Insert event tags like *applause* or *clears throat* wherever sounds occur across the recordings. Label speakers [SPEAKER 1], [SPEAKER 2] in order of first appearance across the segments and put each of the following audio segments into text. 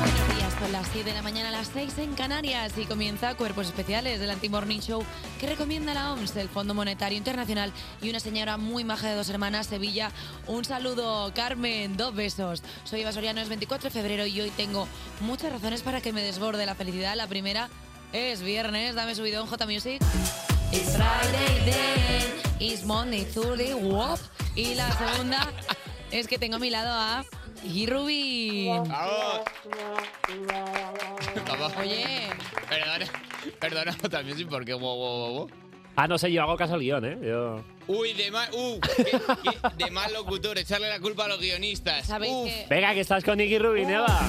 [SPEAKER 1] Buenos días, son las 7 de la mañana a las 6 en Canarias y comienza Cuerpos Especiales del Anti-Morning Show que recomienda la OMS, el Fondo Monetario Internacional y una señora muy maja de dos hermanas, Sevilla. Un saludo, Carmen, dos besos. Soy Eva Soriano, es 24 de febrero y hoy tengo muchas razones para que me desborde la felicidad. La primera es viernes, dame subidón J Music. It's Friday then, it's Monday, Thursday, what? Y la segunda es que tengo a mi lado a Iggy Rubin. Oye.
[SPEAKER 2] Perdona, perdona, también sí, porque wow, wow, wow, wow.
[SPEAKER 3] Ah, no sé, yo hago caso al guión, ¿eh? Yo...
[SPEAKER 2] Uy, de mal, uh, qué- qué- de mal locutor, echarle la culpa a los guionistas.
[SPEAKER 1] ¿Sabéis
[SPEAKER 2] Uf.
[SPEAKER 1] que-
[SPEAKER 3] Venga, que estás con Nicky
[SPEAKER 2] Uh.
[SPEAKER 3] Rubin, Eva.
[SPEAKER 2] A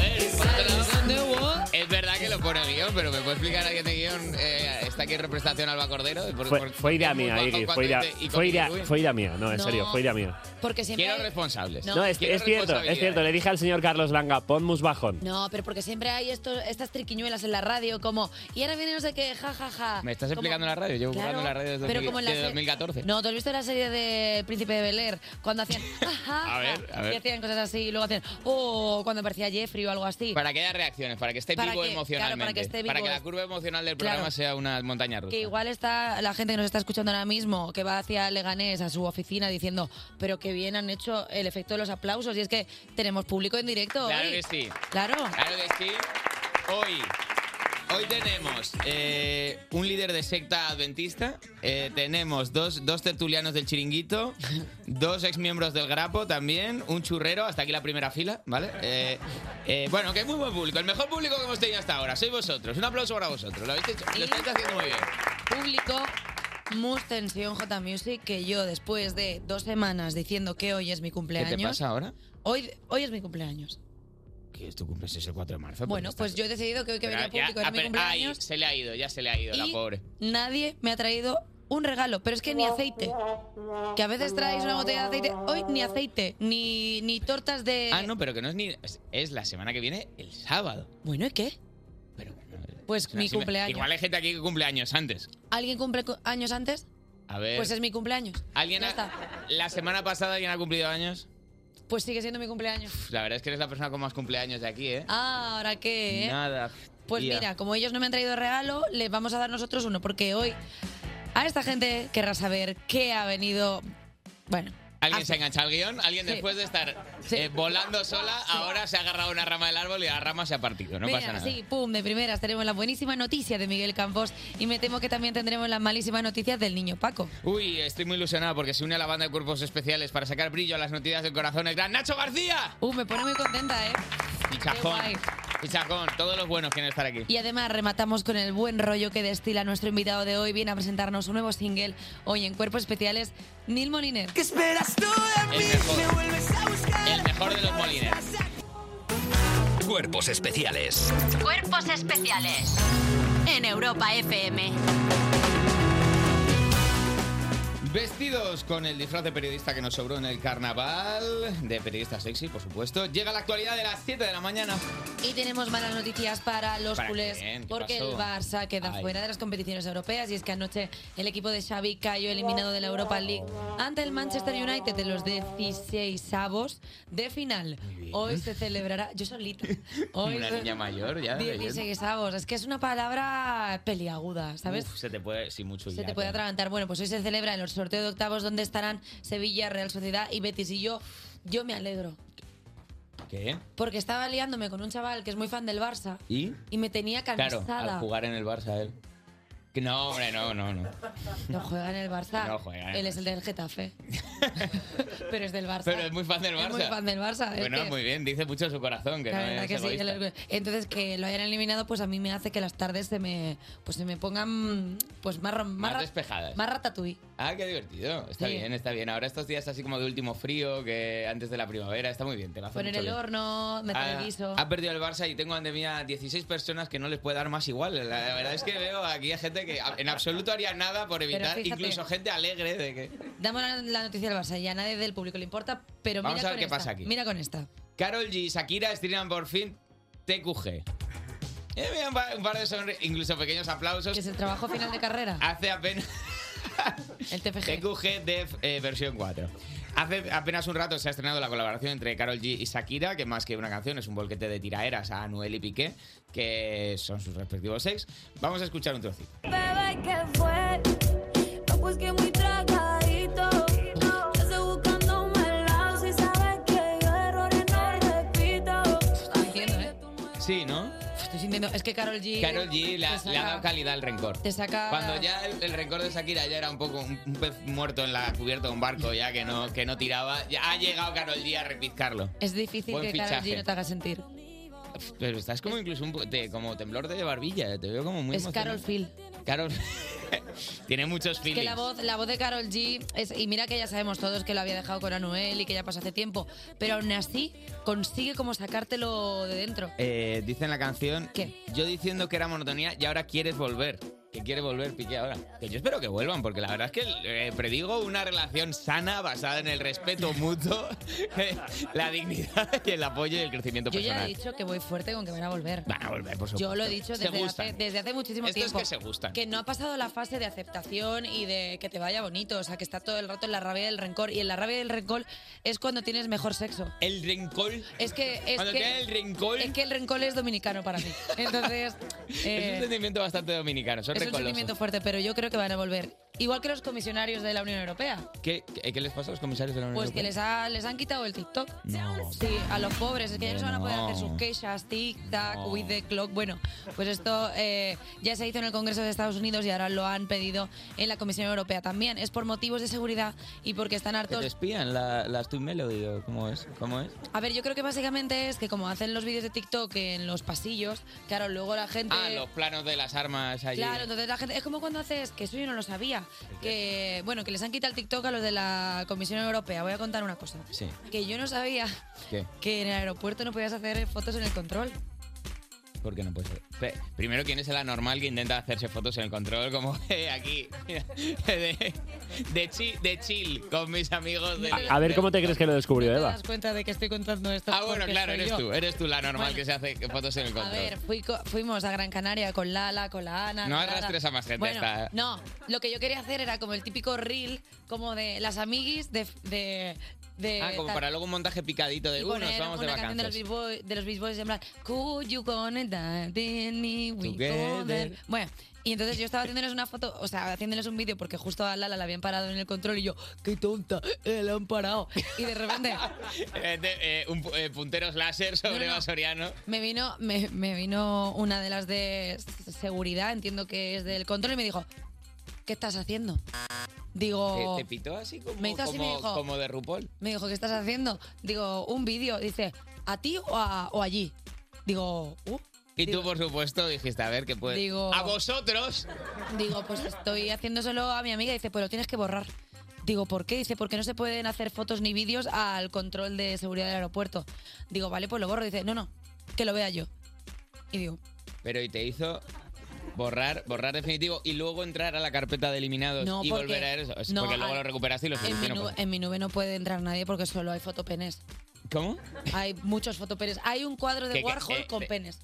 [SPEAKER 2] ver, por otro lado, es verdad que lo pone guión, pero ¿me puede explicar alguien de guión? Eh, está aquí en representación Alba Cordero. Y por-
[SPEAKER 3] Fue,
[SPEAKER 2] por-
[SPEAKER 3] fue idea
[SPEAKER 2] es muy
[SPEAKER 3] mía,
[SPEAKER 2] bajo
[SPEAKER 3] Iggy.
[SPEAKER 2] cuando
[SPEAKER 3] Fue idea,
[SPEAKER 2] dice, "Y con
[SPEAKER 3] fue,
[SPEAKER 2] Iggy
[SPEAKER 3] idea,
[SPEAKER 2] Rubin".
[SPEAKER 3] fue idea mía, no, en
[SPEAKER 1] No.
[SPEAKER 3] serio, fue idea mía.
[SPEAKER 1] Porque siempre.
[SPEAKER 2] Quiero
[SPEAKER 1] hay-
[SPEAKER 2] responsables.
[SPEAKER 1] No.
[SPEAKER 3] No, es,
[SPEAKER 2] Quiero
[SPEAKER 3] es cierto, es cierto. Le dije al señor Carlos Langa, pon mus bajón.
[SPEAKER 1] No, pero porque siempre hay esto, estas triquiñuelas en la radio, como. Y ahora viene no sé qué, ja, ja, ja.
[SPEAKER 2] ¿Me estás
[SPEAKER 1] Como-
[SPEAKER 2] explicando en la radio? Llevo
[SPEAKER 1] Claro,
[SPEAKER 2] jugando en la radio desde,
[SPEAKER 1] pero
[SPEAKER 2] 2000
[SPEAKER 1] como en la
[SPEAKER 2] desde
[SPEAKER 1] se-
[SPEAKER 2] 2014.
[SPEAKER 1] No, ¿tú has visto la serie de Príncipe de Bel Air? Cuando
[SPEAKER 2] *laughs*
[SPEAKER 1] hacían. ja, ja,
[SPEAKER 2] A ver,
[SPEAKER 1] ja,
[SPEAKER 2] a ver.
[SPEAKER 1] Y hacían cosas así, y luego hacían. Oh, cuando aparecía Jeffrey o algo así.
[SPEAKER 2] Para que haya reacciones, para que esté
[SPEAKER 1] Para
[SPEAKER 2] vivo
[SPEAKER 1] que- claro, para que
[SPEAKER 2] emocionalmente.
[SPEAKER 1] esté vivo
[SPEAKER 2] la
[SPEAKER 1] es-
[SPEAKER 2] curva emocional del
[SPEAKER 1] Claro.
[SPEAKER 2] programa sea una montaña rusa.
[SPEAKER 1] Que igual está la gente que nos está escuchando ahora mismo, que va hacia Leganés, a su oficina, diciendo, pero que bien han hecho el efecto de los aplausos. Y es que tenemos público en directo.
[SPEAKER 2] Claro
[SPEAKER 1] hoy.
[SPEAKER 2] que sí.
[SPEAKER 1] Claro.
[SPEAKER 2] Claro que sí. Hoy, hoy tenemos eh, un líder de secta adventista, eh, tenemos dos, dos tertulianos del chiringuito, dos exmiembros del Grapo también, un churrero, hasta aquí la primera fila, ¿vale? Eh, eh, bueno, que es muy buen público, el mejor público que hemos tenido hasta ahora, sois vosotros. Un aplauso para vosotros, lo, habéis hecho- lo estáis haciendo muy bien.
[SPEAKER 1] Público. Mus Tensión J Music, que yo después de dos semanas diciendo que hoy es mi
[SPEAKER 2] ¿Qué
[SPEAKER 1] cumpleaños.
[SPEAKER 2] te pasa ahora?
[SPEAKER 1] Hoy, hoy es mi cumpleaños.
[SPEAKER 2] Que tú cumples ese 4 de marzo.
[SPEAKER 1] Bueno,
[SPEAKER 2] estás-
[SPEAKER 1] pues yo he decidido que hoy que
[SPEAKER 2] Pero
[SPEAKER 1] venía
[SPEAKER 2] ya-
[SPEAKER 1] público
[SPEAKER 2] ah,
[SPEAKER 1] es mi
[SPEAKER 2] pero- ay,
[SPEAKER 1] cumpleaños
[SPEAKER 2] se le ha ido, ya se le ha ido, la
[SPEAKER 1] y
[SPEAKER 2] pobre.
[SPEAKER 1] nadie me ha traído un regalo, pero es que ni aceite. Que a veces traéis una botella de aceite, hoy ni aceite, ni, ni tortas de...
[SPEAKER 2] Ah, no, pero que no es ni. es- Es la semana que viene, el sábado.
[SPEAKER 1] Bueno, ¿y ¿Eh, qué?
[SPEAKER 2] Pero bueno,
[SPEAKER 1] Pues
[SPEAKER 2] es una
[SPEAKER 1] mi
[SPEAKER 2] sima-
[SPEAKER 1] cumpleaños.
[SPEAKER 2] Igual hay gente aquí que cumple años antes.
[SPEAKER 1] ¿Alguien cumple cu- años antes?
[SPEAKER 2] A ver.
[SPEAKER 1] Pues es mi cumpleaños.
[SPEAKER 2] ¿Alguien
[SPEAKER 1] ya
[SPEAKER 2] ha-
[SPEAKER 1] está.
[SPEAKER 2] La semana pasada alguien ha cumplido años.
[SPEAKER 1] Pues sigue siendo mi cumpleaños.
[SPEAKER 2] Pff, La verdad es que eres la persona con más cumpleaños de aquí, ¿eh?
[SPEAKER 1] Ah, ¿ahora qué? eh?
[SPEAKER 2] Nada.
[SPEAKER 1] Pues
[SPEAKER 2] tía.
[SPEAKER 1] mira, como ellos no me han traído regalo, les vamos a dar nosotros uno, porque hoy a esta gente querrá saber qué ha venido... Bueno,
[SPEAKER 2] Alguien
[SPEAKER 1] ah,
[SPEAKER 2] se ha enganchado al guión, alguien
[SPEAKER 1] Sí.
[SPEAKER 2] después de estar
[SPEAKER 1] Sí.
[SPEAKER 2] eh, volando sola, ahora se ha agarrado a una rama del árbol y la rama se ha partido. No
[SPEAKER 1] Mira,
[SPEAKER 2] pasa nada.
[SPEAKER 1] Sí, pum, de primeras tenemos la buenísima noticia de Miguel Campos y me temo que también tendremos las malísimas noticias del niño Paco.
[SPEAKER 2] Uy, estoy muy ilusionado porque se une a la banda de cuerpos especiales para sacar brillo a las noticias del corazón. El gran Nacho García.
[SPEAKER 1] Uh, me pone muy contenta, ¿eh?
[SPEAKER 2] Y Chajón.
[SPEAKER 1] guay.
[SPEAKER 2] Y Chajón. Todos los buenos quieren estar aquí.
[SPEAKER 1] Y además rematamos con el buen rollo que destila nuestro invitado de hoy. Viene a presentarnos un nuevo single hoy en Cuerpos Especiales, Neil Moliner.
[SPEAKER 4] ¿Qué esperas tú de mí?
[SPEAKER 2] El mejor.
[SPEAKER 4] Me vuelves a buscar.
[SPEAKER 2] El mejor de los Molines.
[SPEAKER 5] Cuerpos especiales.
[SPEAKER 6] Cuerpos especiales en Europa FM.
[SPEAKER 2] Vestidos con el disfraz de periodista que nos sobró en el carnaval, de periodista sexy, por supuesto, llega la actualidad de las 7 de la mañana.
[SPEAKER 1] Y tenemos malas noticias para los
[SPEAKER 2] ¿Para
[SPEAKER 1] culés
[SPEAKER 2] quién? ¿Qué
[SPEAKER 1] porque
[SPEAKER 2] pasó?
[SPEAKER 1] el Barça queda
[SPEAKER 2] Ay.
[SPEAKER 1] fuera de las competiciones europeas y es que anoche el equipo de Xavi cayó eliminado de la Europa League ante el Manchester United en los 16 avos de final. Hoy se celebrará, yo solita, *laughs* hoy
[SPEAKER 2] Una
[SPEAKER 1] se-
[SPEAKER 2] niña mayor *laughs* ya. de ayer.
[SPEAKER 1] 16 avos, es que es una palabra peliaguda, ¿sabes?
[SPEAKER 2] Uf, se te puede, sí, mucho
[SPEAKER 1] Se te
[SPEAKER 2] hilato.
[SPEAKER 1] puede atragantar. Bueno, pues hoy se celebra en el sorteo de octavos donde estarán Sevilla, Real Sociedad y Betis. Y yo, yo me alegro.
[SPEAKER 2] ¿Qué?
[SPEAKER 1] Porque estaba liándome con un chaval que es muy fan del Barça
[SPEAKER 2] ¿Y?
[SPEAKER 1] y me tenía
[SPEAKER 2] Claro,
[SPEAKER 1] cansada.
[SPEAKER 2] al jugar en el Barça él. Que No, hombre, no, no, no.
[SPEAKER 1] No juega en el Barça.
[SPEAKER 2] No juega en el
[SPEAKER 1] Él es el del
[SPEAKER 2] *laughs*
[SPEAKER 1] Getafe. Pero es del Barça.
[SPEAKER 2] Pero es muy fan del Barça.
[SPEAKER 1] Es muy fan del Barça. es
[SPEAKER 2] Bueno,
[SPEAKER 1] que-
[SPEAKER 2] muy bien, dice mucho de su corazón, que
[SPEAKER 1] la
[SPEAKER 2] no
[SPEAKER 1] verdad
[SPEAKER 2] es
[SPEAKER 1] que sí,
[SPEAKER 2] egoísta.
[SPEAKER 1] el orgullo. Entonces que lo hayan eliminado, pues a mí me hace que las tardes se me, pues se me pongan, pues más, ra- más,
[SPEAKER 2] Más
[SPEAKER 1] ra-
[SPEAKER 2] despejadas.
[SPEAKER 1] más ratatouille.
[SPEAKER 2] Ah, qué divertido. Está
[SPEAKER 1] Sí.
[SPEAKER 2] bien, está bien. Ahora estos días así como de último frío, que antes de la primavera, está muy bien. Te lo hace
[SPEAKER 1] Poner
[SPEAKER 2] mucho Ah,
[SPEAKER 1] el
[SPEAKER 2] bien.
[SPEAKER 1] horno, meter el
[SPEAKER 2] Ha-
[SPEAKER 1] guiso.
[SPEAKER 2] Ha perdido el Barça y tengo ante mí a 16 personas que no les puede dar más igual. La, la verdad es que veo aquí a gente que a- en absoluto haría nada por
[SPEAKER 1] Pero
[SPEAKER 2] evitar,
[SPEAKER 1] fíjate.
[SPEAKER 2] incluso gente alegre de que...
[SPEAKER 1] Damos la, la noticia al Barça, ya a nadie del público le importa, pero
[SPEAKER 2] Vamos
[SPEAKER 1] mira
[SPEAKER 2] a ver
[SPEAKER 1] con
[SPEAKER 2] qué
[SPEAKER 1] esta.
[SPEAKER 2] pasa aquí.
[SPEAKER 1] Mira con esta.
[SPEAKER 2] Carol G y Shakira estrenan por fin TQG. Eh, mira, un, par, un par de sonri- incluso pequeños aplausos.
[SPEAKER 1] Que es el trabajo final de carrera,
[SPEAKER 2] *laughs* Hace apenas...
[SPEAKER 1] el TFG.
[SPEAKER 2] TQG Def eh, versión 4. Hace apenas un rato se ha estrenado la colaboración entre Carol G y Shakira, que más que una canción es un volquete de tiraeras a Anuel y Piqué, que son sus respectivos ex. Vamos a escuchar un trocito.
[SPEAKER 7] Bebé, ¿qué fue? Lo busqué muy tragadito. Yo estoy buscando un melao. Si sabes que yo errores no repito.
[SPEAKER 1] Estoy sintiendo, ¿eh?
[SPEAKER 2] Sí, ¿no?
[SPEAKER 1] Estoy sintiendo. Es que Carol G.
[SPEAKER 2] Carol G le ha,
[SPEAKER 1] te
[SPEAKER 2] le ha
[SPEAKER 1] saca-
[SPEAKER 2] dado calidad al rencor.
[SPEAKER 1] Te saca.
[SPEAKER 2] Cuando ya el, el rencor de Shakira ya era un poco un, un pez muerto en la cubierta de un barco, ya que no, que no tiraba, ya ha llegado Carol G a repizcarlo.
[SPEAKER 1] Es difícil
[SPEAKER 2] Buen
[SPEAKER 1] que Carol G
[SPEAKER 2] fichaje.
[SPEAKER 1] no te haga sentir.
[SPEAKER 2] Pero estás como incluso un po- te- como temblor de barbilla, te veo como muy
[SPEAKER 1] es Carol
[SPEAKER 2] emocionado.
[SPEAKER 1] Phil.
[SPEAKER 2] Carol *laughs* tiene muchos
[SPEAKER 1] Es que
[SPEAKER 2] feelings.
[SPEAKER 1] la voz, la voz de Carol G. Es, y mira que ya sabemos todos que lo había dejado con Anuel y que ya pasó hace tiempo. Pero aún así, consigue como sacártelo de dentro.
[SPEAKER 2] Eh, dice en la canción,
[SPEAKER 1] ¿Qué?
[SPEAKER 2] yo diciendo que era monotonía y ahora quieres volver. Que quiere volver Piqué ahora. Que yo espero que vuelvan, porque la verdad es que eh, predigo una relación sana basada en el respeto mutuo, *laughs* eh, la dignidad y el apoyo y el crecimiento
[SPEAKER 1] Yo ya he
[SPEAKER 2] personal.
[SPEAKER 1] dicho que voy fuerte con que van a volver.
[SPEAKER 2] Van a volver, por supuesto.
[SPEAKER 1] Yo lo he dicho
[SPEAKER 2] Se
[SPEAKER 1] desde
[SPEAKER 2] gustan.
[SPEAKER 1] hace, desde hace muchísimo
[SPEAKER 2] Esto es
[SPEAKER 1] tiempo.
[SPEAKER 2] que se gustan.
[SPEAKER 1] Que no ha pasado la fase de aceptación y de que te vaya bonito. O sea, que está todo el rato en la rabia del rencor. Y en la rabia del rencor es cuando tienes mejor sexo.
[SPEAKER 2] El rencor.
[SPEAKER 1] Es que. Es
[SPEAKER 2] Cuando
[SPEAKER 1] que,
[SPEAKER 2] tiene el rencor.
[SPEAKER 1] Es que el rencor es dominicano para
[SPEAKER 2] *laughs*
[SPEAKER 1] mí. Entonces.
[SPEAKER 2] es un
[SPEAKER 1] eh,
[SPEAKER 2] sentimiento bastante dominicano. Son
[SPEAKER 1] es un
[SPEAKER 2] rencorosos.
[SPEAKER 1] sentimiento fuerte, pero yo creo que van a volver. Igual que los comisionarios de la Unión Europea.
[SPEAKER 2] ¿Qué, qué, qué les pasa a los comisarios de la Unión
[SPEAKER 1] Pues que
[SPEAKER 2] Europea?
[SPEAKER 1] les, ha- les han quitado el TikTok.
[SPEAKER 2] No.
[SPEAKER 1] Sí, a los pobres. Es que ya no se van a poder
[SPEAKER 2] No.
[SPEAKER 1] hacer sus quejas, tic-tac,
[SPEAKER 2] No.
[SPEAKER 1] with the clock. Bueno, pues esto eh, ya se hizo en el Congreso de Estados Unidos y ahora lo han pedido en la Comisión Europea también. Es por motivos de seguridad y porque están
[SPEAKER 2] ¿Que te
[SPEAKER 1] hartos.
[SPEAKER 2] espían la- las Twin Melody o cómo es? ¿Cómo es?
[SPEAKER 1] A ver, yo creo que básicamente es que como hacen los vídeos de TikTok en los pasillos, claro, luego la gente...
[SPEAKER 2] Ah, los planos de las armas allí.
[SPEAKER 1] Claro, entonces la gente. Es como cuando haces. Que eso yo no lo sabía. Que, bueno, que les han quitado el TikTok a los de la Comisión Europea. Voy a contar una cosa.
[SPEAKER 2] Sí.
[SPEAKER 1] Que yo no sabía
[SPEAKER 2] ¿Qué?
[SPEAKER 1] que en el aeropuerto no podías hacer fotos en el control.
[SPEAKER 2] ¿Por qué no puede ser? Pe- Primero, ¿quién es el anormal que intenta hacerse fotos en el control? Como *laughs* eh, aquí, mira, de, de, chi- de chill con mis amigos. De,
[SPEAKER 3] A, a ver cómo te crees que lo descubrió
[SPEAKER 1] ¿No te
[SPEAKER 3] Eva.
[SPEAKER 1] das cuenta de que estoy contando esto?
[SPEAKER 2] Ah, bueno,
[SPEAKER 1] Porque
[SPEAKER 2] claro,
[SPEAKER 1] soy
[SPEAKER 2] eres
[SPEAKER 1] yo.
[SPEAKER 2] tú. Eres tú la normal
[SPEAKER 1] Bueno.
[SPEAKER 2] que se hace fotos en el
[SPEAKER 1] A
[SPEAKER 2] control.
[SPEAKER 1] ver, fui co- fuimos a Gran Canaria con Lala, con la Ana.
[SPEAKER 2] No
[SPEAKER 1] con Lara.
[SPEAKER 2] arrastres a más gente
[SPEAKER 1] Bueno,
[SPEAKER 2] hasta-
[SPEAKER 1] No, lo que yo quería hacer era como el típico reel, como de las amiguis de. de, de
[SPEAKER 2] ah, como
[SPEAKER 1] eh, tal.
[SPEAKER 2] para luego un montaje picadito de
[SPEAKER 1] y
[SPEAKER 2] uno,
[SPEAKER 1] poner
[SPEAKER 2] vamos de
[SPEAKER 1] una canción de los
[SPEAKER 2] vacaciones.
[SPEAKER 1] Beach Boys, de los Beach Boys en plan Could you gonna die in me we
[SPEAKER 2] Together.
[SPEAKER 1] gonna-" Bueno, y entonces yo estaba haciéndoles una foto, o sea, haciéndoles un vídeo porque justo a Lala la habían parado en el control y yo, qué tonta, eh, la han parado. Y de repente
[SPEAKER 2] *laughs* Eh, de- eh, un pu- eh, punteros láser sobre
[SPEAKER 1] No, no.
[SPEAKER 2] Vasoriano. Eh,
[SPEAKER 1] me vino, me, me vino una de las de seguridad, entiendo que es del control, y me dijo, ¿qué estás haciendo? Digo,
[SPEAKER 2] Eh, te pitó así como,
[SPEAKER 1] Oh. Me hizo así,
[SPEAKER 2] como-
[SPEAKER 1] me dijo-
[SPEAKER 2] como de RuPaul.
[SPEAKER 1] me dijo, ¿qué estás haciendo? Digo, un vídeo, dice, ¿a ti o, a- o allí? Digo, uh.
[SPEAKER 2] Y
[SPEAKER 1] Digo-
[SPEAKER 2] tú, por supuesto, dijiste, a ver, ¿qué puede...?
[SPEAKER 1] Digo-
[SPEAKER 2] ¡A vosotros!
[SPEAKER 1] Digo, pues estoy haciéndoselo a mi amiga. Dice, pues lo tienes que borrar. Digo, ¿por qué? Dice, porque no se pueden hacer fotos ni vídeos al control de seguridad del aeropuerto. Digo, vale, pues lo borro. Dice, no, no, que lo vea yo. Y digo,
[SPEAKER 2] Pero y te hizo borrar, borrar definitivo y luego entrar a la carpeta de eliminados
[SPEAKER 1] no,
[SPEAKER 2] y
[SPEAKER 1] porque,
[SPEAKER 2] volver a eso. Es
[SPEAKER 1] no,
[SPEAKER 2] porque luego
[SPEAKER 1] al-
[SPEAKER 2] lo recuperaste y lo
[SPEAKER 1] en mi,
[SPEAKER 2] solucionó.
[SPEAKER 1] nube, en mi nube no puede entrar nadie porque solo hay fotopenes.
[SPEAKER 2] ¿Cómo?
[SPEAKER 1] Hay muchos fotopenes. Hay un cuadro de
[SPEAKER 2] Que- que-
[SPEAKER 1] Warhol
[SPEAKER 2] eh,
[SPEAKER 1] con
[SPEAKER 2] eh, *laughs*
[SPEAKER 1] penes.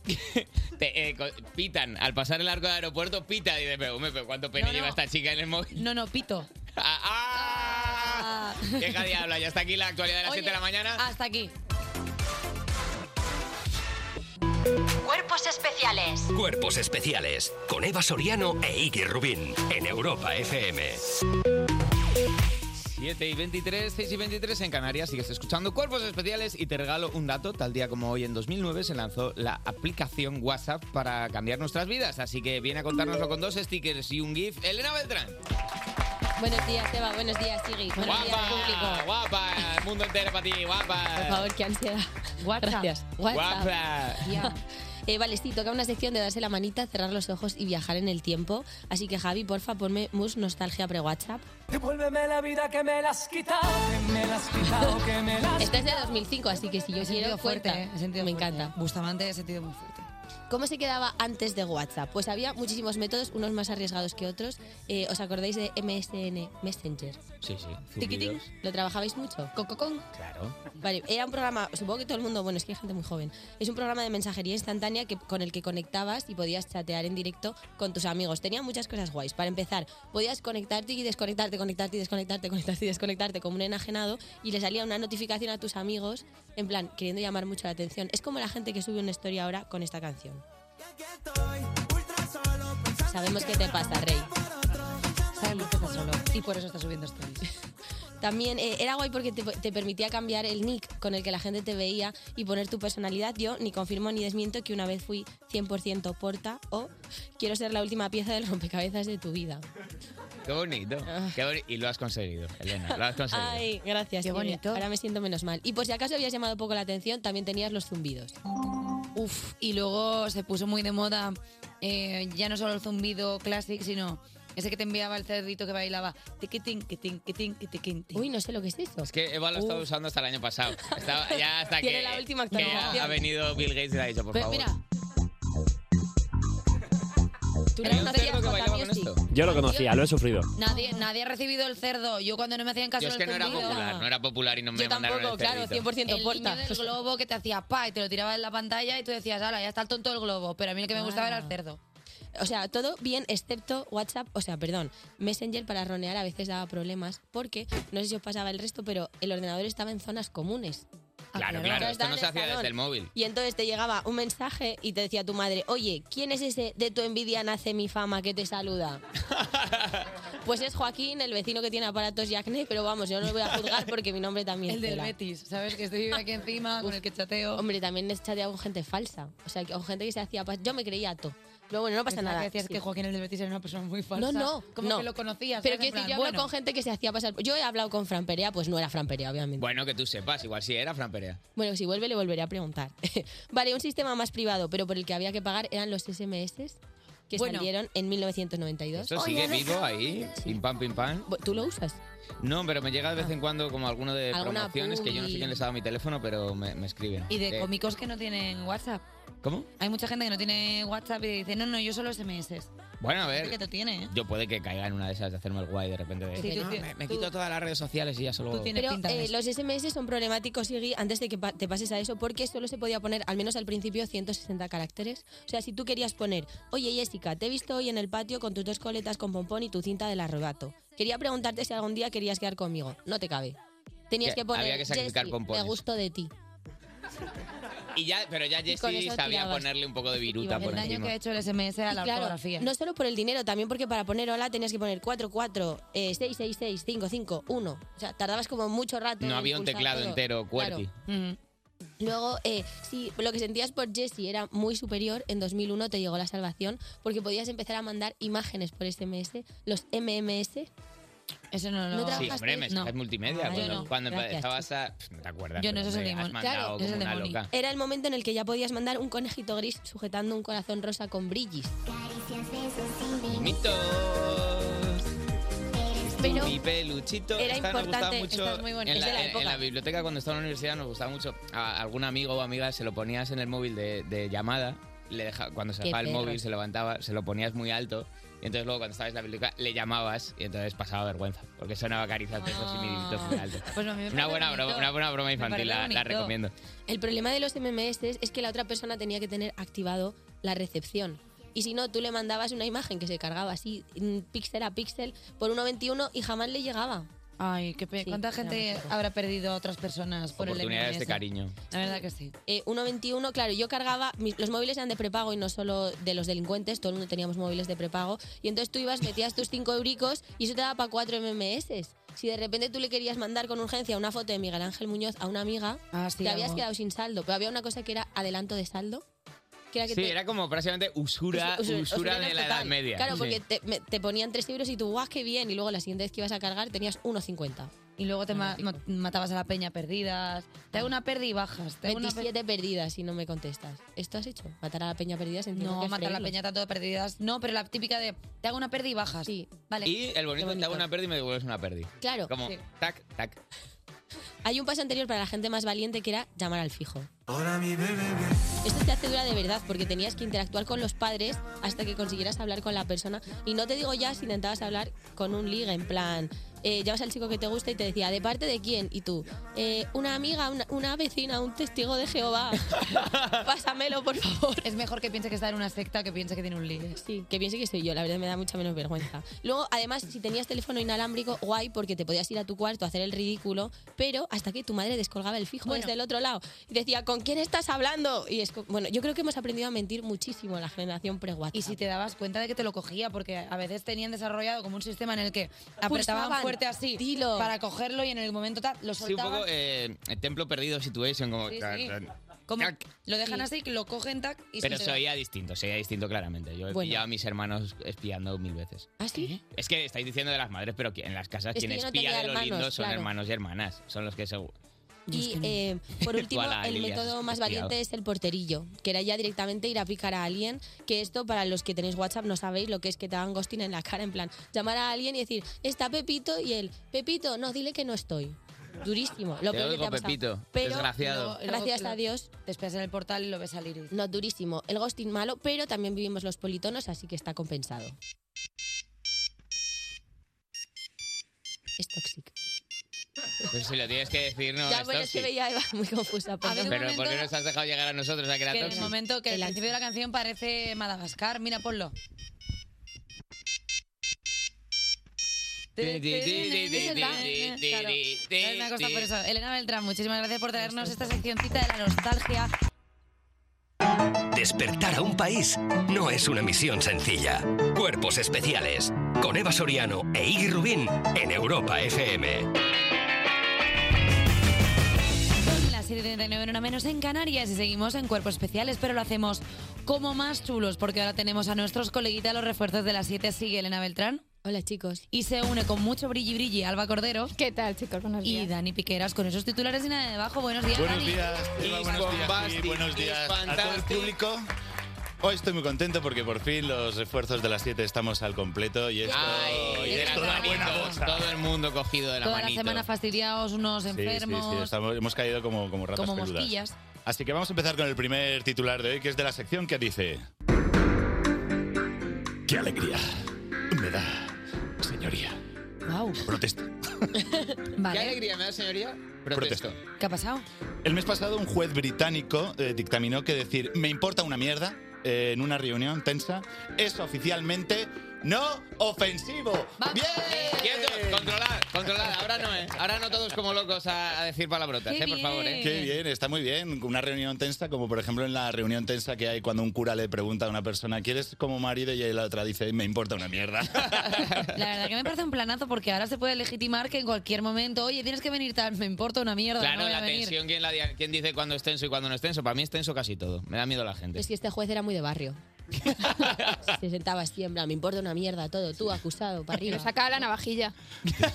[SPEAKER 2] Te, eh, co- pitan, al pasar el arco del aeropuerto, pita y dices, pero, hombre, pero ¿cuánto pene
[SPEAKER 1] No, no.
[SPEAKER 2] lleva esta chica en el móvil?
[SPEAKER 1] No, no, pito.
[SPEAKER 2] *laughs* ¡Ah! ah!
[SPEAKER 1] Ah.
[SPEAKER 2] ¡Qué diabla! Ya está aquí la actualidad de las
[SPEAKER 1] Oye,
[SPEAKER 2] 7 de la mañana.
[SPEAKER 1] Hasta aquí.
[SPEAKER 6] Cuerpos especiales
[SPEAKER 5] Cuerpos especiales con Eva Soriano e Iggy Rubín en Europa FM.
[SPEAKER 2] 7 y 23, 6 y 23 en Canarias. Sigues escuchando Cuerpos Especiales y te regalo un dato. Tal día como hoy, en 2009, se lanzó la aplicación WhatsApp para cambiar nuestras vidas. Así que viene a contárnoslo con dos stickers y un GIF. Elena Beltrán.
[SPEAKER 8] Buenos días, Eva. Buenos días, Sigrid. Buenos
[SPEAKER 2] guapa,
[SPEAKER 8] días, público.
[SPEAKER 2] guapa, el mundo entero para ti, guapa. *laughs*
[SPEAKER 8] Por favor, qué ansiedad.
[SPEAKER 1] WhatsApp.
[SPEAKER 8] Gracias. WhatsApp.
[SPEAKER 2] Guapa.
[SPEAKER 1] Ya.
[SPEAKER 8] Eh, vale, sí, toca una sección de darse la manita, cerrar los ojos y viajar en el tiempo. Así que, Javi, porfa, ponme mus nostalgia pre-WhatsApp.
[SPEAKER 4] Devuélveme la vida que me la has quitado, que me la has quitado, que me eh. la has
[SPEAKER 8] Esta es de 2005, así que si yo quiero fuerte, me encanta.
[SPEAKER 1] ¿eh? Bustamante he sentido muy fuerte.
[SPEAKER 8] ¿Cómo se quedaba antes de WhatsApp? Pues había muchísimos métodos, unos más arriesgados que otros. Eh, ¿Os acordáis de MSN Messenger?
[SPEAKER 2] Sí, sí.
[SPEAKER 8] Tiquitín. ¿Lo trabajabais mucho? ¿Con,
[SPEAKER 2] Claro.
[SPEAKER 8] Vale, era un programa, supongo que todo el mundo, bueno, es que hay gente muy joven. Es un programa de mensajería instantánea que, con el que conectabas y podías chatear en directo con tus amigos. Tenía muchas cosas guays. Para empezar, podías conectarte y desconectarte, conectarte y desconectarte, conectarte y desconectarte como un enajenado y le salía una notificación a tus amigos, en plan, queriendo llamar mucho la atención. Es como la gente que sube una historia ahora con esta canción. Sabemos qué te pasa, Rey.
[SPEAKER 1] Sabemos que estás solo y por eso estás subiendo stories.
[SPEAKER 8] *laughs* También eh, era guay porque te, te permitía cambiar el nick con el que la gente te veía y poner tu personalidad. Yo ni confirmo ni desmiento que una vez fui 100% porta o quiero ser la última pieza del rompecabezas de tu vida.
[SPEAKER 2] Qué bonito. Qué boni- y lo has conseguido, Elena. Lo has conseguido.
[SPEAKER 8] Ay, gracias.
[SPEAKER 2] Qué
[SPEAKER 8] Nuria.
[SPEAKER 2] bonito.
[SPEAKER 8] Ahora me siento menos mal. Y por si acaso habías llamado poco la atención, también tenías los zumbidos.
[SPEAKER 1] Uf, y luego se puso muy de moda eh, ya no solo el zumbido clásico, sino ese que te enviaba el cerdito que bailaba. Tiquitín, quitín, quitín, quitín,
[SPEAKER 8] Uy, no sé lo que es eso.
[SPEAKER 2] Es que Eva lo ha estado usando hasta el año pasado.
[SPEAKER 8] *laughs*
[SPEAKER 2] Estaba- ya
[SPEAKER 1] *laughs*
[SPEAKER 2] hasta
[SPEAKER 8] Tiene
[SPEAKER 2] que,
[SPEAKER 8] la última
[SPEAKER 2] que ha,
[SPEAKER 8] actualización.
[SPEAKER 2] ha venido Bill Gates y le ha dicho, por
[SPEAKER 8] Pero
[SPEAKER 2] favor.
[SPEAKER 8] mira,
[SPEAKER 1] Tú
[SPEAKER 2] Había un cerdo que bailaba con esto.
[SPEAKER 3] Yo lo conocía, lo he sufrido.
[SPEAKER 1] Nadie, nadie ha recibido el cerdo. Yo cuando no me hacían caso
[SPEAKER 2] Yo es
[SPEAKER 1] del
[SPEAKER 2] que no era
[SPEAKER 1] zumbido-
[SPEAKER 2] popular, no era popular y no me
[SPEAKER 8] Yo
[SPEAKER 2] mandaron
[SPEAKER 8] tampoco,
[SPEAKER 2] el
[SPEAKER 8] claro,
[SPEAKER 2] cerdito.
[SPEAKER 8] 100%
[SPEAKER 1] el
[SPEAKER 8] porta.
[SPEAKER 1] niño del globo que te hacía pa y te lo tiraba en la pantalla y tú decías, ahora ya está el tonto del globo. Pero a mí lo que me gustaba era el cerdo.
[SPEAKER 8] O sea, todo bien excepto WhatsApp, o sea, perdón, Messenger para ronear a veces daba problemas porque, no sé si os pasaba el resto, pero el ordenador estaba en zonas comunes.
[SPEAKER 2] Claro,
[SPEAKER 8] claro,
[SPEAKER 2] claro, esto
[SPEAKER 8] estaba
[SPEAKER 2] no
[SPEAKER 8] en
[SPEAKER 2] se
[SPEAKER 8] el
[SPEAKER 2] hacía
[SPEAKER 8] salón.
[SPEAKER 2] desde el móvil.
[SPEAKER 8] Y entonces te llegaba un mensaje y te decía tu madre, oye, ¿quién es ese de tu envidia nace mi fama que te saluda? pues es Joaquín, el vecino que tiene aparatos y acné, pero vamos, yo no lo voy a juzgar porque mi nombre también
[SPEAKER 1] *laughs* El del
[SPEAKER 8] tela.
[SPEAKER 1] Betis, ¿sabes? Que estoy aquí encima con el que chateo.
[SPEAKER 8] Hombre, también he chateado con gente falsa, o sea, que- o gente que se hacía... pas- Yo me creía todo. Pero bueno, no pasa
[SPEAKER 1] Pensaba
[SPEAKER 8] nada.
[SPEAKER 1] que decías
[SPEAKER 8] sí.
[SPEAKER 1] que Joaquín el del Betis era una persona muy
[SPEAKER 8] No,
[SPEAKER 1] falsa.
[SPEAKER 8] no.
[SPEAKER 1] Como
[SPEAKER 8] no.
[SPEAKER 1] que lo conocías.
[SPEAKER 8] Pero
[SPEAKER 1] ¿sabes?
[SPEAKER 8] quiero
[SPEAKER 1] En
[SPEAKER 8] decir, yo
[SPEAKER 1] plan,
[SPEAKER 8] hablo con gente que se hacía pasar. Yo he hablado con Fran Perea, pues no era Fran Perea, obviamente.
[SPEAKER 2] Bueno, que tú sepas, igual sí era Fran Perea.
[SPEAKER 8] Bueno, si vuelve, le volveré a preguntar. *laughs* vale, un sistema más privado, pero por el que había que pagar eran los SMS que
[SPEAKER 2] Bueno.
[SPEAKER 8] salieron en 1992.
[SPEAKER 2] Esto sigue vivo ahí, pim pam, pim pam.
[SPEAKER 8] ¿Tú lo usas? Ah.
[SPEAKER 2] No, pero me llega de vez en cuando como alguno de
[SPEAKER 1] Alguna
[SPEAKER 2] promociones que yo no sé
[SPEAKER 1] publi.
[SPEAKER 2] quién les ha dado mi teléfono, pero me, me escriben.
[SPEAKER 1] Y de
[SPEAKER 2] Eh,
[SPEAKER 1] cómicos que no tienen WhatsApp.
[SPEAKER 2] ¿Cómo?
[SPEAKER 1] Hay mucha gente que no tiene WhatsApp y dice, no, no, yo solo SMS.
[SPEAKER 2] Bueno, a
[SPEAKER 1] Gente que
[SPEAKER 2] ver,
[SPEAKER 1] te tiene, ¿eh?
[SPEAKER 2] yo puede que caiga en una de esas de hacerme el guay de repente de...
[SPEAKER 1] Sí, tú
[SPEAKER 2] "No,
[SPEAKER 1] ti-
[SPEAKER 2] me, me
[SPEAKER 1] tú-
[SPEAKER 2] quito todas las redes sociales y ya solo...
[SPEAKER 8] Pero eh, los SMS son problemáticos, Iggy, antes de que pa- te pases a eso, porque solo se podía poner, al menos al principio, 160 caracteres. O sea, si tú querías poner, oye Jessica, te he visto hoy en el patio con tus dos coletas con pompón y tu cinta del arrebato. Quería preguntarte si algún día querías quedar conmigo. No te cabe. Tenías
[SPEAKER 2] Que
[SPEAKER 8] que poner,
[SPEAKER 2] había que sacrificar
[SPEAKER 8] "Jessi,
[SPEAKER 2] pompones".
[SPEAKER 8] me gusto de ti.
[SPEAKER 2] Y ya, pero ya
[SPEAKER 8] Y con
[SPEAKER 2] Jessy
[SPEAKER 8] eso
[SPEAKER 2] sabía
[SPEAKER 8] tirabas.
[SPEAKER 2] ponerle un poco de viruta
[SPEAKER 8] El
[SPEAKER 2] por
[SPEAKER 8] daño
[SPEAKER 2] encima.
[SPEAKER 8] que ha
[SPEAKER 1] hecho el SMS a
[SPEAKER 8] Y
[SPEAKER 1] la
[SPEAKER 8] claro,
[SPEAKER 1] ortografía.
[SPEAKER 8] No solo por el dinero, también porque para poner hola tenías que poner 44, eh, 666, 551. O sea, tardabas como mucho rato.
[SPEAKER 2] No
[SPEAKER 8] en
[SPEAKER 2] había un
[SPEAKER 8] pulsar
[SPEAKER 2] teclado
[SPEAKER 8] todo. Mm.
[SPEAKER 2] entero, QWERTY.
[SPEAKER 8] Luego, eh, si lo que sentías por Jessie era muy superior, en 2001 te llegó la salvación porque podías empezar a mandar imágenes por SMS, los MMS.
[SPEAKER 1] Eso no
[SPEAKER 8] ¿No
[SPEAKER 2] sí,
[SPEAKER 8] trabajaste?
[SPEAKER 2] hombre, mensajes multimedia.
[SPEAKER 8] Ah, yo
[SPEAKER 2] cuando
[SPEAKER 8] no.
[SPEAKER 2] cuando
[SPEAKER 8] Gracias,
[SPEAKER 2] estabas a... Pff, No te acuerdas.
[SPEAKER 8] Yo no,
[SPEAKER 2] pero,
[SPEAKER 8] eso es
[SPEAKER 2] hombre,
[SPEAKER 8] el
[SPEAKER 2] has
[SPEAKER 8] demonio. Claro,
[SPEAKER 2] mandado
[SPEAKER 8] eso es
[SPEAKER 2] como
[SPEAKER 8] el
[SPEAKER 2] una
[SPEAKER 8] demonio.
[SPEAKER 2] loca.
[SPEAKER 8] Era el momento en el que ya podías mandar un conejito gris sujetando un corazón rosa con brillis.
[SPEAKER 2] Mitos.
[SPEAKER 8] Pero
[SPEAKER 2] Mi peluchito.
[SPEAKER 8] era
[SPEAKER 2] Esta nos gustaba
[SPEAKER 8] importante,
[SPEAKER 2] mucho.
[SPEAKER 8] esta es muy bonita.
[SPEAKER 2] en,
[SPEAKER 8] Es de la
[SPEAKER 2] la, en- en
[SPEAKER 8] época.
[SPEAKER 2] la biblioteca, cuando estaba en la universidad, nos gustaba mucho. A algún amigo o amiga se lo ponías en el móvil de, de llamada. Le deja- cuando se
[SPEAKER 8] Qué
[SPEAKER 2] dejaba el
[SPEAKER 8] perros.
[SPEAKER 2] móvil, se levantaba, se lo ponías muy alto. Y entonces luego cuando estabas en la biblioteca le llamabas y entonces pasaba vergüenza porque sonaba caricias de esos y
[SPEAKER 8] Ah.
[SPEAKER 2] minitos muy alto.
[SPEAKER 1] Pues a mí me
[SPEAKER 2] Una
[SPEAKER 1] parece
[SPEAKER 2] buena,
[SPEAKER 1] bonito.
[SPEAKER 2] broma, una buena broma
[SPEAKER 1] Me
[SPEAKER 2] infantil, la,
[SPEAKER 1] parece
[SPEAKER 2] la
[SPEAKER 1] bonito.
[SPEAKER 2] recomiendo.
[SPEAKER 8] El problema de los MMS es que la otra persona tenía que tener activado la recepción. Y si no, tú le mandabas una imagen que se cargaba así, mm, píxel a píxel, por 1.21 y jamás le llegaba.
[SPEAKER 1] Ay, qué pena.
[SPEAKER 8] Sí,
[SPEAKER 1] ¿Cuánta
[SPEAKER 8] era
[SPEAKER 1] gente
[SPEAKER 8] muy feo.
[SPEAKER 1] habrá perdido otras personas por el
[SPEAKER 2] Oportunidades
[SPEAKER 1] MMS?
[SPEAKER 2] de cariño.
[SPEAKER 1] La verdad que sí.
[SPEAKER 8] Eh, 1.21, claro, yo cargaba, mis- los móviles eran de prepago y no solo de los delincuentes, todo el mundo teníamos móviles de prepago, y entonces tú ibas, metías tus 5 euricos y eso te daba para 4 MMS. Si de repente tú le querías mandar con urgencia una foto de Miguel Ángel Muñoz a una amiga,
[SPEAKER 1] Ah, sí,
[SPEAKER 8] te habías
[SPEAKER 1] algo.
[SPEAKER 8] quedado sin saldo, pero había una cosa que era adelanto de saldo. Que era que
[SPEAKER 2] Sí,
[SPEAKER 8] te-
[SPEAKER 2] era como prácticamente usura, usura,
[SPEAKER 8] Usu- usu-
[SPEAKER 2] de
[SPEAKER 8] usurero
[SPEAKER 2] la Edad
[SPEAKER 8] total.
[SPEAKER 2] Media.
[SPEAKER 8] Claro,
[SPEAKER 2] Sí.
[SPEAKER 8] porque te, me- te ponían 3 euros y tú, guau, qué bien. Y luego la siguiente vez que ibas a cargar tenías 1,50.
[SPEAKER 1] Y luego te ma- ma- matabas a la peña perdidas. Te hago una pérdida y bajas. Te hago una
[SPEAKER 8] 27 perdidas si no me contestas. ¿Esto has hecho? ¿Matar a la peña perdidas? Entiendo que
[SPEAKER 1] No,
[SPEAKER 8] es
[SPEAKER 1] matar a la
[SPEAKER 8] freírlos.
[SPEAKER 1] peña tanto de perdidas. No, pero la típica de te hago una pérdida y bajas. Sí. Vale.
[SPEAKER 2] Y el bonito, te hago una perdi y me devuelves una perdi.
[SPEAKER 8] Claro.
[SPEAKER 2] Como,
[SPEAKER 8] Sí.
[SPEAKER 2] tac, tac.
[SPEAKER 8] Hay un paso anterior para la gente más valiente que era llamar al fijo. Esto te hace dura de verdad porque tenías que interactuar con los padres hasta que consiguieras hablar con la persona. Y no te digo ya si intentabas hablar con un liga, en plan, eh, llamabas al chico que te gusta y te decía, ¿de parte de quién? Y tú, "Eh, una amiga, una, una vecina, un testigo de Jehová. *laughs* Pásamelo, por favor.
[SPEAKER 1] Es mejor que piense que está en una secta que piense que tiene un ligue.
[SPEAKER 8] Sí, que piense que soy yo, la verdad me da mucha menos vergüenza. Luego, además, si tenías teléfono inalámbrico, guay, porque te podías ir a tu cuarto a hacer el ridículo, pero hasta que tu madre descolgaba el fijo
[SPEAKER 1] Bueno.
[SPEAKER 8] desde el otro lado y decía, ¿con quién estás hablando? Y es co- bueno, yo creo que hemos aprendido a mentir muchísimo la generación pre-WhatsApp.
[SPEAKER 1] Y si te dabas cuenta de que te lo cogía, porque a veces tenían desarrollado como un sistema en el que apretaban
[SPEAKER 8] Pulsaban.
[SPEAKER 1] fuerte así para cogerlo y en el momento tal lo
[SPEAKER 2] Sí, un
[SPEAKER 1] soltaban.
[SPEAKER 2] poco eh, templo perdido situation, como...
[SPEAKER 1] Sí,
[SPEAKER 2] tac,
[SPEAKER 1] sí.
[SPEAKER 2] tac.
[SPEAKER 1] Como
[SPEAKER 2] Tac.
[SPEAKER 1] lo dejan así, que lo cogen tac y
[SPEAKER 2] Pero
[SPEAKER 1] se
[SPEAKER 2] se oía distinto, se oía distinto claramente. Yo he
[SPEAKER 1] Bueno.
[SPEAKER 2] pillado a mis hermanos espiando mil veces. ¿Eh?
[SPEAKER 8] ¿Ah, sí?
[SPEAKER 2] Es que estáis diciendo de las madres, pero que en las casas
[SPEAKER 8] Es que
[SPEAKER 2] quien
[SPEAKER 8] yo no
[SPEAKER 2] espía
[SPEAKER 8] tenía
[SPEAKER 2] de los
[SPEAKER 8] hermanos,
[SPEAKER 2] lindos son
[SPEAKER 8] claro.
[SPEAKER 2] hermanos y hermanas. Son los que se...
[SPEAKER 8] Y eh, por último,
[SPEAKER 2] Tú a la
[SPEAKER 8] el
[SPEAKER 2] Lili has
[SPEAKER 8] método más
[SPEAKER 2] espiado.
[SPEAKER 8] valiente es el porterillo, que era ya directamente ir a picar a alguien, que esto para los que tenéis WhatsApp no sabéis lo que es que te hagan ghosting en la cara, en plan, llamar a alguien y decir, está Pepito y él, Pepito, no, dile que no estoy. Durísimo, lo
[SPEAKER 2] Te
[SPEAKER 8] peor que
[SPEAKER 2] oigo,
[SPEAKER 8] te ha pasado.
[SPEAKER 2] Pepito,
[SPEAKER 8] Pero,
[SPEAKER 2] desgraciado.
[SPEAKER 8] luego- gracias a Dios.
[SPEAKER 1] Te esperas en el portal y lo ves salir.
[SPEAKER 8] No, durísimo. El ghosting malo, pero también vivimos los politonos, así que está compensado. Es tóxico. *laughs*
[SPEAKER 2] Pues si lo tienes que decir, no,
[SPEAKER 8] ya,
[SPEAKER 2] es
[SPEAKER 8] bueno, es que
[SPEAKER 2] tóxico.
[SPEAKER 1] *laughs*
[SPEAKER 8] veía a Eva muy confusa. perdón.
[SPEAKER 2] Pero ¿por qué nos has dejado llegar a nosotros a que era
[SPEAKER 1] Que en el
[SPEAKER 2] tóxico?
[SPEAKER 1] momento que el principio de la canción parece Madagascar, mira, ponlo.
[SPEAKER 2] Ti, ti, ti, ti, ti, ti, ti,
[SPEAKER 1] Claro,
[SPEAKER 2] ti, ti,
[SPEAKER 1] es una cosa
[SPEAKER 2] ti.
[SPEAKER 1] por eso. Elena Beltrán, muchísimas gracias por traernos esta seccioncita de la nostalgia.
[SPEAKER 5] Despertar a un país no es una misión sencilla. Cuerpos especiales con Eva Soriano e Iggy Rubín en Europa FM.
[SPEAKER 1] Son las 7.39 en una menos en Canarias y seguimos en cuerpos especiales, pero lo hacemos como más chulos porque ahora tenemos a nuestros coleguitas los refuerzos de las 7. Sigue Elena Beltrán.
[SPEAKER 8] Hola chicos.
[SPEAKER 1] Y se une con mucho brilli brilli Alba Cordero.
[SPEAKER 9] ¿Qué tal chicos? Buenos
[SPEAKER 1] días. Y Dani Piqueras con esos titulares y nada debajo. Buenos días.
[SPEAKER 10] Buenos
[SPEAKER 1] Dani.
[SPEAKER 10] días, Eva, buenos días, y buenos días a todo el público. Hoy estoy muy contento porque por fin los refuerzos de las 7 estamos al completo y esto,
[SPEAKER 2] Ay,
[SPEAKER 10] y
[SPEAKER 2] de
[SPEAKER 10] esto
[SPEAKER 2] las
[SPEAKER 10] da buena
[SPEAKER 2] manitos,
[SPEAKER 10] bosta.
[SPEAKER 2] Todo el mundo cogido de la
[SPEAKER 1] Toda la
[SPEAKER 2] manito.
[SPEAKER 1] semana fastidiados, unos
[SPEAKER 10] Sí, sí,
[SPEAKER 1] enfermos.
[SPEAKER 10] sí, estamos- hemos caído como, como ratas
[SPEAKER 1] como
[SPEAKER 10] peludas. *laughs*
[SPEAKER 1] mosquillas.
[SPEAKER 10] Así que vamos a empezar con el primer titular de hoy, que es de la sección que dice... ¡Qué alegría me da, señoría!
[SPEAKER 1] Wow.
[SPEAKER 10] Protesto.
[SPEAKER 1] Vale.
[SPEAKER 2] ¿Qué alegría me da, señoría?
[SPEAKER 10] Protesto.
[SPEAKER 1] ¿Qué ha pasado?
[SPEAKER 10] El mes pasado un juez británico eh, dictaminó que decir me importa una mierda eh, en una reunión tensa es oficialmente no ofensivo. ¡Bien!
[SPEAKER 2] Quietos, controlad, controlad. Ahora no, ¿eh? Ahora no todos como locos Ah, a, a decir palabrotas, ¿eh? Por favor, ¿eh?
[SPEAKER 10] Qué bien, está muy bien. Una reunión tensa, como por ejemplo en la reunión tensa que hay cuando un cura le pregunta a una persona, ¿quieres como marido? Y la otra dice, me importa una mierda.
[SPEAKER 1] La verdad que me parece un planazo porque ahora se puede legitimar que en cualquier momento, oye, tienes que venir tal, me importa una mierda, no
[SPEAKER 2] Claro,
[SPEAKER 1] voy
[SPEAKER 2] la
[SPEAKER 1] a venir.
[SPEAKER 2] tensión, ¿quién, la dia- quién dice cuándo es tenso y cuándo no es tenso? Para mí es tenso casi todo. Me da miedo la gente.
[SPEAKER 8] Es que este juez era muy
[SPEAKER 2] *laughs*
[SPEAKER 8] de barrio. Se sentaba así, en plan, me importa una mierda todo, tú acusado, para arriba.
[SPEAKER 9] Pero sacaba la navajilla.
[SPEAKER 1] *laughs*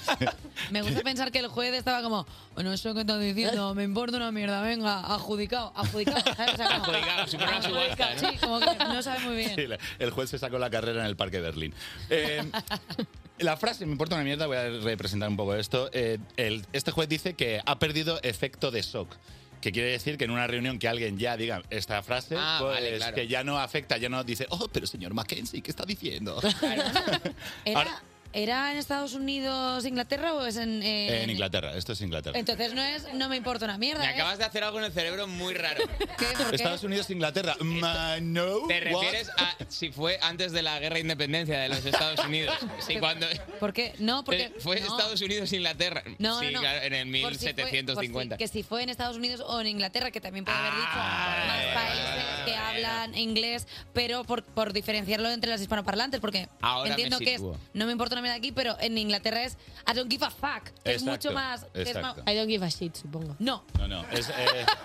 [SPEAKER 1] Me gusta pensar que el juez estaba como, bueno, eso que estás diciendo, me importa una mierda, venga, adjudicado, adjudicado. ¿sabes? O sea, como-
[SPEAKER 10] Adjudicado, si fuera una subasta,
[SPEAKER 1] adjudicado,
[SPEAKER 10] ¿no?
[SPEAKER 1] Sí, como que no sabe muy bien.
[SPEAKER 10] Sí, la- el juez se sacó la carrera en el Parque de Berlín. Eh, la frase, me importa una mierda, voy a representar un poco esto. Eh, el- este juez dice que ha perdido efecto de shock. Que quiere decir que en una reunión que alguien ya diga esta frase,
[SPEAKER 2] Ah,
[SPEAKER 10] pues
[SPEAKER 2] vale, claro.
[SPEAKER 10] que ya no afecta, ya no dice, oh, pero señor Mackenzie, ¿qué está diciendo?
[SPEAKER 1] ¿Era, ¿Era en Estados Unidos, Inglaterra o es en...? eh,
[SPEAKER 10] en Inglaterra, esto es Inglaterra.
[SPEAKER 1] Entonces no es, no me importa una mierda.
[SPEAKER 2] Me
[SPEAKER 1] ¿eh?
[SPEAKER 2] acabas de hacer algo en el cerebro muy raro.
[SPEAKER 10] Estados Unidos, Inglaterra. Ma- no,
[SPEAKER 2] ¿Te
[SPEAKER 10] what?
[SPEAKER 2] refieres a si fue antes de la guerra de independencia de los Estados Unidos? Sí, cuando...
[SPEAKER 1] ¿Por qué? No, porque...
[SPEAKER 2] Eh, Fue
[SPEAKER 1] no.
[SPEAKER 2] Estados Unidos, e Inglaterra.
[SPEAKER 1] No,
[SPEAKER 2] sí,
[SPEAKER 1] no, no.
[SPEAKER 2] claro, en el
[SPEAKER 1] Por si fue- por si-
[SPEAKER 2] 1750.
[SPEAKER 1] que si fue en Estados Unidos o en Inglaterra, que también puede haber dicho
[SPEAKER 2] Ah,
[SPEAKER 1] más países que hablan inglés, pero por, por diferenciarlo entre los hispanoparlantes, porque
[SPEAKER 2] Ahora me
[SPEAKER 1] entiendo que es
[SPEAKER 2] sitúo.
[SPEAKER 1] no me importa una perdóname de aquí, pero en Inglaterra es I don't give a fuck. que es
[SPEAKER 10] Exacto,
[SPEAKER 1] mucho más. que es más-
[SPEAKER 10] exacto.
[SPEAKER 8] I don't give a shit, supongo.
[SPEAKER 1] No.
[SPEAKER 10] No, no. Es, eh,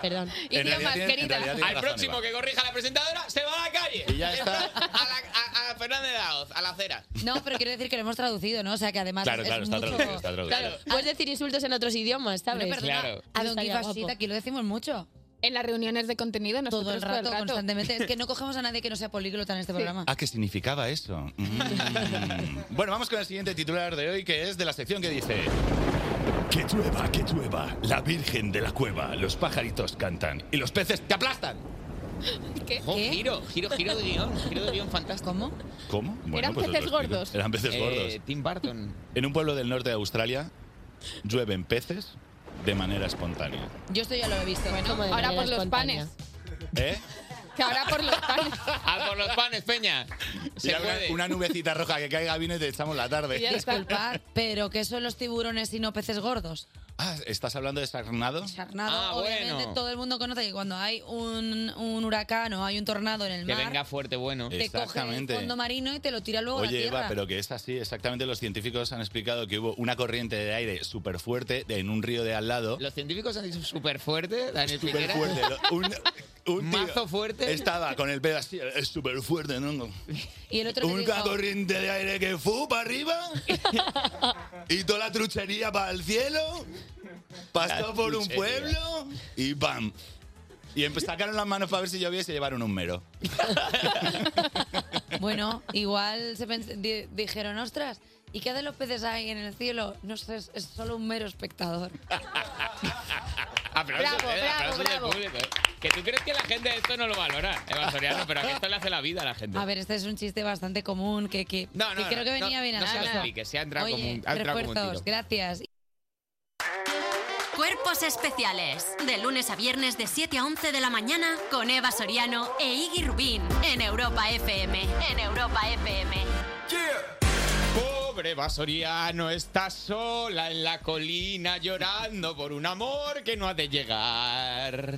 [SPEAKER 8] Perdón.
[SPEAKER 10] en realidad tiene- en realidad tiene
[SPEAKER 2] Al
[SPEAKER 10] razón,
[SPEAKER 2] próximo
[SPEAKER 10] Eva.
[SPEAKER 2] que corrija la presentadora se va a la calle.
[SPEAKER 10] Y ya está.
[SPEAKER 2] A, la, a, a Fernández Daoz, a la acera.
[SPEAKER 1] No, pero quiero decir que lo hemos traducido, ¿no? O sea, que además
[SPEAKER 10] Claro,
[SPEAKER 1] es,
[SPEAKER 10] claro,
[SPEAKER 1] es
[SPEAKER 10] está
[SPEAKER 1] mucho...
[SPEAKER 10] traducido, está traducido.
[SPEAKER 1] Claro,
[SPEAKER 8] Puedes decir insultos en otros idiomas, ¿sabes?
[SPEAKER 1] Bueno, perdona,
[SPEAKER 2] Claro.
[SPEAKER 1] a Don
[SPEAKER 8] Estaría
[SPEAKER 1] Give a
[SPEAKER 8] guapo.
[SPEAKER 1] Shit aquí lo decimos mucho.
[SPEAKER 9] En las reuniones de contenido nosotros
[SPEAKER 1] Todo el rato, constantemente. Es que no cogemos a nadie que no sea políglota en este programa.
[SPEAKER 10] Ah, ¿qué significaba eso? Mm. Bueno, vamos con el siguiente titular de hoy, que es de la sección que dice... Que llueva, que llueva, la virgen de la cueva, los pajaritos cantan y los peces te aplastan.
[SPEAKER 9] ¿Qué?
[SPEAKER 2] Jo, Giro, giro, giro de guión. Giro de guión fantástico.
[SPEAKER 1] ¿Cómo?
[SPEAKER 10] ¿Cómo?
[SPEAKER 9] Eran
[SPEAKER 10] pues os lo
[SPEAKER 9] peces
[SPEAKER 10] explico.
[SPEAKER 9] gordos.
[SPEAKER 10] Eran peces
[SPEAKER 2] Eh,
[SPEAKER 10] gordos.
[SPEAKER 2] Tim Burton.
[SPEAKER 10] En un pueblo del norte de Australia llueven peces de manera espontánea.
[SPEAKER 1] Yo esto ya lo he visto.
[SPEAKER 8] Como de
[SPEAKER 9] Ahora
[SPEAKER 8] manera
[SPEAKER 9] por los
[SPEAKER 8] espontánea.
[SPEAKER 9] panes.
[SPEAKER 2] *laughs*
[SPEAKER 10] ¿Eh?
[SPEAKER 9] Que ahora por los
[SPEAKER 1] *laughs*
[SPEAKER 9] panes.
[SPEAKER 2] A Ah, por los panes, Peña. Se
[SPEAKER 10] Y habrá
[SPEAKER 2] puede.
[SPEAKER 10] una nubecita roja que caiga vino y te echamos la tarde.
[SPEAKER 9] Y ya está.
[SPEAKER 1] Disculpad, pero ¿qué son los tiburones y no peces gordos?
[SPEAKER 10] Ah, ¿estás hablando de sarnado?
[SPEAKER 1] Charnado,
[SPEAKER 2] Ah,
[SPEAKER 1] obviamente
[SPEAKER 2] bueno.
[SPEAKER 1] todo el mundo conoce que cuando hay un, un huracán o hay un tornado en el
[SPEAKER 2] Que
[SPEAKER 1] mar,
[SPEAKER 2] venga fuerte, bueno.
[SPEAKER 10] Eh,
[SPEAKER 1] te coge el
[SPEAKER 10] Exactamente.
[SPEAKER 1] fondo marino y te lo tira luego a la
[SPEAKER 10] Oye,
[SPEAKER 1] tierra.
[SPEAKER 10] Eva, pero que es así. Exactamente, los científicos han explicado que hubo una corriente de aire súper fuerte en un río de al lado.
[SPEAKER 2] Los científicos han dicho súper fuerte, Daniel
[SPEAKER 10] Súper
[SPEAKER 2] Piqueras.
[SPEAKER 10] fuerte. lo- Un, un tío
[SPEAKER 2] Mazo fuerte.
[SPEAKER 10] Estaba con el pedo así, es súper fuerte, ¿no?
[SPEAKER 1] y el otro "Oh, que
[SPEAKER 10] Una
[SPEAKER 1] dijo,
[SPEAKER 10] corriente de aire que fue para arriba y toda la truchería para el cielo. Pasó
[SPEAKER 2] La
[SPEAKER 10] por un
[SPEAKER 2] truchería.
[SPEAKER 10] pueblo y ¡pam! Y empe- sacaron las manos para ver si llovía y se llevaron un mero.
[SPEAKER 1] bueno, igual se pens- di- dijeron, ostras, ¿y qué de los peces hay en el cielo? No sé, es, es solo un mero espectador.
[SPEAKER 2] *laughs* Aplausos,
[SPEAKER 9] Bravo,
[SPEAKER 2] eh,
[SPEAKER 9] bravo,
[SPEAKER 2] aplausos del
[SPEAKER 9] bravo.
[SPEAKER 2] público, eh. Que tú crees que la gente esto no lo valora, Eva Soriano, pero que esto le hace la vida a la gente.
[SPEAKER 1] A ver, este es un chiste bastante común que, que,
[SPEAKER 2] No, no,
[SPEAKER 1] que
[SPEAKER 2] no,
[SPEAKER 1] creo que
[SPEAKER 2] no,
[SPEAKER 1] venía bien a
[SPEAKER 2] no se lo
[SPEAKER 1] caso.
[SPEAKER 2] expliques, se ha entrado
[SPEAKER 1] Oye,
[SPEAKER 2] como un- ha entrado como un
[SPEAKER 1] refuerzos,
[SPEAKER 2] tiro.
[SPEAKER 1] gracias.
[SPEAKER 6] Cuerpos especiales. De lunes a viernes de 7 a 11 de la mañana con Eva Soriano e Iggy Rubín en Europa FM. En Europa FM.
[SPEAKER 2] Pobre Eva Soriano está sola en la colina llorando por un amor que no ha de llegar.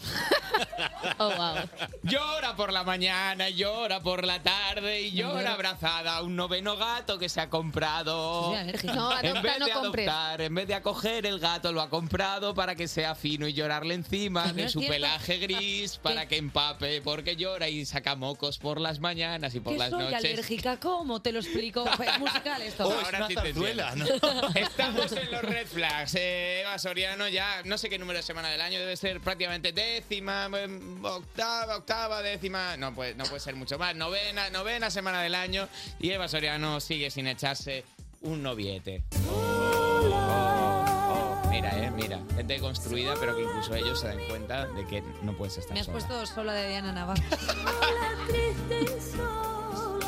[SPEAKER 1] *laughs*
[SPEAKER 8] Oh, wow.
[SPEAKER 2] Llora por la mañana, y llora por la tarde y llora abrazada a un noveno gato que se ha comprado.
[SPEAKER 1] Soy alérgica.
[SPEAKER 9] No,
[SPEAKER 2] En vez
[SPEAKER 9] adopta, no
[SPEAKER 2] de
[SPEAKER 9] compres.
[SPEAKER 2] adoptar, en vez de acoger el gato, lo ha comprado para que sea fino y llorarle encima
[SPEAKER 1] Que no
[SPEAKER 2] de
[SPEAKER 1] es
[SPEAKER 2] su
[SPEAKER 1] cierto. Ah,
[SPEAKER 2] pelaje gris para que empape, porque llora y saca mocos por las mañanas y por
[SPEAKER 1] Que
[SPEAKER 2] las
[SPEAKER 1] soy
[SPEAKER 2] noches.
[SPEAKER 1] alérgica, ¿cómo te lo
[SPEAKER 2] *laughs*
[SPEAKER 1] explico? Fue musical esto.
[SPEAKER 10] Oh, es una
[SPEAKER 2] te
[SPEAKER 10] zarzuela,
[SPEAKER 2] entiendo.
[SPEAKER 1] *laughs*
[SPEAKER 2] Estamos en los red flags. Eh, Eva Soriano ya, no sé qué número de semana del año, debe ser prácticamente décima, em, octava, octava, décima. No puede, no puede ser mucho más. Novena, novena semana del año. Y Eva Soriano sigue sin echarse un noviete. Oh, Mira, eh, mira, gente construida, pero que incluso ellos se dan cuenta de que no puedes estar
[SPEAKER 1] Me has
[SPEAKER 2] sola.
[SPEAKER 1] puesto sola de Diana Navarro.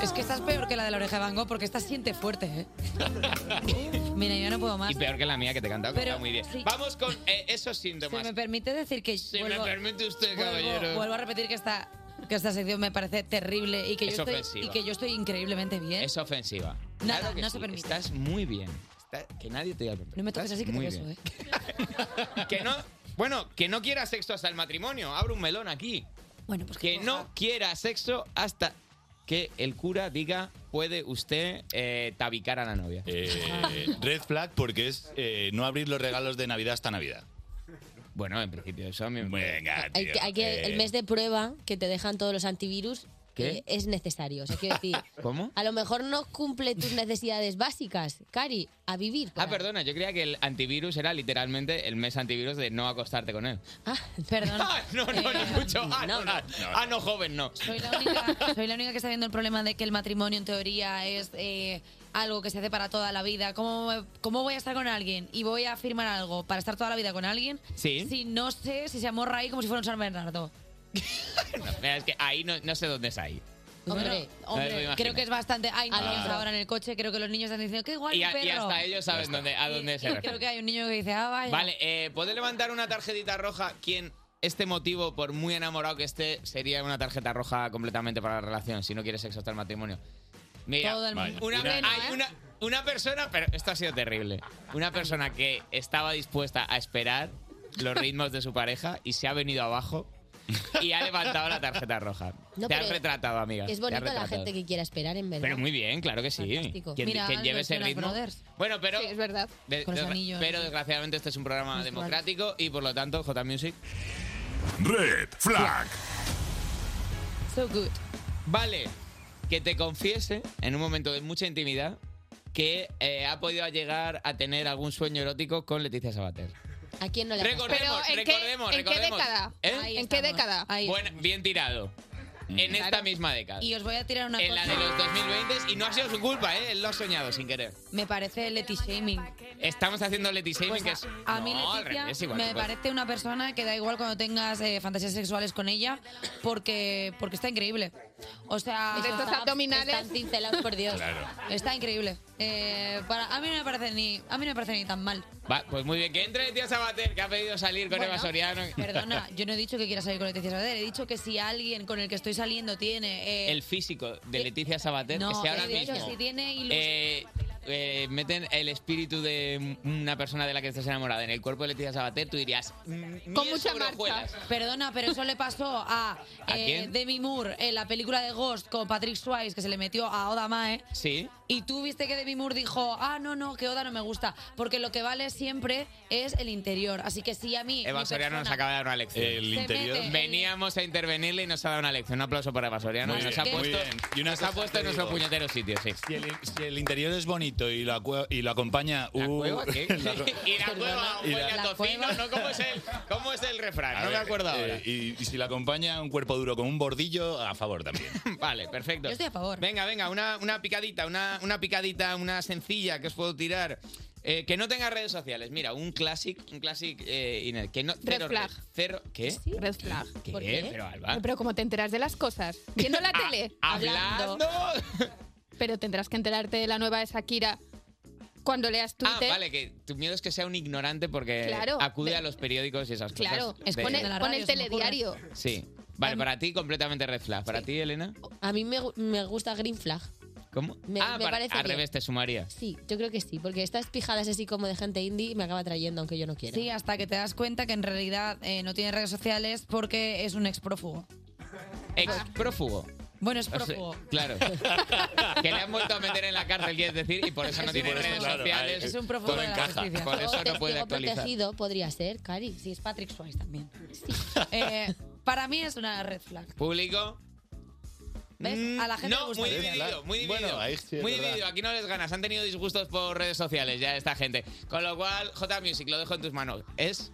[SPEAKER 1] Es que estás peor que la de la oreja de Van Gogh porque esta siente fuerte, ¿eh?
[SPEAKER 2] *laughs*
[SPEAKER 1] Mira, yo no puedo más.
[SPEAKER 2] Y peor que la mía que te cantaba, que
[SPEAKER 1] Pero-
[SPEAKER 2] está muy bien.
[SPEAKER 1] sí.
[SPEAKER 2] Vamos con eh, esos
[SPEAKER 1] Si
[SPEAKER 2] síntomas.
[SPEAKER 1] me permite decir que
[SPEAKER 2] Si
[SPEAKER 1] vuelvo,
[SPEAKER 2] me permite usted, caballero.
[SPEAKER 1] vuelvo, vuelvo a repetir que esta, que esta sección me parece terrible y que,
[SPEAKER 2] Es
[SPEAKER 1] yo estoy,
[SPEAKER 2] ofensiva.
[SPEAKER 1] y que yo estoy increíblemente bien.
[SPEAKER 2] Es ofensiva.
[SPEAKER 1] Nada,
[SPEAKER 2] que
[SPEAKER 1] no se permite.
[SPEAKER 2] Estás muy bien. Está- que nadie te diga lo contrario.
[SPEAKER 1] No me toques
[SPEAKER 2] Estás
[SPEAKER 1] así que te
[SPEAKER 2] muy
[SPEAKER 1] beso,
[SPEAKER 2] bien.
[SPEAKER 1] ¿eh?
[SPEAKER 2] *laughs* Que no, bueno, que no quiera sexo hasta el matrimonio. Abro un melón aquí.
[SPEAKER 1] Bueno, pues
[SPEAKER 2] Que no quiera sexo hasta que el cura diga puede usted eh, tabicar a la novia.
[SPEAKER 10] Eh, red flag porque es eh, no abrir los regalos de Navidad hasta Navidad.
[SPEAKER 2] Bueno, en principio eso a mí me-
[SPEAKER 10] Venga, tío.
[SPEAKER 8] Hay que- hay que-
[SPEAKER 10] eh,
[SPEAKER 8] el mes de prueba que te dejan todos los antivirus
[SPEAKER 2] ¿Qué?
[SPEAKER 8] eh, es necesario. O sea, quiero decir,
[SPEAKER 2] ¿Cómo?
[SPEAKER 8] a lo mejor no cumple tus necesidades básicas, Cari, a vivir. por
[SPEAKER 2] Ah,
[SPEAKER 8] ahí.
[SPEAKER 2] perdona, yo creía que el antivirus era literalmente el mes antivirus de no acostarte con él.
[SPEAKER 8] Ah,
[SPEAKER 2] *laughs*
[SPEAKER 1] Perdón. Eh,
[SPEAKER 2] Ah, no, no, ni mucho. Ah, no,
[SPEAKER 8] no,
[SPEAKER 2] no.
[SPEAKER 8] no.
[SPEAKER 2] Ah, no, joven, no. *laughs*
[SPEAKER 1] Soy la, única, soy la única que está viendo el problema de que el matrimonio en teoría es eh, algo que se hace para toda la vida. ¿Cómo, ¿Cómo voy a estar con alguien y voy a firmar algo para estar toda la vida con alguien
[SPEAKER 2] Sí.
[SPEAKER 1] si no sé si se amorra ahí como si fuera un San Bernardo?
[SPEAKER 2] Mira, es que ahí no, no sé dónde es ahí.
[SPEAKER 8] hombre.
[SPEAKER 2] me lo
[SPEAKER 1] Hombre,
[SPEAKER 2] imagino.
[SPEAKER 1] creo que es bastante... Hay
[SPEAKER 8] Ah.
[SPEAKER 1] niños ahora en el coche, creo que los niños están diciendo, qué guay,
[SPEAKER 2] Y,
[SPEAKER 1] un
[SPEAKER 2] a-
[SPEAKER 1] perro.
[SPEAKER 2] y hasta ellos saben dónde, a dónde se
[SPEAKER 1] Y
[SPEAKER 2] refiere.
[SPEAKER 1] *laughs* creo que hay un niño que dice, ah, vaya.
[SPEAKER 2] Vale, eh, ¿puede levantar una tarjetita roja quien este motivo, por muy enamorado que esté, sería una tarjeta roja completamente para la relación, si no quieres sexo hasta el matrimonio? Mira,
[SPEAKER 1] Todo el
[SPEAKER 10] Vaya.
[SPEAKER 1] mundo.
[SPEAKER 2] una, ¿eh?
[SPEAKER 10] Una-
[SPEAKER 2] hay una, una persona, pero esto ha sido terrible, una persona que estaba dispuesta a esperar los ritmos de su pareja y se ha venido abajo y ha levantado la tarjeta roja.
[SPEAKER 8] No,
[SPEAKER 2] te
[SPEAKER 8] pero
[SPEAKER 2] has retratado, amiga.
[SPEAKER 8] Es
[SPEAKER 2] te has
[SPEAKER 8] bonito la
[SPEAKER 2] retratado.
[SPEAKER 8] gente que quiera esperar, en verdad.
[SPEAKER 2] Pero muy bien, claro que sí.
[SPEAKER 8] Fantástico.
[SPEAKER 2] Quien,
[SPEAKER 8] Mira,
[SPEAKER 2] quien lleve
[SPEAKER 8] los
[SPEAKER 2] ese
[SPEAKER 8] Jonas
[SPEAKER 2] ritmo.
[SPEAKER 8] Brothers.
[SPEAKER 2] Bueno, pero.
[SPEAKER 9] Sí, es verdad.
[SPEAKER 2] de-
[SPEAKER 9] Con los
[SPEAKER 2] desgra-
[SPEAKER 9] anillos,
[SPEAKER 2] pero desgraciadamente este es un programa democrático y por lo tanto J Music.
[SPEAKER 11] Red Flag.
[SPEAKER 1] So good.
[SPEAKER 2] Vale, que te confiese en un momento de mucha intimidad que eh, ha podido llegar a tener algún sueño erótico con Leticia Sabater.
[SPEAKER 8] ¿A quién no le ha pasado?
[SPEAKER 2] Recordemos,
[SPEAKER 9] Pero, ¿en qué- en
[SPEAKER 2] recordemos,
[SPEAKER 9] qué
[SPEAKER 2] recordemos.
[SPEAKER 9] década?
[SPEAKER 2] ¿Eh?
[SPEAKER 9] Ahí ¿En qué estamos. década? Ahí
[SPEAKER 2] Buena- bien tirado. En esta misma década.
[SPEAKER 1] Y os voy a tirar una
[SPEAKER 2] en
[SPEAKER 1] cosa.
[SPEAKER 2] la de los 2020 y no ha sido su culpa, ¿eh? Él lo ha soñado sin querer.
[SPEAKER 1] Me parece Leti Shaming.
[SPEAKER 2] Estamos haciendo Leti Shaming, que es...
[SPEAKER 1] Pues A mí
[SPEAKER 2] no, al
[SPEAKER 1] Leticia
[SPEAKER 2] revés, igual
[SPEAKER 1] me
[SPEAKER 2] que puede.
[SPEAKER 1] parece una persona que da igual cuando tengas eh, fantasías sexuales con ella porque, porque está increíble. O sea,
[SPEAKER 9] De estos abdominales.
[SPEAKER 8] Están cincelados, por Dios.
[SPEAKER 2] Claro.
[SPEAKER 1] Está increíble. Eh, para, a mí no me parece ni a mí no me parece ni tan mal.
[SPEAKER 2] Va, pues muy bien, que entre Leticia Sabater, que ha pedido salir con
[SPEAKER 1] Bueno,
[SPEAKER 2] Eva Soriano.
[SPEAKER 1] Perdona, yo no he dicho que quiera salir con Leticia Sabater, he dicho que si alguien con el que estoy saliendo tiene
[SPEAKER 2] *laughs*
[SPEAKER 1] eh,
[SPEAKER 2] El físico de Leticia Sabater,
[SPEAKER 1] no,
[SPEAKER 2] que sea ahora
[SPEAKER 1] he dicho
[SPEAKER 2] mismo...
[SPEAKER 1] si tiene ilusión.
[SPEAKER 2] eh, eh, meten el espíritu de una persona de la que estás enamorada en el cuerpo de Leticia Sabater, tú dirías, "Mm,
[SPEAKER 1] con
[SPEAKER 2] mucha sobre marcha. hojuelas.
[SPEAKER 1] Perdona, pero eso le pasó a,
[SPEAKER 2] ¿A
[SPEAKER 1] eh,
[SPEAKER 2] quién?
[SPEAKER 1] Demi Moore en la película de Ghost con Patrick Swayze que se le metió a Oda Mae.
[SPEAKER 2] sí,
[SPEAKER 1] Y tú viste que Demi Moore dijo, ah, no, no, que Oda no me gusta, porque lo que vale siempre es el interior. Así que sí, a mí...
[SPEAKER 2] Eva
[SPEAKER 1] mi
[SPEAKER 2] Soriano nos
[SPEAKER 1] persona-
[SPEAKER 2] acaba de dar una lección.
[SPEAKER 10] El Se interior. mete el-
[SPEAKER 2] Veníamos a intervenirle y nos ha dado una lección. Un aplauso para Eva Soriano.
[SPEAKER 10] Muy
[SPEAKER 2] y nos
[SPEAKER 10] bien,
[SPEAKER 2] ha
[SPEAKER 10] muy
[SPEAKER 2] puesto,
[SPEAKER 10] bien. Y una
[SPEAKER 2] nos ha
[SPEAKER 10] cosa
[SPEAKER 2] puesto
[SPEAKER 10] te
[SPEAKER 2] en nuestro
[SPEAKER 10] digo.
[SPEAKER 2] puñetero sitio, sí.
[SPEAKER 10] Si el, si el interior es bonito y lo, acue- y lo acompaña... uh, ¿La
[SPEAKER 2] cueva
[SPEAKER 10] *laughs*
[SPEAKER 2] qué? *laughs* Y la cueva,
[SPEAKER 10] Y la-
[SPEAKER 2] huele a
[SPEAKER 10] La
[SPEAKER 2] tocino, ¿no? ¿Cómo es el, cómo es el refrán?
[SPEAKER 10] A
[SPEAKER 2] no
[SPEAKER 10] ver,
[SPEAKER 2] me acuerdo
[SPEAKER 10] eh,
[SPEAKER 2] ahora.
[SPEAKER 10] y, y si lo acompaña un cuerpo duro con un bordillo, a favor también.
[SPEAKER 2] *laughs* Vale, perfecto.
[SPEAKER 10] Yo estoy
[SPEAKER 1] a favor.
[SPEAKER 2] Venga, venga, una, una picadita, una, una picadita, una sencilla que os puedo tirar. Eh, que no tenga redes sociales. Mira, un classic, un classic eh, Inés, que no, cero
[SPEAKER 9] flag.
[SPEAKER 2] red- cero- ¿Qué?
[SPEAKER 9] Red flag.
[SPEAKER 2] ¿Qué?
[SPEAKER 9] ¿Por qué?
[SPEAKER 2] Pero Alba.
[SPEAKER 9] Pero como te enteras de las cosas, viendo
[SPEAKER 12] *laughs*
[SPEAKER 9] la
[SPEAKER 12] Ah,
[SPEAKER 9] tele,
[SPEAKER 2] hablando.
[SPEAKER 9] Pero tendrás que enterarte de la nueva de Shakira cuando leas Twitter.
[SPEAKER 2] Ah, vale, que tu miedo es que sea un ignorante porque
[SPEAKER 9] Claro.
[SPEAKER 2] acude
[SPEAKER 9] Ve-
[SPEAKER 2] a los periódicos y esas
[SPEAKER 9] Claro,
[SPEAKER 2] cosas.
[SPEAKER 9] es
[SPEAKER 2] de-
[SPEAKER 9] pon el,
[SPEAKER 8] la
[SPEAKER 9] pon
[SPEAKER 8] radio,
[SPEAKER 9] el
[SPEAKER 8] se me ocurre.
[SPEAKER 9] telediario.
[SPEAKER 2] Sí. Vale, para ti completamente red flag. ¿Para ti, Elena?
[SPEAKER 8] A mí me, gu- me gusta Green Flag.
[SPEAKER 2] ¿Cómo?
[SPEAKER 8] Me-
[SPEAKER 2] ah,
[SPEAKER 8] me
[SPEAKER 2] para-
[SPEAKER 8] parece
[SPEAKER 2] al
[SPEAKER 8] bien.
[SPEAKER 2] revés, te sumaría.
[SPEAKER 8] Sí, yo creo que sí, porque estas pijadas así como de gente indie me acaba trayendo aunque yo no quiera.
[SPEAKER 1] Sí, hasta que te das cuenta que en realidad eh, no tiene redes sociales porque es un
[SPEAKER 2] *laughs*
[SPEAKER 1] ex prófugo.
[SPEAKER 2] Ex prófugo.
[SPEAKER 1] Bueno, es
[SPEAKER 2] O sea,
[SPEAKER 1] prófugo. *laughs*
[SPEAKER 2] claro. que le han vuelto a meter en la cárcel, quieres decir, y por eso no
[SPEAKER 1] Sí,
[SPEAKER 2] tiene
[SPEAKER 1] por eso,
[SPEAKER 2] redes
[SPEAKER 1] claro,
[SPEAKER 2] sociales.
[SPEAKER 1] ahí- Es un prófugo
[SPEAKER 2] Todo
[SPEAKER 1] de la
[SPEAKER 2] encaja.
[SPEAKER 1] justicia.
[SPEAKER 2] Por eso
[SPEAKER 8] O
[SPEAKER 2] no puede
[SPEAKER 8] testigo
[SPEAKER 2] actualizar.
[SPEAKER 8] protegido podría ser, Cari, si es Patrick Swayze también.
[SPEAKER 1] Eh, para mí es una red flag.
[SPEAKER 2] Público.
[SPEAKER 1] ¿Ves? A la gente le
[SPEAKER 2] no,
[SPEAKER 1] gusta.
[SPEAKER 2] muy
[SPEAKER 1] Red
[SPEAKER 2] dividido,
[SPEAKER 1] flag.
[SPEAKER 2] muy dividido.
[SPEAKER 1] Bueno, ahí sí es
[SPEAKER 2] muy
[SPEAKER 1] verdad.
[SPEAKER 2] dividido, aquí no les ganas. Han tenido disgustos por redes sociales ya esta gente. Con lo cual, J Music, lo dejo en tus manos. Es.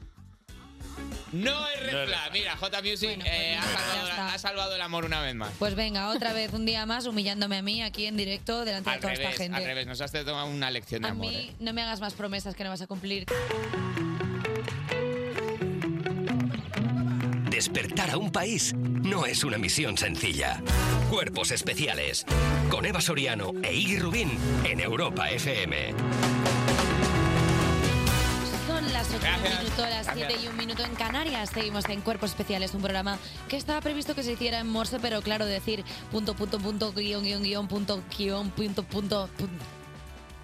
[SPEAKER 2] No es red
[SPEAKER 10] No es red
[SPEAKER 2] flag. Mira, J Music eh, ha, salvado, la- ha salvado el amor una vez más.
[SPEAKER 1] Pues venga, otra vez un día más humillándome a mí aquí en directo delante
[SPEAKER 2] al
[SPEAKER 1] de toda
[SPEAKER 2] revés,
[SPEAKER 1] esta
[SPEAKER 2] al
[SPEAKER 1] gente.
[SPEAKER 2] revés, nos has tomado una lección de
[SPEAKER 1] A
[SPEAKER 2] amor. eh.
[SPEAKER 1] mí no me hagas más promesas que no vas a cumplir.
[SPEAKER 5] Despertar a un país no es una misión sencilla. Cuerpos especiales. Con Eva Soriano e Iggy Rubín en Europa FM.
[SPEAKER 1] Son las 8 y un
[SPEAKER 5] Gracias.
[SPEAKER 1] minuto, las
[SPEAKER 5] Gracias.
[SPEAKER 1] 7 y un minuto en Canarias. Seguimos en Cuerpos Especiales, un programa que estaba previsto que se hiciera en Morse, pero claro, decir punto, punto, punto, guión, guión, guión, punto, guión, punto, punto, punto.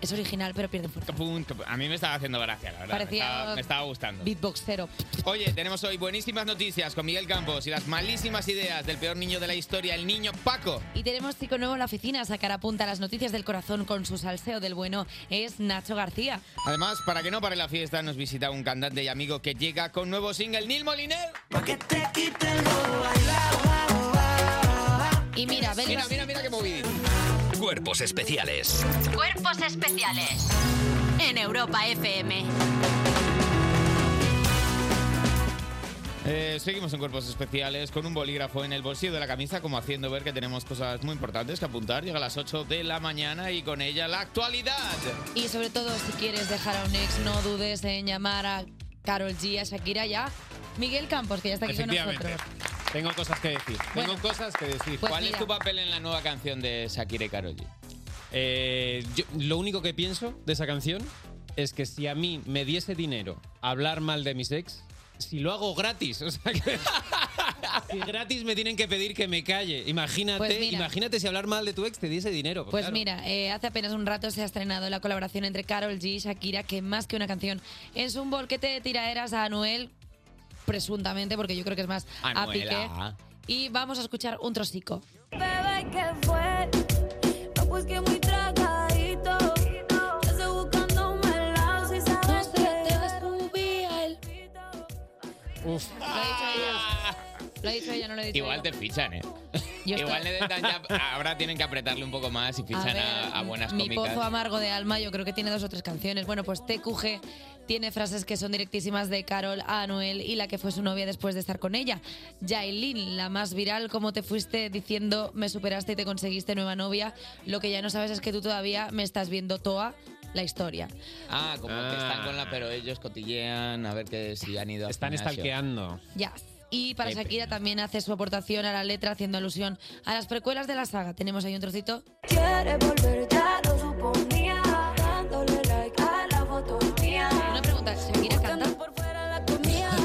[SPEAKER 1] Es original, pero pierde fuerza.
[SPEAKER 2] Punto. A mí me estaba haciendo gracia, la verdad.
[SPEAKER 1] Parecía-
[SPEAKER 2] Me, estaba, me estaba gustando.
[SPEAKER 1] Beatboxero.
[SPEAKER 2] Oye, tenemos hoy buenísimas noticias con Miguel Campos y las malísimas ideas del peor niño de la historia, el niño Paco.
[SPEAKER 1] Y tenemos chico nuevo en la oficina, sacará punta a las noticias del corazón con su salseo del bueno. Es Nacho García.
[SPEAKER 2] Además, para que no pare la fiesta, nos visita un cantante y amigo que llega con nuevo single, Nil Moliner.
[SPEAKER 1] Y mira, ven
[SPEAKER 2] Mira, mira, mira qué movidito.
[SPEAKER 5] Cuerpos especiales.
[SPEAKER 6] Cuerpos especiales en Europa FM.
[SPEAKER 2] Eh, seguimos en Cuerpos Especiales con un bolígrafo en el bolsillo de la camisa, como haciendo ver que tenemos cosas muy importantes que apuntar. Llega a las 8 de la mañana y con ella la actualidad.
[SPEAKER 1] Y sobre todo, si quieres dejar a un ex, no dudes en llamar a Carol G, a Shakira ya. Miguel Campos, que ya está aquí con nosotros.
[SPEAKER 13] Tengo cosas que decir.
[SPEAKER 1] Bueno.
[SPEAKER 13] Tengo cosas que decir.
[SPEAKER 1] Pues
[SPEAKER 2] ¿Cuál
[SPEAKER 1] mira.
[SPEAKER 2] es tu papel en la nueva canción de Shakira y Karol G?
[SPEAKER 13] Eh, yo- lo único que pienso de esa canción es que si a mí me diese dinero hablar mal de mis ex, si lo hago gratis, *laughs* o sea que... Si gratis me tienen que pedir que me calle. Imagínate,
[SPEAKER 1] Pues mira.
[SPEAKER 13] imagínate si hablar mal de tu ex te diese dinero.
[SPEAKER 1] Pues
[SPEAKER 13] claro.
[SPEAKER 1] mira, eh, hace apenas un rato se ha estrenado la colaboración entre Carol G y Shakira, que más que una canción es un volquete de tiraderas a Anuel presuntamente, porque yo creo que es más
[SPEAKER 2] Ah,
[SPEAKER 1] a Piqué.
[SPEAKER 7] Anuela.
[SPEAKER 1] Y vamos a escuchar un trocico.
[SPEAKER 7] Bebé, que fue? No, pues que muy tragadito. Ya se buscando un melao, si sabes que quiero el...
[SPEAKER 13] Uf.
[SPEAKER 1] Lo he dicho ella, no lo he dicho
[SPEAKER 2] Igual
[SPEAKER 1] yo.
[SPEAKER 2] te fichan, ¿eh?
[SPEAKER 1] Yo
[SPEAKER 2] Igual
[SPEAKER 1] estoy-
[SPEAKER 2] le dan ya- ahora tienen que apretarle un poco más y fichan a,
[SPEAKER 1] ver,
[SPEAKER 2] a buenas
[SPEAKER 1] Mi
[SPEAKER 2] cómicas.
[SPEAKER 1] pozo amargo de alma, yo creo que tiene dos o tres canciones. Bueno, pues TQG tiene frases que son directísimas de Carol a Anuel y la que fue su novia después de estar con ella. Yailin, la más viral, como te fuiste diciendo me superaste y te conseguiste nueva novia. Lo que ya no sabes es que tú todavía me estás viendo toa la historia.
[SPEAKER 2] Ah, como que están con la, pero ellos cotillean a ver que si han ido a
[SPEAKER 13] Están stalkeando.
[SPEAKER 1] Ya. Y para
[SPEAKER 2] Qué
[SPEAKER 1] Shakira también hace su aportación a la letra haciendo alusión a las precuelas de la saga. Tenemos ahí un trocito.
[SPEAKER 7] Quieres volver, ya lo suponía. Dándole like a
[SPEAKER 1] *laughs*
[SPEAKER 7] la foto mía.
[SPEAKER 1] Una pregunta, ¿Shakira canta?
[SPEAKER 7] por fuera la comida.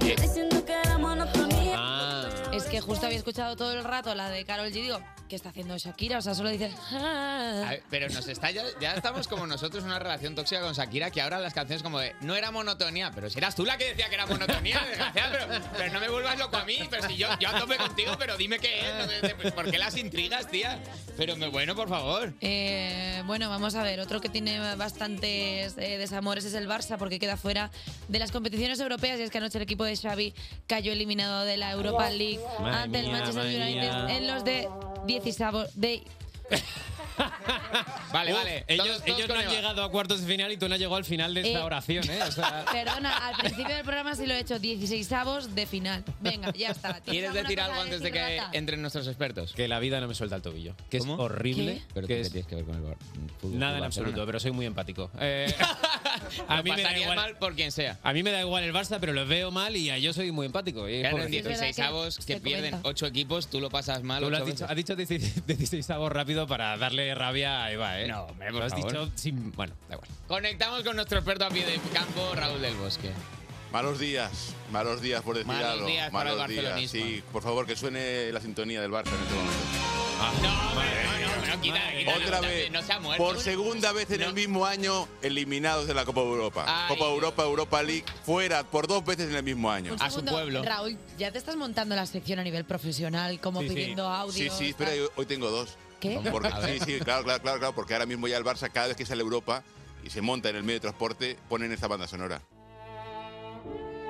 [SPEAKER 7] Diciendo que era monotonía.
[SPEAKER 2] Ah.
[SPEAKER 1] Es que justo había escuchado todo el rato la de Carol G. Digo, ¿qué está haciendo Shakira? O sea, solo dice. "Ah".
[SPEAKER 2] A ver, pero nos está ya, ya estamos como nosotros en una relación tóxica con Shakira que ahora las canciones como de no era monotonía, pero si eras tú la que decía que era monotonía, desgraciada, pero, pero no me vuelvas loco a mí, pero si yo, yo a tope contigo, pero dime qué es, no me- pues, ¿por qué las intrigas, tía? Pero me- bueno, por favor.
[SPEAKER 1] Eh, bueno, vamos a ver. Otro que tiene bastantes eh, desamores es el Barça, porque queda fuera de las competiciones europeas. Y es que anoche el equipo de Xavi cayó eliminado de la Europa League
[SPEAKER 13] Madre
[SPEAKER 8] Ah,
[SPEAKER 1] ante el
[SPEAKER 13] mía,
[SPEAKER 1] Manchester
[SPEAKER 13] madre
[SPEAKER 1] United
[SPEAKER 13] mía.
[SPEAKER 1] en los de 16 de.
[SPEAKER 2] Vale,
[SPEAKER 13] Uf,
[SPEAKER 2] vale.
[SPEAKER 13] Ellos,
[SPEAKER 2] Todos- todos
[SPEAKER 13] ellos no
[SPEAKER 2] con
[SPEAKER 13] han
[SPEAKER 2] Eva.
[SPEAKER 13] llegado a cuartos de final y tú no has llegado al final de esta
[SPEAKER 1] Eh,
[SPEAKER 13] oración, ¿eh? O
[SPEAKER 1] *laughs*
[SPEAKER 13] sea,
[SPEAKER 1] Perdona, al principio del programa sí lo he hecho 16 de final. Venga, ya está.
[SPEAKER 2] ¿Quieres
[SPEAKER 1] Una
[SPEAKER 2] decir
[SPEAKER 1] cosa
[SPEAKER 2] algo
[SPEAKER 1] a
[SPEAKER 2] antes de
[SPEAKER 1] decir,
[SPEAKER 2] que
[SPEAKER 1] rata.
[SPEAKER 2] entren nuestros expertos?
[SPEAKER 13] Que la vida no me suelta el tobillo. Que es horrible.
[SPEAKER 2] Pero
[SPEAKER 13] que
[SPEAKER 2] tú
[SPEAKER 13] es-
[SPEAKER 2] qué tienes que ver con el bar- fútbol
[SPEAKER 13] Nada en
[SPEAKER 2] Barcelona.
[SPEAKER 13] absoluto, pero soy muy empático. Eh,
[SPEAKER 2] a
[SPEAKER 13] mí me da igual.
[SPEAKER 2] mal por quien sea.
[SPEAKER 13] a mí me da igual el Barça, pero lo veo mal y a yo soy muy empático. eh,
[SPEAKER 2] Claro, en
[SPEAKER 13] pobrecito.
[SPEAKER 2] 16 avos que pierden 8 equipos, tú lo pasas mal.
[SPEAKER 13] Tú lo has
[SPEAKER 2] ocho
[SPEAKER 13] dicho, has dicho *laughs*
[SPEAKER 2] veces.
[SPEAKER 13] 16, 16 avos rápido para darle rabia a Eva, ¿eh? No,
[SPEAKER 2] hombre, por
[SPEAKER 13] Lo has
[SPEAKER 2] favor.
[SPEAKER 13] dicho sin... Bueno, da igual.
[SPEAKER 2] Conectamos con nuestro experto a pie de campo, Raúl del Bosque.
[SPEAKER 14] Malos días, malos días por decir
[SPEAKER 2] Malos
[SPEAKER 14] algo.
[SPEAKER 2] días para el
[SPEAKER 14] malos días.
[SPEAKER 2] barcelonismo.
[SPEAKER 14] Sí, por favor, que suene la sintonía del Barça en este momento.
[SPEAKER 2] Ah. No, quita, quita,
[SPEAKER 14] Otra
[SPEAKER 2] no,
[SPEAKER 14] vez,
[SPEAKER 2] No se ha muerto.
[SPEAKER 14] por segunda vez en el mismo año, eliminados de la Copa Europa.
[SPEAKER 2] Ay.
[SPEAKER 14] Copa Europa, Europa League, fuera por dos veces en el mismo año.
[SPEAKER 1] Un segundo, Raúl, ya te estás montando la sección a nivel profesional, como pidiendo
[SPEAKER 14] Sí,
[SPEAKER 1] audio.
[SPEAKER 14] sí, espera, hoy- hoy tengo dos.
[SPEAKER 1] ¿Qué?
[SPEAKER 14] Porque,
[SPEAKER 1] A ver.
[SPEAKER 14] sí, sí, claro, claro, claro, claro, porque ahora mismo ya el Barça, cada vez que sale a Europa y se monta en el medio de transporte, ponen esta banda sonora.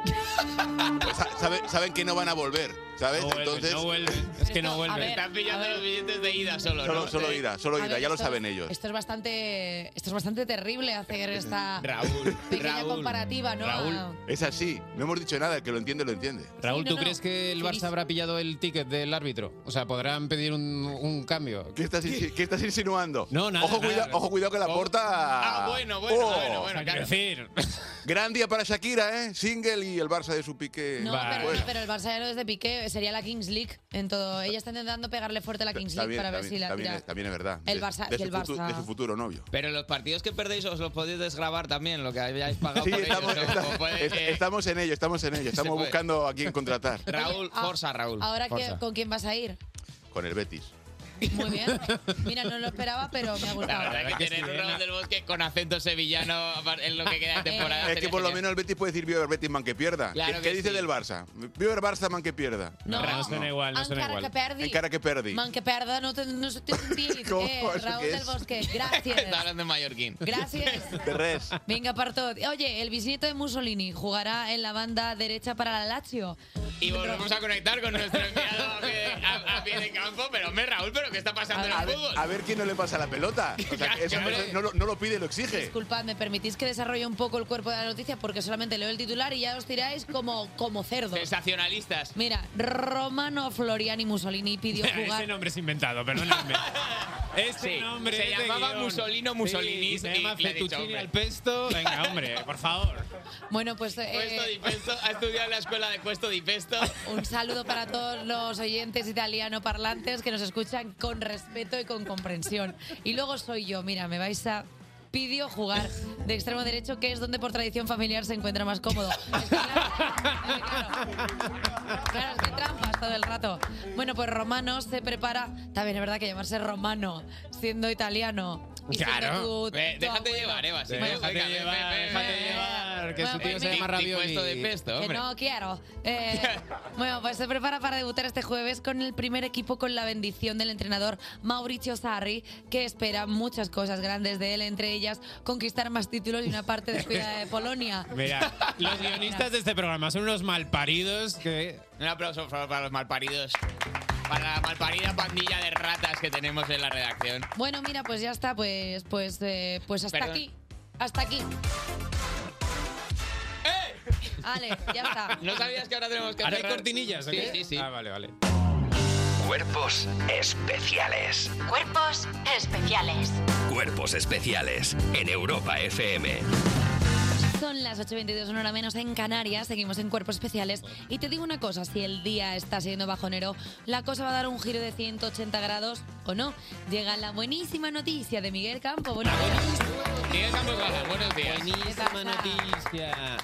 [SPEAKER 10] *laughs*
[SPEAKER 14] Pues sa- sabe- saben que no van a volver, ¿sabes?
[SPEAKER 13] No vuelven,
[SPEAKER 14] Entonces,
[SPEAKER 13] no vuelven. Es que no
[SPEAKER 1] vuelven.
[SPEAKER 13] vuelven.
[SPEAKER 1] ver,
[SPEAKER 2] Están pillando los billetes de ida solo,
[SPEAKER 14] solo,
[SPEAKER 2] ¿no?
[SPEAKER 14] solo
[SPEAKER 2] Sí.
[SPEAKER 14] ira, solo
[SPEAKER 1] A
[SPEAKER 14] ira,
[SPEAKER 1] ver,
[SPEAKER 14] ya lo
[SPEAKER 1] esto-
[SPEAKER 14] saben ellos.
[SPEAKER 1] Esto es bastante, esto es bastante terrible hacer esta
[SPEAKER 14] Raúl,
[SPEAKER 1] pequeña comparativa, ¿no? A-
[SPEAKER 14] Es así, no hemos dicho nada, el que lo entiende, lo entiende.
[SPEAKER 13] Raúl, ¿tú crees que el Barça habrá pillado el ticket del árbitro? O sea, ¿podrán pedir un, un cambio?
[SPEAKER 14] ¿Qué estás, insi- qué estás insinuando?
[SPEAKER 13] No, nada.
[SPEAKER 14] ojo, cuida-
[SPEAKER 13] nada.
[SPEAKER 14] ojo, cuidado que la Oh. porta.
[SPEAKER 13] Ah, bueno, bueno, bueno, bueno,
[SPEAKER 14] Hay
[SPEAKER 13] claro.
[SPEAKER 14] que
[SPEAKER 13] *laughs*
[SPEAKER 14] Gran día para Shakira, ¿eh? Single y el Barça de su pique.
[SPEAKER 1] No, pero, no, pero el Barça ya no es de Piqué, sería la Kings League en todo. Ella está intentando pegarle fuerte a la Kings League
[SPEAKER 14] También,
[SPEAKER 1] para ver
[SPEAKER 14] también,
[SPEAKER 1] si la
[SPEAKER 14] también
[SPEAKER 1] tira.
[SPEAKER 14] es- también es verdad.
[SPEAKER 1] El
[SPEAKER 14] De-
[SPEAKER 1] Barça-
[SPEAKER 14] de,
[SPEAKER 1] y el
[SPEAKER 14] su futu-
[SPEAKER 1] Barça-
[SPEAKER 14] de su futuro novio.
[SPEAKER 2] Pero los partidos que perdéis os los podéis desgrabar también, lo que hayáis pagado
[SPEAKER 14] Sí,
[SPEAKER 2] por
[SPEAKER 14] estamos,
[SPEAKER 2] ellos, ¿no?
[SPEAKER 14] esta-
[SPEAKER 2] Como
[SPEAKER 13] Pues,
[SPEAKER 2] puede
[SPEAKER 14] es-
[SPEAKER 2] que-
[SPEAKER 14] estamos en ello, estamos en
[SPEAKER 13] *laughs*
[SPEAKER 14] ello. Estamos
[SPEAKER 2] puede.
[SPEAKER 14] buscando a quién contratar.
[SPEAKER 2] Raúl,
[SPEAKER 1] Ah,
[SPEAKER 2] forza, Raúl.
[SPEAKER 1] Ahora, que-
[SPEAKER 14] Forza.
[SPEAKER 1] ¿con quién vas a ir?
[SPEAKER 14] Con el Betis.
[SPEAKER 1] Muy bien. Mira, no lo esperaba, pero me ha
[SPEAKER 2] La
[SPEAKER 1] gustado.
[SPEAKER 2] verdad que tener un Raúl del Bosque con acento sevillano en lo que queda de
[SPEAKER 1] Eh,
[SPEAKER 2] temporada.
[SPEAKER 14] Es que
[SPEAKER 2] sería
[SPEAKER 14] por lo
[SPEAKER 2] genial.
[SPEAKER 14] menos el Betis puede decir Bieber Betis man que pierda.
[SPEAKER 2] Claro
[SPEAKER 14] ¿Qué,
[SPEAKER 2] que
[SPEAKER 14] qué dice
[SPEAKER 2] sí.
[SPEAKER 14] del Barça? Bieber Barça man que pierda.
[SPEAKER 1] No, No, no suena
[SPEAKER 14] igual,
[SPEAKER 1] no suena Encara igual. que perdi.
[SPEAKER 14] Encara que perdí.
[SPEAKER 1] Man, que perda, no te, no se te
[SPEAKER 14] *laughs*
[SPEAKER 1] sentís.
[SPEAKER 14] ¿Cómo?
[SPEAKER 1] Eh,
[SPEAKER 14] ¿Eso
[SPEAKER 1] Raúl
[SPEAKER 14] qué
[SPEAKER 1] del
[SPEAKER 14] es? *laughs*
[SPEAKER 1] Bosque, gracias.
[SPEAKER 2] Está hablando en mallorquín.
[SPEAKER 1] Gracias.
[SPEAKER 14] De res.
[SPEAKER 1] Venga, parto. Oye, el bisnieto de Mussolini jugará en la banda derecha para la Lazio.
[SPEAKER 2] Y volvemos a conectar con nuestro enviado a pie de, a- a pie de campo. Pero hombre, Raúl, ¿pero qué está pasando en
[SPEAKER 14] A
[SPEAKER 2] el
[SPEAKER 14] ver,
[SPEAKER 2] fútbol?
[SPEAKER 14] a ver quién no le pasa la pelota. O
[SPEAKER 2] *laughs*
[SPEAKER 14] sea, que eso no, no lo, no lo pide, lo exige.
[SPEAKER 1] Disculpad, ¿me permitís que desarrolle un poco el cuerpo de la noticia? Porque solamente leo el titular y ya os tiráis como, como cerdos.
[SPEAKER 2] Sensacionalistas.
[SPEAKER 1] Mira, Romano Floriani Mussolini
[SPEAKER 13] *laughs*
[SPEAKER 1] pidió
[SPEAKER 13] Ese
[SPEAKER 1] jugar.
[SPEAKER 13] nombre es inventado, *laughs* perdóname. Ese
[SPEAKER 2] Sí,
[SPEAKER 13] nombre
[SPEAKER 2] se
[SPEAKER 13] es de
[SPEAKER 2] llamaba
[SPEAKER 13] guión.
[SPEAKER 2] Mussolino
[SPEAKER 13] Sí,
[SPEAKER 2] Mussolini,
[SPEAKER 13] y se
[SPEAKER 2] y
[SPEAKER 13] llama
[SPEAKER 2] le he dicho,
[SPEAKER 13] Fettuccine
[SPEAKER 2] hombre.
[SPEAKER 13] al pesto. Venga, hombre, por favor.
[SPEAKER 1] Bueno, pues eh,
[SPEAKER 2] Cuesto di Pesto, ha estudiado en la escuela de Cuesto di
[SPEAKER 13] *laughs*
[SPEAKER 2] Pesto.
[SPEAKER 1] un saludo para todos los oyentes italiano parlantes que nos escuchan con respeto y con comprensión. Y luego soy yo, mira, me vais a pidió jugar de extremo derecho, que es donde por tradición familiar se encuentra más cómodo. Claro, es que trampas todo el rato. Bueno, pues Romano se prepara. También es verdad que llamarse Romano, siendo italiano. y siendo
[SPEAKER 2] Claro.
[SPEAKER 1] tu-
[SPEAKER 2] Ve,
[SPEAKER 1] tu
[SPEAKER 2] déjate
[SPEAKER 1] abuelo.
[SPEAKER 2] llevar, Eva. si
[SPEAKER 13] Déjate
[SPEAKER 2] no, venga, ve,
[SPEAKER 13] llevar,
[SPEAKER 2] ve, ve,
[SPEAKER 13] déjate
[SPEAKER 2] ve.
[SPEAKER 13] llevar. que su tío se llama Ravioli.
[SPEAKER 2] esto Pues de pesto,
[SPEAKER 1] Que
[SPEAKER 2] hombre.
[SPEAKER 1] no quiero.
[SPEAKER 2] *laughs*
[SPEAKER 1] Eh, bueno, pues se prepara para debutar este jueves con el primer equipo con la bendición del entrenador Mauricio Sarri, que espera muchas cosas grandes de él, entre ellas conquistar más títulos y una parte de
[SPEAKER 2] *laughs*
[SPEAKER 1] Ciudad de Polonia.
[SPEAKER 13] Mira, los guionistas de este programa son unos malparidos que...
[SPEAKER 2] Un aplauso por favor, para los malparidos. Para la malparida pandilla de ratas que tenemos en la redacción.
[SPEAKER 1] Bueno, mira, pues ya está, pues, pues, eh, pues hasta
[SPEAKER 2] Perdón.
[SPEAKER 1] aquí. Hasta aquí.
[SPEAKER 2] ¡Eh!
[SPEAKER 1] Ale, ya está.
[SPEAKER 2] ¿No sabías que ahora tenemos que
[SPEAKER 13] ¿Haré
[SPEAKER 2] cerrar?
[SPEAKER 13] cortinillas o
[SPEAKER 2] Sí,
[SPEAKER 13] qué?
[SPEAKER 2] sí, sí.
[SPEAKER 13] Ah, vale, vale.
[SPEAKER 5] Cuerpos especiales.
[SPEAKER 6] Cuerpos especiales.
[SPEAKER 5] Cuerpos especiales en Europa FM.
[SPEAKER 1] Son las 8.22, una hora menos en Canarias, seguimos en Cuerpos Especiales y te digo una cosa, si el día está siendo bajonero, la cosa va a dar un giro de 180 grados o no. Llega la buenísima noticia de Miguel Campo. Bueno,
[SPEAKER 2] Miguel Campos Gala, buenos días.
[SPEAKER 13] Buenísima noticia.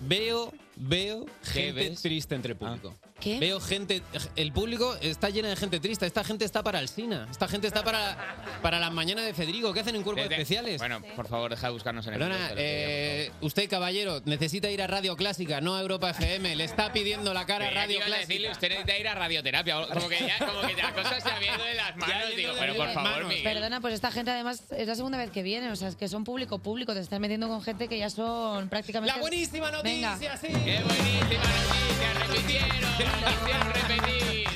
[SPEAKER 13] Veo, veo gente
[SPEAKER 2] ves? Ah.
[SPEAKER 13] triste entre el público.
[SPEAKER 1] ¿Qué?
[SPEAKER 13] Veo gente. El público está llena de gente triste. Esta gente está para el Sina. Esta gente está para, para las mañanas de Federico. ¿Qué hacen en cuerpos
[SPEAKER 2] Desde-
[SPEAKER 13] especiales?
[SPEAKER 2] Bueno, por favor, deja de buscarnos en el
[SPEAKER 13] Perdona,
[SPEAKER 2] puesto, lo que
[SPEAKER 13] eh, usted, caballero, necesita ir a Radio Clásica, no a Europa FM. Le está pidiendo la cara a
[SPEAKER 2] Creía que
[SPEAKER 13] Radio
[SPEAKER 2] ibas a decirle,
[SPEAKER 13] Clásica.
[SPEAKER 2] usted necesita ir a radioterapia. o- Como que ya, como que la cosa se había ido
[SPEAKER 13] *laughs*
[SPEAKER 2] de las manos. Digo, pero por favor, Miguel.
[SPEAKER 1] Perdona, pues esta gente además es la segunda vez que viene, o sea, es que son público público, te estás metiendo con gente que ya son prácticamente...
[SPEAKER 13] La buenísima noticia,
[SPEAKER 1] Venga.
[SPEAKER 13] sí.
[SPEAKER 2] ¡Qué buenísima noticia!
[SPEAKER 13] *laughs*
[SPEAKER 2] ¡Repitieron! ¡Quisieron repetir!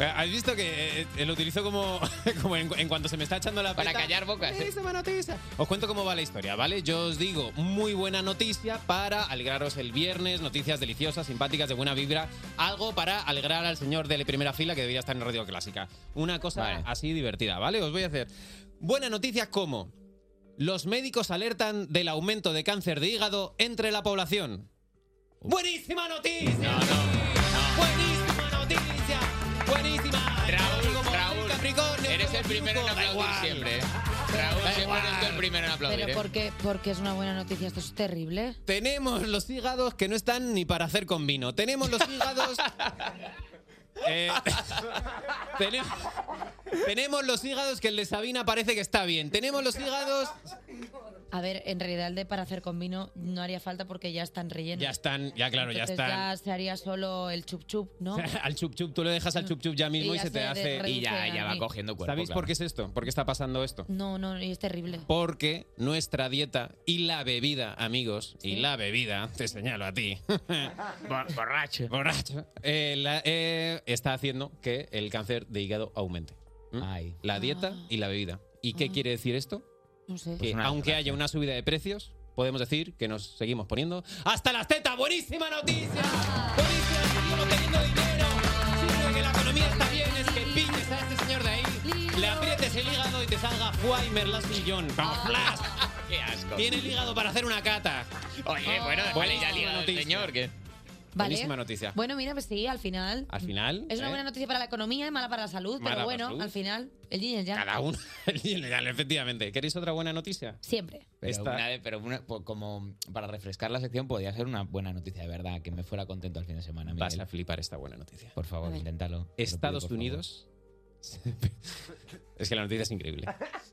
[SPEAKER 13] ¿Has visto que eh, eh, lo utilizo como, *laughs* como en, en cuanto se me está echando la
[SPEAKER 2] Para
[SPEAKER 13] peta?
[SPEAKER 2] callar bocas. eh.
[SPEAKER 13] Buenísima noticia. Os cuento cómo va la historia, ¿vale? Yo os digo, muy buena noticia para alegraros el viernes, noticias deliciosas, simpáticas, de buena vibra, algo para alegrar al señor de la primera fila que debería estar en Radio Clásica. Una cosa así divertida, ¿vale? Os voy a hacer buenas noticias como los médicos alertan del aumento de cáncer de hígado entre la población. ¡Buenísima noticia! ¡Buenísima noticia! ¡Buenísima!
[SPEAKER 2] Raúl, Raúl,
[SPEAKER 13] Capricornio,
[SPEAKER 2] eres el primero en aplaudir
[SPEAKER 13] igual.
[SPEAKER 2] siempre. eh. Raúl,
[SPEAKER 13] Da
[SPEAKER 2] siempre eres tú el
[SPEAKER 13] igual.
[SPEAKER 2] primero en aplaudir.
[SPEAKER 1] Pero
[SPEAKER 2] eh.
[SPEAKER 1] porque, porque es una buena noticia, esto es terrible.
[SPEAKER 13] Tenemos los hígados que no están ni para hacer con vino. Tenemos los *laughs* hígados. Eh, tenem- tenemos los hígados que el de Sabina parece que está bien. Tenemos los hígados.
[SPEAKER 1] A ver, en realidad el de para hacer con vino no haría falta porque ya están rellenos.
[SPEAKER 13] Ya están, ya claro, ya
[SPEAKER 1] Entonces
[SPEAKER 13] están.
[SPEAKER 1] ya se haría solo el chup chup,
[SPEAKER 13] *laughs*
[SPEAKER 1] ¿no?
[SPEAKER 13] Al chup chup, tú lo dejas al chup chup ya mismo
[SPEAKER 1] Y
[SPEAKER 13] y,
[SPEAKER 1] ya
[SPEAKER 13] se te
[SPEAKER 1] se de-
[SPEAKER 13] hace.
[SPEAKER 1] reduce Y ya- ya a va mí.
[SPEAKER 2] cogiendo
[SPEAKER 1] cuerpo,
[SPEAKER 13] ¿Sabéis
[SPEAKER 1] claro.
[SPEAKER 13] por qué es esto? ¿Por qué está pasando esto?
[SPEAKER 1] No, no, y es terrible.
[SPEAKER 13] Porque nuestra dieta y la bebida, amigos, y la bebida, te señalo a *laughs* ti, borracho, borracho, eh, la- eh, está haciendo que el cáncer de hígado aumente. ¿Mm? La dieta y la bebida. ¿Y qué quiere decir esto?
[SPEAKER 1] No sé.
[SPEAKER 13] que aunque haya Ah. Pues una subida de precios, podemos decir que nos seguimos poniendo hasta las tetas. Buenísima noticia.
[SPEAKER 1] Ah.
[SPEAKER 13] Buenísima, seguimos teniendo dinero. Sirve que la economía está bien, es que piñes a este señor de ahí, le aprietes el hígado y te salga Fuaimer Las Millón. Vamos, flash.
[SPEAKER 2] Qué asco.
[SPEAKER 13] Tiene el hígado para hacer una cata. Ah.
[SPEAKER 2] Oye, bueno, vale, ya
[SPEAKER 13] Buenísima
[SPEAKER 2] el hígado del
[SPEAKER 13] noticia.
[SPEAKER 2] señor. Que...
[SPEAKER 1] ¿Vale?
[SPEAKER 13] Buenísima noticia.
[SPEAKER 1] Bueno, mira, pues sí, al final.
[SPEAKER 13] Al final,
[SPEAKER 1] Es una
[SPEAKER 13] ¿eh?
[SPEAKER 1] buena noticia para la economía y mala para la
[SPEAKER 13] Mala
[SPEAKER 1] salud, pero
[SPEAKER 13] para
[SPEAKER 1] bueno,
[SPEAKER 13] salud.
[SPEAKER 1] al final, el yin y el yang.
[SPEAKER 13] cada *laughs* uno. Efectivamente. ¿Queréis otra buena noticia?
[SPEAKER 1] Siempre.
[SPEAKER 2] Pero,
[SPEAKER 13] Esta-
[SPEAKER 2] una de- pero una- po- como para refrescar la sección, podría ser una buena noticia de verdad, que me fuera contento al fin de semana.
[SPEAKER 13] Vas
[SPEAKER 2] Miguel.
[SPEAKER 13] a flipar esta buena
[SPEAKER 2] *laughs*
[SPEAKER 13] noticia.
[SPEAKER 2] Por
[SPEAKER 13] A
[SPEAKER 2] favor,
[SPEAKER 13] ver.
[SPEAKER 2] inténtalo. Te lo
[SPEAKER 13] Estados
[SPEAKER 2] pido, por
[SPEAKER 13] Unidos. es que la noticia es increíble.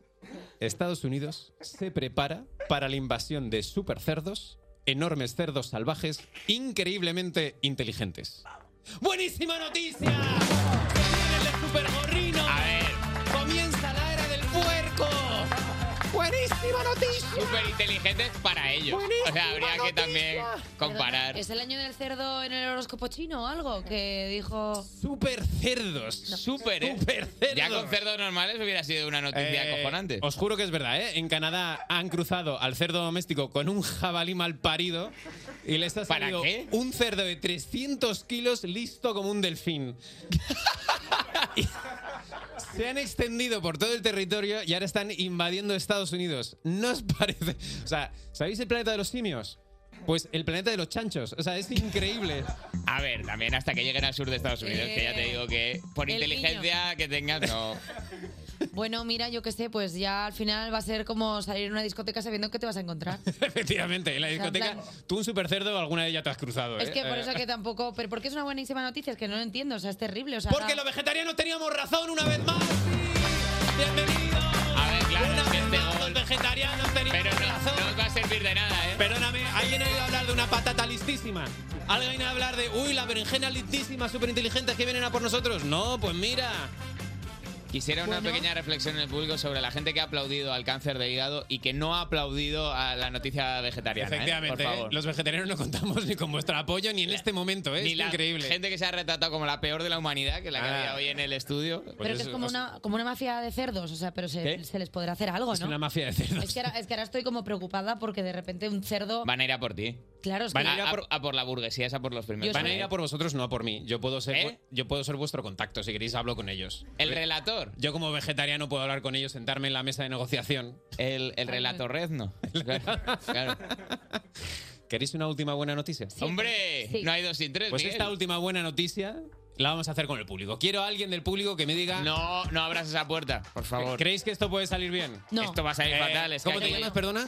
[SPEAKER 13] *laughs* Estados Unidos se prepara para la invasión de supercerdos, enormes cerdos salvajes, increíblemente inteligentes. ¡Buenísima noticia! ¡Viene el supergorrino! A ver. ¡Comienza la era del puerco! ¡Buenísima noticia!
[SPEAKER 2] favor. Súper inteligentes para ellos. O sea, habría que también comparar.
[SPEAKER 1] ¿Es el año del cerdo en el horóscopo chino o algo? Que dijo.
[SPEAKER 13] Super cerdos. Super,
[SPEAKER 2] ¿eh?
[SPEAKER 13] cerdos.
[SPEAKER 2] Ya con cerdos normales hubiera sido una noticia
[SPEAKER 13] Eh,
[SPEAKER 2] acojonante.
[SPEAKER 13] Os juro que es verdad, ¿eh? En Canadá han cruzado al cerdo doméstico con un jabalí mal parido y les ha salido
[SPEAKER 2] qué?
[SPEAKER 13] un cerdo de 300 kilos listo como un
[SPEAKER 2] *laughs*
[SPEAKER 13] delfín. Y se han extendido por todo el territorio y ahora están invadiendo Estados Unidos. ¿No os parece? O sea, ¿sabéis el planeta de los simios? Pues el planeta de los chanchos. O sea, es increíble. *laughs*
[SPEAKER 2] A ver, también hasta que lleguen al sur de Estados Unidos, que ya te
[SPEAKER 1] Eh,
[SPEAKER 2] digo que por
[SPEAKER 1] el
[SPEAKER 2] inteligencia que tengas, no.
[SPEAKER 1] Bueno, mira, yo qué sé, pues ya al final va a ser como salir a una discoteca sabiendo que te vas a
[SPEAKER 13] *laughs*
[SPEAKER 1] encontrar.
[SPEAKER 13] Efectivamente, en la
[SPEAKER 1] sea, en
[SPEAKER 13] discoteca, tú un supercerdo alguna vez ya te has cruzado.
[SPEAKER 1] Es
[SPEAKER 13] ¿eh?
[SPEAKER 1] que por
[SPEAKER 13] Eh,
[SPEAKER 1] eso que tampoco. Pero porque es una buenísima noticia, es que no lo entiendo, o sea, es terrible. O sea,
[SPEAKER 13] Porque
[SPEAKER 1] no-
[SPEAKER 13] los vegetarianos teníamos razón una vez más.
[SPEAKER 2] A ver, claro, es que este gol.
[SPEAKER 13] vegetarianos, teníamos
[SPEAKER 2] Pero no,
[SPEAKER 13] razón.
[SPEAKER 2] no os va a servir de nada, ¿eh?
[SPEAKER 13] Perdóname, ¿alguien ha oído hablar de una patata listísima? ¿Alguien ha hablar de, uy, la berenjena listísima, súper inteligente, que vienen a por nosotros? No, pues mira.
[SPEAKER 2] Quisiera una
[SPEAKER 13] Bueno.
[SPEAKER 2] pequeña reflexión en el público sobre la gente que ha aplaudido al cáncer de hígado y que no ha aplaudido a la noticia vegetariana. ¿eh?
[SPEAKER 13] Efectivamente,
[SPEAKER 2] por
[SPEAKER 13] ¿eh?
[SPEAKER 2] favor.
[SPEAKER 13] los vegetarianos no contamos ni con vuestro apoyo ni en este momento, ¿eh?
[SPEAKER 2] Ni
[SPEAKER 13] es
[SPEAKER 2] la
[SPEAKER 13] increíble.
[SPEAKER 2] gente que se ha retratado como la peor de la humanidad, que la que
[SPEAKER 13] Ah. Pues
[SPEAKER 2] había hoy en el estudio.
[SPEAKER 1] pero que es como una, como una mafia de cerdos, o sea, pero se,
[SPEAKER 2] Pues ¿Qué?
[SPEAKER 1] se les podrá hacer algo, ¿no?
[SPEAKER 2] Es *laughs* una mafia de cerdos.
[SPEAKER 1] Es que, ahora, es que ahora estoy como preocupada porque de repente un cerdo...
[SPEAKER 2] Van a ir a por ti.
[SPEAKER 1] Claro, es que-
[SPEAKER 2] a, a por la burguesía, es a por los primeros. Eh.
[SPEAKER 13] Van a ir a por vosotros, no a por mí. Yo puedo ser, vu- yo puedo ser vuestro contacto. Si queréis, hablo con ellos.
[SPEAKER 2] El relator.
[SPEAKER 13] Yo, como vegetariano, puedo hablar con ellos, sentarme en la mesa de negociación.
[SPEAKER 2] El, el relator
[SPEAKER 13] *laughs*
[SPEAKER 2] Rezno.
[SPEAKER 13] ¿Queréis una última buena noticia?
[SPEAKER 2] Hombre, no hay dos sin tres.
[SPEAKER 13] Pues
[SPEAKER 2] Miguel.
[SPEAKER 13] esta última buena noticia la vamos a hacer con el público. Quiero a alguien del público que me diga.
[SPEAKER 2] No, no abras esa puerta, por favor.
[SPEAKER 13] ¿Creéis que esto puede salir bien? Eh,
[SPEAKER 2] No. Eh, Esto va a salir fatal, es que
[SPEAKER 13] ¿Cómo te
[SPEAKER 2] aquí-
[SPEAKER 13] llamas, perdona?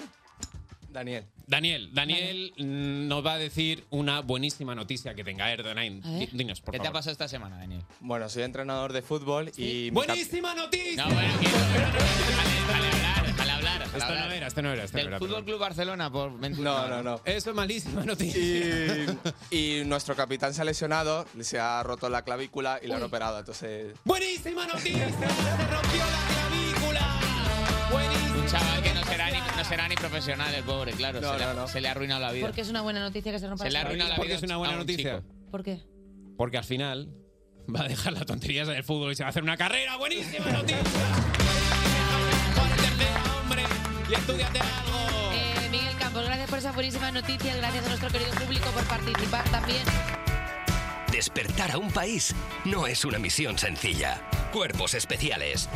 [SPEAKER 13] Daniel. Daniel. Daniel mm, nos va a decir una buenísima noticia que tenga. A ver, Danain,
[SPEAKER 2] A ver.
[SPEAKER 13] di- dinos, por
[SPEAKER 2] ¿Qué te ha
[SPEAKER 13] favor.
[SPEAKER 2] pasado esta semana, Daniel?
[SPEAKER 15] Bueno, soy entrenador de fútbol y... mi
[SPEAKER 13] ¡Buenísima noticia!
[SPEAKER 2] *laughs* Al hablar. al
[SPEAKER 13] Esto
[SPEAKER 2] hablar.
[SPEAKER 13] no era, esto no era, esto no
[SPEAKER 2] Del
[SPEAKER 13] era.
[SPEAKER 2] Fútbol Club Barcelona, por
[SPEAKER 15] No, no, no.
[SPEAKER 13] Eso es malísima noticia.
[SPEAKER 15] Y, y nuestro capitán se ha lesionado, se ha roto la clavícula y lo han operado, entonces...
[SPEAKER 13] ¡Buenísima noticia! ¡Se rompió la clavícula!
[SPEAKER 2] Un chaval que no será ni, no será ni profesional, el pobre, claro.
[SPEAKER 13] No,
[SPEAKER 2] se, le, ha-
[SPEAKER 13] no, no.
[SPEAKER 2] se le ha arruinado la vida.
[SPEAKER 1] Porque es una buena noticia que se rompa
[SPEAKER 2] Se le ha
[SPEAKER 1] la
[SPEAKER 2] arruinado la
[SPEAKER 13] Porque
[SPEAKER 2] vida.
[SPEAKER 13] es una buena noticia.
[SPEAKER 1] ¿Por qué?
[SPEAKER 13] Porque al final va a dejar las tonterías del fútbol y se va a hacer una carrera. ¡Buenísima noticia! hombre! ¡Y estudiate algo!
[SPEAKER 1] Eh, Miguel Campos, gracias por esa buenísima noticia, gracias a nuestro querido público por participar también.
[SPEAKER 5] Despertar a un país no es una misión sencilla. Cuerpos especiales.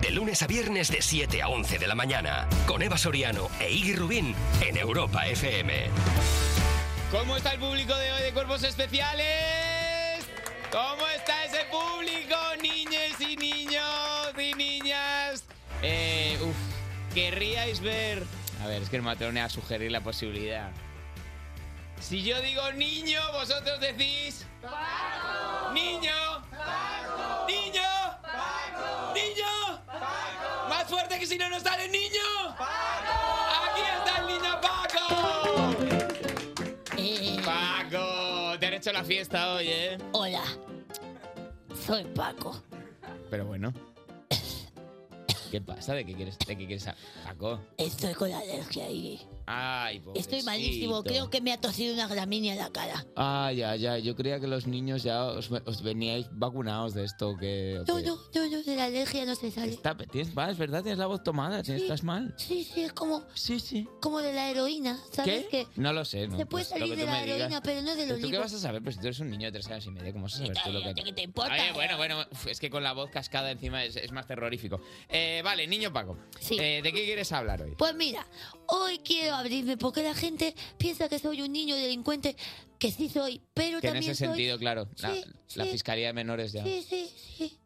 [SPEAKER 5] De lunes a viernes de 7 a 11 de la mañana. Con Eva Soriano e Iggy Rubín en Europa FM.
[SPEAKER 2] ¿Cómo está el público de hoy de Cuerpos Especiales? ¿Cómo está ese público, niñes y niños y niñas? Eh, uf, querríais ver... A ver, es que el matrone a sugerir la posibilidad. Si yo digo niño, vosotros decís... ¡Niño! ¡Niño! ¡Niño! ¡Más fuerte que si no nos sale niño! ¡Aquí está el niño Paco! Eh. Paco, te han hecho la fiesta hoy, ¿eh?
[SPEAKER 16] Hola, soy Paco.
[SPEAKER 2] Pero bueno. ¿Qué pasa? ¿De qué quieres, de qué quieres a- Paco?
[SPEAKER 16] Estoy con alergia y
[SPEAKER 2] Ay, pobrecito.
[SPEAKER 16] estoy malísimo. Creo que me ha tosido una gramínea en la cara.
[SPEAKER 2] Ay, ay, ay. Yo creía que los niños ya os, os veníais vacunados de esto. que
[SPEAKER 16] No, no, no, no, de la alergia no se sale.
[SPEAKER 2] Está- tienes, va, es verdad, tienes la voz tomada. tienes- ¿Estás mal?
[SPEAKER 16] Sí, sí, es como,
[SPEAKER 2] sí, sí.
[SPEAKER 16] como de la heroína, ¿sabes?
[SPEAKER 2] ¿Qué?
[SPEAKER 16] Que
[SPEAKER 2] No lo sé. No,
[SPEAKER 16] se puede
[SPEAKER 2] pues, lo
[SPEAKER 16] salir
[SPEAKER 2] que
[SPEAKER 16] de
[SPEAKER 2] tú
[SPEAKER 16] la
[SPEAKER 2] me digas.
[SPEAKER 16] heroína, pero no del
[SPEAKER 2] ¿Pero ¿Tú qué
[SPEAKER 16] olivo.
[SPEAKER 2] vas a saber? Pues si tú eres un niño de tres años y medio, ¿cómo vas a saber tú lo que...?
[SPEAKER 16] ¿qué te importa?
[SPEAKER 2] Oye, bueno, bueno, uf, es que con la voz cascada encima es, es más terrorífico. Eh, vale, niño Paco, eh, ¿de qué quieres hablar hoy?
[SPEAKER 16] Pues mira, hoy quiero abrirme porque la gente piensa que soy un niño delincuente, que sí soy, pero
[SPEAKER 2] que en
[SPEAKER 16] también
[SPEAKER 2] ese
[SPEAKER 16] soy...
[SPEAKER 2] sentido, claro, la,
[SPEAKER 16] Sí,
[SPEAKER 2] la
[SPEAKER 16] sí.
[SPEAKER 2] Fiscalía de Menores ya...
[SPEAKER 16] Sí, sí, sí.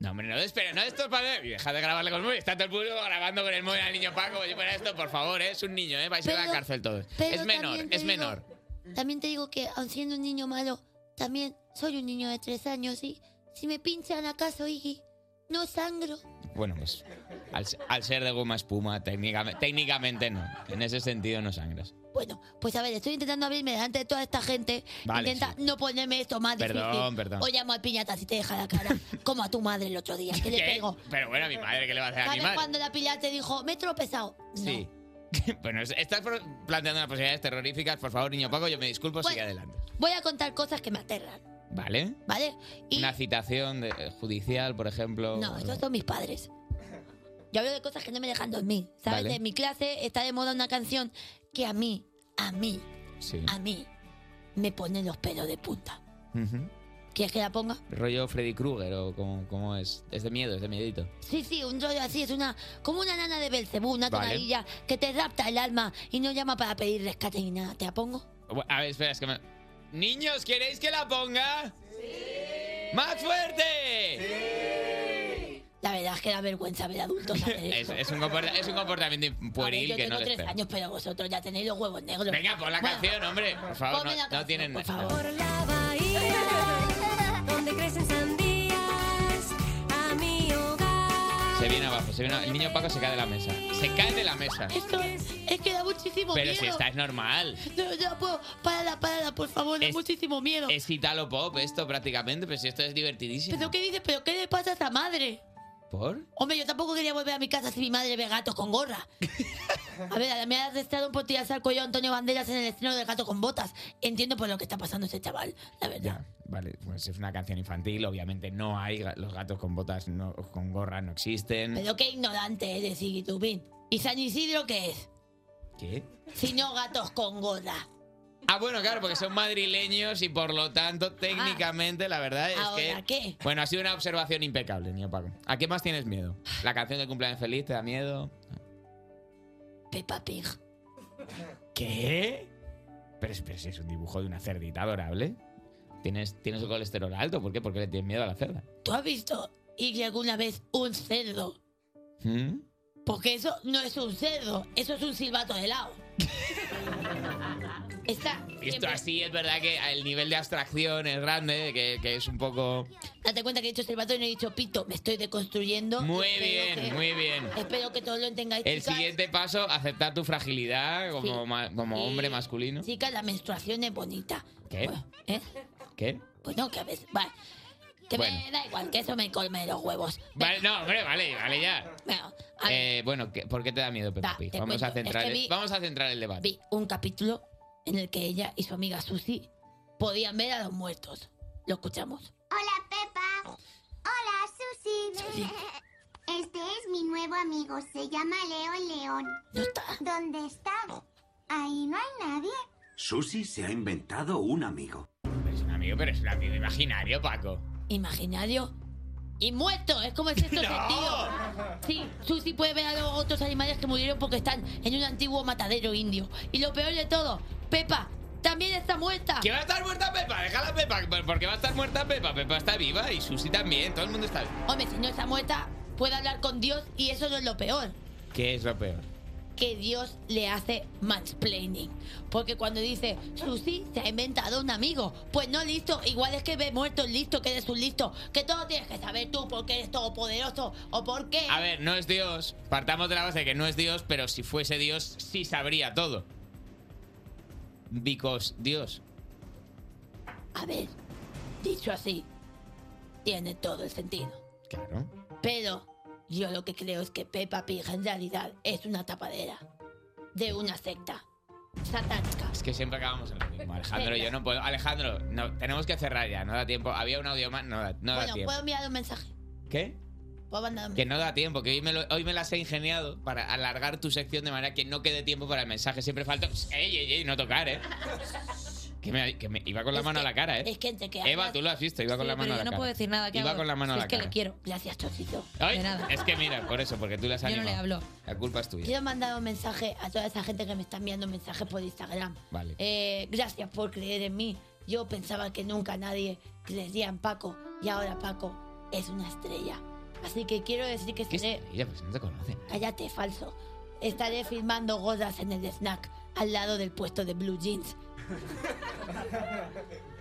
[SPEAKER 2] No, hombre, no espera, no esto es para... Deja de grabarle con el móvil, está todo el público grabando con el móvil al niño Paco. Oye, para esto, por favor, ¿eh? es un niño, ¿eh? vais a ir a la
[SPEAKER 16] Pero-
[SPEAKER 2] cárcel todos.
[SPEAKER 16] pero
[SPEAKER 2] Es menor,
[SPEAKER 16] también te
[SPEAKER 2] es
[SPEAKER 16] digo-
[SPEAKER 2] menor.
[SPEAKER 16] También te digo que, aun siendo un niño malo, también soy un niño de tres años y si me pinchan acaso, Iggy, no sangro.
[SPEAKER 2] Bueno, pues al, se- al ser de goma espuma, técnicamente, técnicamente no. En ese sentido no sangras.
[SPEAKER 16] Bueno, pues a ver, estoy intentando abrirme delante de toda esta gente.
[SPEAKER 2] Vale,
[SPEAKER 16] Intenta no ponerme esto más
[SPEAKER 2] Perdón,
[SPEAKER 16] difícil.
[SPEAKER 2] perdón.
[SPEAKER 16] O llamo al piñata si te deja
[SPEAKER 2] *laughs*
[SPEAKER 16] la cara, como a tu madre el otro día, que le pego.
[SPEAKER 2] Pero bueno, a mi madre, ¿qué le va a hacer a mi
[SPEAKER 16] ¿Sabes
[SPEAKER 2] madre?
[SPEAKER 16] cuando la pilla te dijo, me he tropezado?
[SPEAKER 2] Sí. *laughs* bueno, es- estás pro- planteando unas posibilidades terroríficas. Por favor, niño Paco, yo me disculpo,
[SPEAKER 16] Bueno.
[SPEAKER 2] sigue adelante.
[SPEAKER 16] Voy a contar cosas que me aterran,
[SPEAKER 2] ¿Vale?
[SPEAKER 16] ¿vale? Y
[SPEAKER 2] Una citación de- eh, judicial, por ejemplo.
[SPEAKER 16] No, estos son mis padres. Yo hablo de cosas que no me dejan dormir. ¿Sabes?
[SPEAKER 2] Vale.
[SPEAKER 16] En mi clase está de moda una canción que a mí, a mí,
[SPEAKER 2] Sí.
[SPEAKER 16] a mí, me pone los pelos de punta.
[SPEAKER 2] Ujú.
[SPEAKER 16] ¿Quieres que la ponga?
[SPEAKER 2] Rollo Freddy Krueger o como, como es. Es de miedo, es de miedito.
[SPEAKER 16] Sí, sí, un rollo así, es una como una nana de Belcebú, una
[SPEAKER 2] Vale.
[SPEAKER 16] tonadilla que te rapta el alma y no llama para pedir rescate ni nada. ¿Te la pongo?
[SPEAKER 2] Bu- A ver, espera, es que me... Niños, ¿queréis que la ponga? ¡Más fuerte!
[SPEAKER 16] La verdad es que da vergüenza ver
[SPEAKER 2] *laughs*
[SPEAKER 16] adultos hacer
[SPEAKER 2] Es,
[SPEAKER 16] eso.
[SPEAKER 2] es un comporta- es un comportamiento
[SPEAKER 16] A ver,
[SPEAKER 2] pueril
[SPEAKER 16] yo
[SPEAKER 2] que
[SPEAKER 16] tengo
[SPEAKER 2] no le
[SPEAKER 16] tres
[SPEAKER 2] espera.
[SPEAKER 16] años, pero vosotros ya tenéis los huevos negros.
[SPEAKER 2] Venga, pon la
[SPEAKER 16] Bueno,
[SPEAKER 2] canción, hombre. Por favor,
[SPEAKER 16] ponme
[SPEAKER 2] no,
[SPEAKER 16] la
[SPEAKER 2] no
[SPEAKER 16] canción,
[SPEAKER 2] tienen.
[SPEAKER 16] por favor.
[SPEAKER 7] Bahía, donde crecen sandías, a mi hogar.
[SPEAKER 2] Se viene abajo, se viene abajo. El niño Paco se cae de la mesa. Se cae de la mesa.
[SPEAKER 16] Esto es que da muchísimo
[SPEAKER 2] Pero
[SPEAKER 16] miedo.
[SPEAKER 2] si esta es normal.
[SPEAKER 16] No, no puedo. Párala, párala, por favor, da
[SPEAKER 2] Es-
[SPEAKER 16] muchísimo miedo.
[SPEAKER 2] Es italo pop esto prácticamente, pero si esto es divertidísimo.
[SPEAKER 16] ¿Pero qué dices? ¿Pero qué le pasa a esta madre?
[SPEAKER 2] ¿Por?
[SPEAKER 16] Hombre, yo tampoco quería volver a mi casa si mi madre ve gatos
[SPEAKER 2] *laughs*
[SPEAKER 16] con gorra. A ver, me ha arrestado un potillazo al cuello a Antonio Banderas en el estreno del gato con botas. Entiendo por lo que está pasando este chaval, la verdad.
[SPEAKER 17] Vale, pues es una canción infantil, obviamente no hay ga- los gatos con botas, no, con gorra no
[SPEAKER 2] Mm.
[SPEAKER 17] existen.
[SPEAKER 16] Pero qué ignorante eres, Sigitubín. ¿Y San Isidro qué es?
[SPEAKER 17] ¿Qué?
[SPEAKER 16] Si no gatos con gorra.
[SPEAKER 2] Ah, bueno, claro, porque son madrileños y por lo tanto, técnicamente, la verdad es
[SPEAKER 16] Ah. Ahora,
[SPEAKER 2] que.
[SPEAKER 16] ¿qué?
[SPEAKER 2] Bueno, ha sido una observación impecable, niño Paco. ¿A qué más tienes miedo? ¿La canción del cumpleaños feliz te da miedo?
[SPEAKER 16] Peppa Pig.
[SPEAKER 17] ¿Qué?
[SPEAKER 2] Pero, es- pero si es un dibujo de una cerdita adorable. Tienes, tienes el colesterol alto, ¿por qué? Porque le tienes miedo a la cerda.
[SPEAKER 16] ¿Tú has visto y alguna vez un cerdo?
[SPEAKER 2] ¿Mm?
[SPEAKER 16] Porque eso no es un cerdo, eso es un silbato
[SPEAKER 2] *laughs*
[SPEAKER 16] de helado. Está.
[SPEAKER 2] Esto así es verdad que el nivel de abstracción es grande, que, que es un poco...
[SPEAKER 16] Date cuenta que he dicho silbato y no he dicho pito. Me estoy deconstruyendo.
[SPEAKER 2] Muy
[SPEAKER 16] Espero
[SPEAKER 2] bien,
[SPEAKER 16] que-
[SPEAKER 2] muy bien.
[SPEAKER 16] Espero que todos lo entengáis.
[SPEAKER 2] El
[SPEAKER 16] chicas.
[SPEAKER 2] siguiente paso, aceptar tu fragilidad como,
[SPEAKER 16] Sí.
[SPEAKER 2] ma- como
[SPEAKER 16] Sí.
[SPEAKER 2] hombre masculino.
[SPEAKER 16] Chicas, la menstruación es bonita.
[SPEAKER 2] ¿Qué?
[SPEAKER 16] ¿eh?
[SPEAKER 2] ¿Qué?
[SPEAKER 16] Bueno, que a veces. Vale. Que
[SPEAKER 2] Bueno.
[SPEAKER 16] me da igual, que eso me colme los huevos.
[SPEAKER 2] Vale, no, hombre, vale, vale ya.
[SPEAKER 16] Bueno,
[SPEAKER 2] Eh, bueno, ¿qué- ¿por qué te da miedo Peppa
[SPEAKER 16] Va,
[SPEAKER 2] Pig?
[SPEAKER 16] te
[SPEAKER 2] Vamos a,
[SPEAKER 16] cuento. Es
[SPEAKER 2] centrar
[SPEAKER 16] que
[SPEAKER 2] el,
[SPEAKER 16] vi-
[SPEAKER 2] vamos a centrar el debate.
[SPEAKER 16] vi un capítulo en el que ella y su amiga Susi podían ver a los muertos. Lo escuchamos.
[SPEAKER 18] Hola
[SPEAKER 7] *laughs*
[SPEAKER 18] Pepa. Hola Susi. *laughs* Este es mi nuevo amigo. Se llama León León. ¿Dónde está? Ahí no hay nadie.
[SPEAKER 19] Susi se ha inventado un amigo.
[SPEAKER 17] Es un amigo, pero es un amigo imaginario, Paco.
[SPEAKER 16] Imaginario. Y muerto, es como el
[SPEAKER 2] *laughs*
[SPEAKER 16] sexto
[SPEAKER 17] ¡No!
[SPEAKER 16] sentido. Sí, Susi puede ver a los otros animales que murieron porque están en un antiguo matadero indio. Y lo peor de todo, Pepa también está muerta.
[SPEAKER 2] ¿Que va a estar muerta Pepa? Déjala a Pepa, porque va a estar muerta Pepa. Pepa está viva y Susi también, todo el mundo está vivo.
[SPEAKER 16] Hombre, si no está muerta, puede hablar con Dios y eso no es lo peor.
[SPEAKER 2] ¿Qué es lo peor?
[SPEAKER 16] que Dios le hace mansplaining. Porque cuando dice, Susi se ha inventado un amigo, pues no listo, igual es que ve muerto el listo, que eres un listo, que todo tienes que saber tú porque eres todopoderoso o porque...
[SPEAKER 2] A ver, no es Dios. Partamos de la base de que no es Dios, pero si fuese Dios, sí sabría todo. Because Dios.
[SPEAKER 16] A ver, dicho así, tiene todo el sentido.
[SPEAKER 2] Claro.
[SPEAKER 16] Pero yo lo que creo es que Peppa Pig en realidad es una tapadera de una secta satánica.
[SPEAKER 2] Es que siempre acabamos en lo mismo. Alejandro, yo no puedo. Alejandro, no, tenemos que cerrar ya. No da tiempo. Había un audio más. No da, no da
[SPEAKER 16] bueno,
[SPEAKER 2] tiempo.
[SPEAKER 16] puedo enviar un mensaje.
[SPEAKER 2] ¿Qué?
[SPEAKER 16] Puedo mandar un *laughs*
[SPEAKER 2] Que no da tiempo. Que hoy me, lo- hoy me las he ingeniado para alargar tu sección de manera que no quede tiempo para el mensaje. Siempre falta. ¡Ey, ey, ey! No tocar, ¿eh? Que me, que me iba con la mano a la cara, ¿eh?
[SPEAKER 16] Es que entre que
[SPEAKER 2] Eva,
[SPEAKER 16] hablas-
[SPEAKER 2] tú lo has visto. Iba con
[SPEAKER 1] Sí,
[SPEAKER 2] la mano
[SPEAKER 1] pero
[SPEAKER 2] a la
[SPEAKER 1] yo no
[SPEAKER 2] cara.
[SPEAKER 1] puedo decir nada. ¿qué
[SPEAKER 2] Iba
[SPEAKER 1] hago?
[SPEAKER 2] con la mano
[SPEAKER 1] Si
[SPEAKER 2] a la
[SPEAKER 1] es que
[SPEAKER 2] cara.
[SPEAKER 1] le quiero. Gracias, Chocito.
[SPEAKER 2] Ay,
[SPEAKER 1] De nada.
[SPEAKER 2] Es que mira, por eso, porque tú las has
[SPEAKER 1] Yo no le
[SPEAKER 2] animado.
[SPEAKER 1] hablo.
[SPEAKER 2] La culpa es tuya.
[SPEAKER 16] Quiero mandar un mensaje a toda esa gente que me está enviando mensajes por Instagram.
[SPEAKER 2] Vale.
[SPEAKER 16] Eh, gracias por creer en mí. Yo pensaba que nunca nadie creería en Paco y ahora Paco es una estrella. Así que quiero decir que estaré...
[SPEAKER 2] Mira, pues no te conocen.
[SPEAKER 16] Cállate, falso. Estaré filmando gordas en el snack al lado del puesto de blue jeans.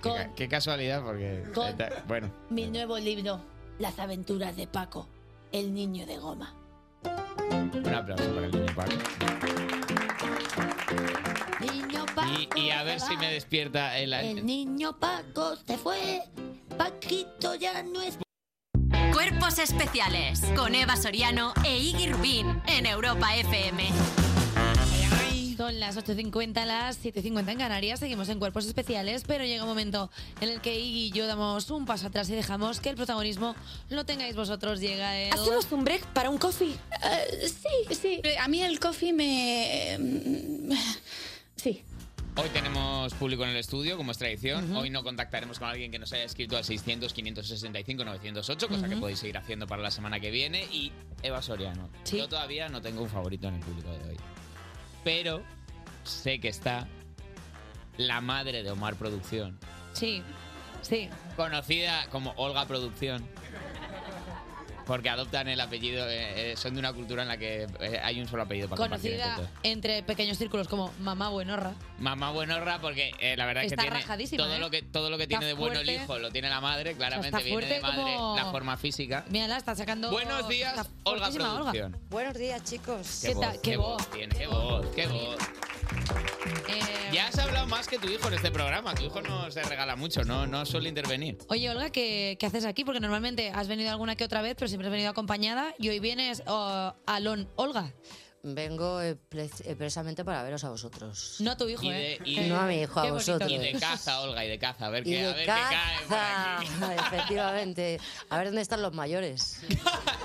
[SPEAKER 2] Qué, ca- qué casualidad, porque.
[SPEAKER 16] Con-
[SPEAKER 2] eh, ta- Bueno.
[SPEAKER 16] Mi nuevo libro, Las aventuras de Paco, el niño de goma.
[SPEAKER 2] Un aplauso para el niño Paco.
[SPEAKER 16] Niño Paco.
[SPEAKER 2] Y, y a
[SPEAKER 16] se
[SPEAKER 2] ver si
[SPEAKER 16] va.
[SPEAKER 2] me despierta el.
[SPEAKER 16] El niño Paco se fue. Paquito ya no es.
[SPEAKER 6] Cuerpos especiales con Eva Soriano e Iggy Rubín en Europa FM.
[SPEAKER 1] Son las 8.50, las 7.50 en Canarias, seguimos en cuerpos especiales, pero llega un momento en el que Iggy y yo damos un paso atrás y dejamos que el protagonismo lo tengáis vosotros. Llega el...
[SPEAKER 20] ¿Hacemos un break para un coffee?
[SPEAKER 16] Eh,
[SPEAKER 20] sí, sí. A mí el coffee me... eh, Sí.
[SPEAKER 2] Hoy tenemos público en el estudio, como es tradición. Hoy no contactaremos con alguien que nos haya escrito al 600, 565, 908, cosa que
[SPEAKER 1] Ujú.
[SPEAKER 2] podéis seguir haciendo para la semana que viene. Y Eva Soriano. Yo todavía no tengo un favorito en el público de hoy. Pero sé que está la madre de Omar Producción,
[SPEAKER 1] Sí, sí.
[SPEAKER 2] conocida como Olga Producción. Porque adoptan el apellido, eh, eh, son de una cultura en la que eh, hay un solo apellido para compartir entre
[SPEAKER 1] Conocida
[SPEAKER 2] todos.
[SPEAKER 1] entre pequeños círculos como Mamá Buenorra.
[SPEAKER 2] Mamá buenorra porque eh, la verdad
[SPEAKER 1] Está
[SPEAKER 2] es que tiene
[SPEAKER 1] rajadísima,
[SPEAKER 2] todo
[SPEAKER 1] ¿eh?
[SPEAKER 2] lo que todo lo que
[SPEAKER 1] Está
[SPEAKER 2] tiene de bueno
[SPEAKER 1] fuerte.
[SPEAKER 2] el hijo lo tiene la madre, claramente
[SPEAKER 1] está
[SPEAKER 2] viene de
[SPEAKER 1] fuerte
[SPEAKER 2] madre
[SPEAKER 1] como-
[SPEAKER 2] la forma física.
[SPEAKER 1] Mírala, está sacando.
[SPEAKER 2] Buenos días,
[SPEAKER 1] está
[SPEAKER 2] Olga
[SPEAKER 1] fuertísima,
[SPEAKER 2] Producción.
[SPEAKER 21] Buenos días, chicos.
[SPEAKER 2] voz, qué voz tiene, qué voz, qué voz.
[SPEAKER 1] Eh,
[SPEAKER 2] Ya has hablado más que tu hijo en este programa. Tu hijo no se regala mucho, no, no suele intervenir.
[SPEAKER 1] Oye, Olga, ¿qué, qué haces aquí? Porque normalmente has venido alguna que otra vez, pero siempre has venido acompañada y hoy vienes oh, Alon Olga.
[SPEAKER 21] Vengo eh, pre- eh, precisamente para veros a vosotros.
[SPEAKER 8] *laughs*
[SPEAKER 1] No a tu hijo,
[SPEAKER 2] Y
[SPEAKER 1] ¿eh?
[SPEAKER 2] de- y-
[SPEAKER 21] No a mi hijo, a
[SPEAKER 2] Qué bonito.
[SPEAKER 21] vosotros.
[SPEAKER 2] Y de caza, Olga, y de caza. A ver
[SPEAKER 21] Y
[SPEAKER 2] qué, a
[SPEAKER 21] de
[SPEAKER 2] ver qué cae.
[SPEAKER 21] caza, *laughs* efectivamente. A ver dónde están los mayores.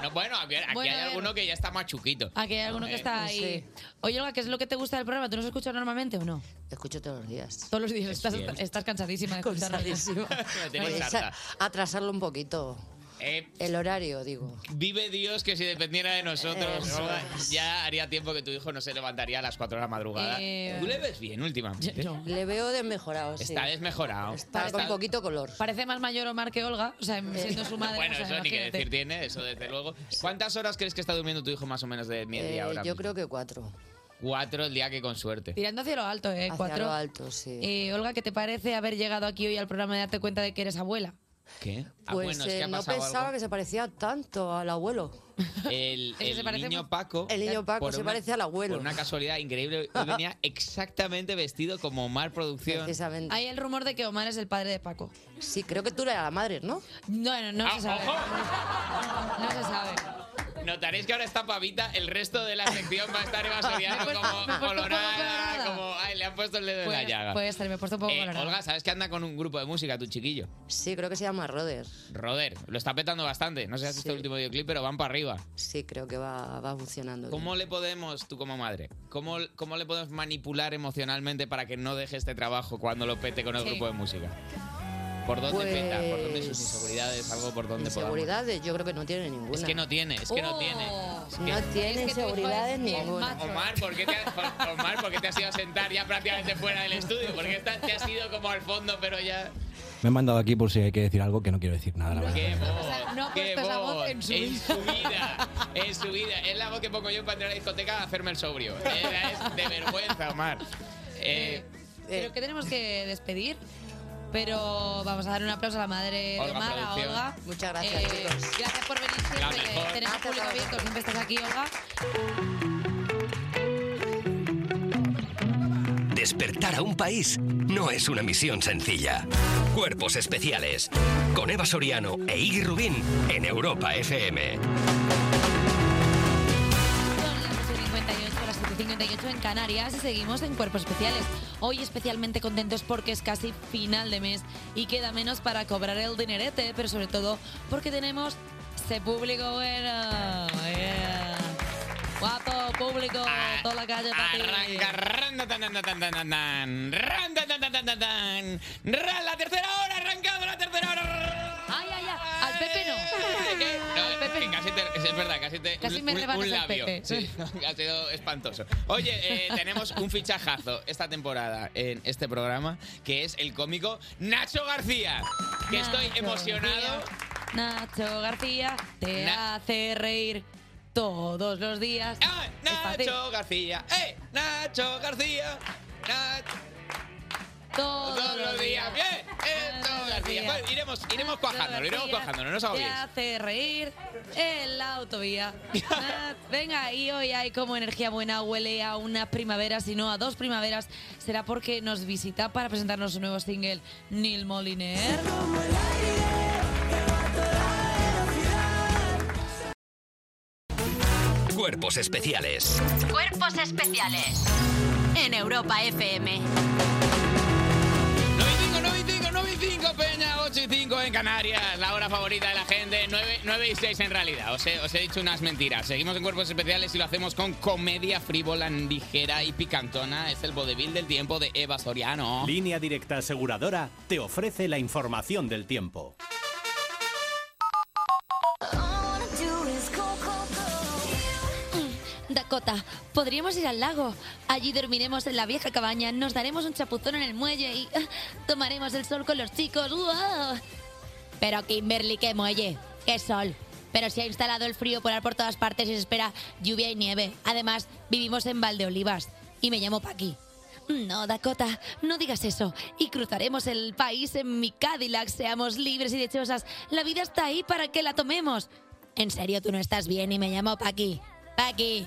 [SPEAKER 2] No, bueno, aquí, aquí
[SPEAKER 1] Bueno, a
[SPEAKER 2] hay
[SPEAKER 1] ver.
[SPEAKER 2] alguno que ya está machuquito.
[SPEAKER 1] Aquí hay alguno que
[SPEAKER 2] Eh,
[SPEAKER 1] está
[SPEAKER 21] pues
[SPEAKER 1] ahí. Oye, Olga, ¿qué es lo que te gusta del programa? ¿Tú nos escuchas normalmente o no?
[SPEAKER 21] Escucho todos los días.
[SPEAKER 1] Todos los días estás,
[SPEAKER 21] bien.
[SPEAKER 1] estás
[SPEAKER 21] *laughs*
[SPEAKER 1] cansadísima de
[SPEAKER 2] *laughs*
[SPEAKER 1] escucharnos.
[SPEAKER 21] Cansadísima.
[SPEAKER 2] tenéis
[SPEAKER 21] Podéis
[SPEAKER 2] harta.
[SPEAKER 21] a- atrasarlo un poquito.
[SPEAKER 2] Eh,
[SPEAKER 21] El horario, digo.
[SPEAKER 2] Vive Dios que si dependiera de nosotros,
[SPEAKER 21] Eso
[SPEAKER 2] Olga, ya haría tiempo que tu hijo no se levantaría a las 4 de la madrugada.
[SPEAKER 21] Eh,
[SPEAKER 2] ¿Tú le ves bien últimamente?
[SPEAKER 21] Le veo desmejorado, sí.
[SPEAKER 2] Está desmejorado.
[SPEAKER 21] Está con
[SPEAKER 2] Está-
[SPEAKER 21] poquito color. Eh.
[SPEAKER 1] Parece más mayor Omar que Olga, o sea, siendo
[SPEAKER 2] *laughs*
[SPEAKER 1] su madre.
[SPEAKER 21] Bueno,
[SPEAKER 1] o sea,
[SPEAKER 2] Eso ni que
[SPEAKER 1] imagínate.
[SPEAKER 2] decir tiene, eso desde luego. ¿Cuántas horas crees que está durmiendo tu hijo más o menos de media
[SPEAKER 21] Eh,
[SPEAKER 2] hora?
[SPEAKER 21] yo creo que cuatro.
[SPEAKER 2] Cuatro el día que con suerte.
[SPEAKER 1] Tirando hacia lo alto, ¿eh?
[SPEAKER 21] Hacia
[SPEAKER 1] Cuatro.
[SPEAKER 21] lo alto, sí.
[SPEAKER 1] Eh, Olga, ¿qué te parece haber llegado aquí hoy al programa de darte cuenta de que eres abuela?
[SPEAKER 2] ¿Qué? Ah,
[SPEAKER 21] pues
[SPEAKER 2] bueno, es
[SPEAKER 21] eh,
[SPEAKER 2] que ha
[SPEAKER 21] no
[SPEAKER 2] pasado
[SPEAKER 21] pensaba
[SPEAKER 2] algo.
[SPEAKER 21] que se parecía tanto al abuelo.
[SPEAKER 2] El,
[SPEAKER 21] Es que se
[SPEAKER 2] el
[SPEAKER 21] parece
[SPEAKER 2] niño
[SPEAKER 21] mu-
[SPEAKER 2] Paco. eh,
[SPEAKER 21] El niño Paco
[SPEAKER 2] por
[SPEAKER 21] se parece al abuelo.
[SPEAKER 2] Por una casualidad increíble, hoy venía exactamente vestido como Omar Producción.
[SPEAKER 21] Precisamente.
[SPEAKER 1] Hay el rumor de que Omar es el padre de Paco.
[SPEAKER 21] Sí, creo que tú eres la madre, ¿no?
[SPEAKER 1] No, no,
[SPEAKER 2] Ah,
[SPEAKER 1] no se sabe. No se sabe.
[SPEAKER 2] Notaréis que ahora está pavita, el resto de la sección va a estar Eva Soriano como colorada, como ay, le han puesto el dedo en la llaga.
[SPEAKER 1] Puede ser, me he puesto un poco
[SPEAKER 2] Eh,
[SPEAKER 1] colorada.
[SPEAKER 2] Olga, ¿sabes que anda con un grupo de música, tu chiquillo?
[SPEAKER 21] Sí, creo que se llama Roder.
[SPEAKER 2] Roder, lo está petando bastante. No sé si has visto el último videoclip, pero van para arriba.
[SPEAKER 21] Sí, creo que va, va funcionando. bien.
[SPEAKER 2] ¿Cómo le podemos, tú como madre, cómo, cómo le podemos manipular emocionalmente para que no deje este trabajo cuando lo pete con el
[SPEAKER 21] Sí.
[SPEAKER 2] grupo de música? ¿Por dónde
[SPEAKER 21] Pues-
[SPEAKER 2] peta? ¿Por dónde sus inseguridades? ¿Algo por dónde podamos?
[SPEAKER 21] Inseguridades, yo creo que no tiene ninguna.
[SPEAKER 2] Es que no tiene, es que
[SPEAKER 1] Oh.
[SPEAKER 2] no tiene. Es que-
[SPEAKER 21] No tiene inseguridades ninguna.
[SPEAKER 2] Omar ¿por, qué te has, Omar, ¿por qué te has ido a sentar ya prácticamente fuera del estudio? ¿Por qué estás- te has ido como al fondo, pero ya...
[SPEAKER 22] Me han mandado aquí por si hay que decir algo que no quiero decir nada, la verdad.
[SPEAKER 2] ¡Qué voz!
[SPEAKER 1] no ha
[SPEAKER 2] ¡Qué
[SPEAKER 1] puesto esa voz en su vida.
[SPEAKER 2] vida! En su vida. Es la voz que pongo yo para entrar a la discoteca a hacerme el sobrio. Era- Es de vergüenza, Omar. Eh,
[SPEAKER 1] Creo que tenemos que despedir. Pero vamos a dar un aplauso a la madre de
[SPEAKER 2] Olga
[SPEAKER 1] Omar, a
[SPEAKER 2] Producción.
[SPEAKER 1] Olga. Eh,
[SPEAKER 21] Muchas gracias, chicos.
[SPEAKER 1] Gracias por venir
[SPEAKER 21] La
[SPEAKER 1] siempre.
[SPEAKER 21] mejor.
[SPEAKER 1] que Tenemos público abierto, siempre estás aquí, Olga.
[SPEAKER 5] Despertar a un país no es una misión sencilla. Cuerpos especiales. Con Eva Soriano e Iggy Rubín en Europa FM.
[SPEAKER 1] 58 a Eh, las 7.58 en Canarias y seguimos en Cuerpos Especiales. Hoy especialmente contentos porque es casi final de mes y queda menos para cobrar el dinerete, pero sobre todo porque tenemos ese público bueno. Yeah. Guapo público, Oh, toda la calle para ti.
[SPEAKER 2] Ah, Arranca, randa, tan, tan, tan, tan, tan, tan, randa, tan, tan, tan, tan, tan. Ra- La tercera hora, ha arrancado la tercera hora.
[SPEAKER 1] Ay, ay, ay, al Pepe
[SPEAKER 2] Eh,
[SPEAKER 1] no.
[SPEAKER 2] no, que casi te- es verdad, casi te.
[SPEAKER 1] Casi me
[SPEAKER 2] un,
[SPEAKER 1] rebanas
[SPEAKER 2] un
[SPEAKER 1] al
[SPEAKER 2] labio.
[SPEAKER 1] Pepe.
[SPEAKER 2] Sí, *laughs* ha sido espantoso. Oye, *laughs* eh, tenemos un fichajazo esta temporada en este programa que es el cómico Nacho García. Que estoy
[SPEAKER 1] Nacho
[SPEAKER 2] emocionado.
[SPEAKER 1] Nacho García te
[SPEAKER 2] Na- Ah,
[SPEAKER 1] hace reír todos los días.
[SPEAKER 2] Nacho García, ¡eh! Nacho García, Nacho. Todos los días, bien, eh, todos los días. Bueno, iremos, iremos cuajándolo, iremos cuajándolo, no os
[SPEAKER 1] Te
[SPEAKER 2] agobiéis.
[SPEAKER 1] hace reír en
[SPEAKER 2] *laughs*
[SPEAKER 1] la autovía. Ah, Venga, y hoy hay como energía buena, huele a una primavera, si no a dos primaveras. Será porque nos visita para presentarnos su nuevo single, Neil Moliner.
[SPEAKER 5] Cuerpos especiales.
[SPEAKER 6] Cuerpos especiales en Europa FM.
[SPEAKER 2] 9 y 5, 9 y 5, Peña, 8 y 5 en Canarias, la hora favorita de la gente, 9, 9 y 6 en realidad. Os he, os he dicho unas mentiras. Seguimos en cuerpos especiales y lo hacemos con comedia frívola, ligera y picantona. Es el vodevil del tiempo de Eva Soriano.
[SPEAKER 23] Línea Directa Aseguradora te ofrece la información del tiempo.
[SPEAKER 1] Mm, Dakota, podríamos ir al lago. Allí dormiremos en la vieja cabaña, nos daremos un chapuzón en el muelle y ah, tomaremos el sol con los chicos. ¡Guau! Pero Kimberly, que muelle, qué sol. pero se ha instalado el frío polar por todas partes y se espera lluvia y nieve. Además, vivimos en Valdeolivas y me llamo Paqui. No, Dakota, no digas eso. Y cruzaremos el país en mi Cadillac, seamos libres y dichosas. La vida está ahí para que la tomemos. En serio, tú no estás bien y me llamo Paqui. Paqui,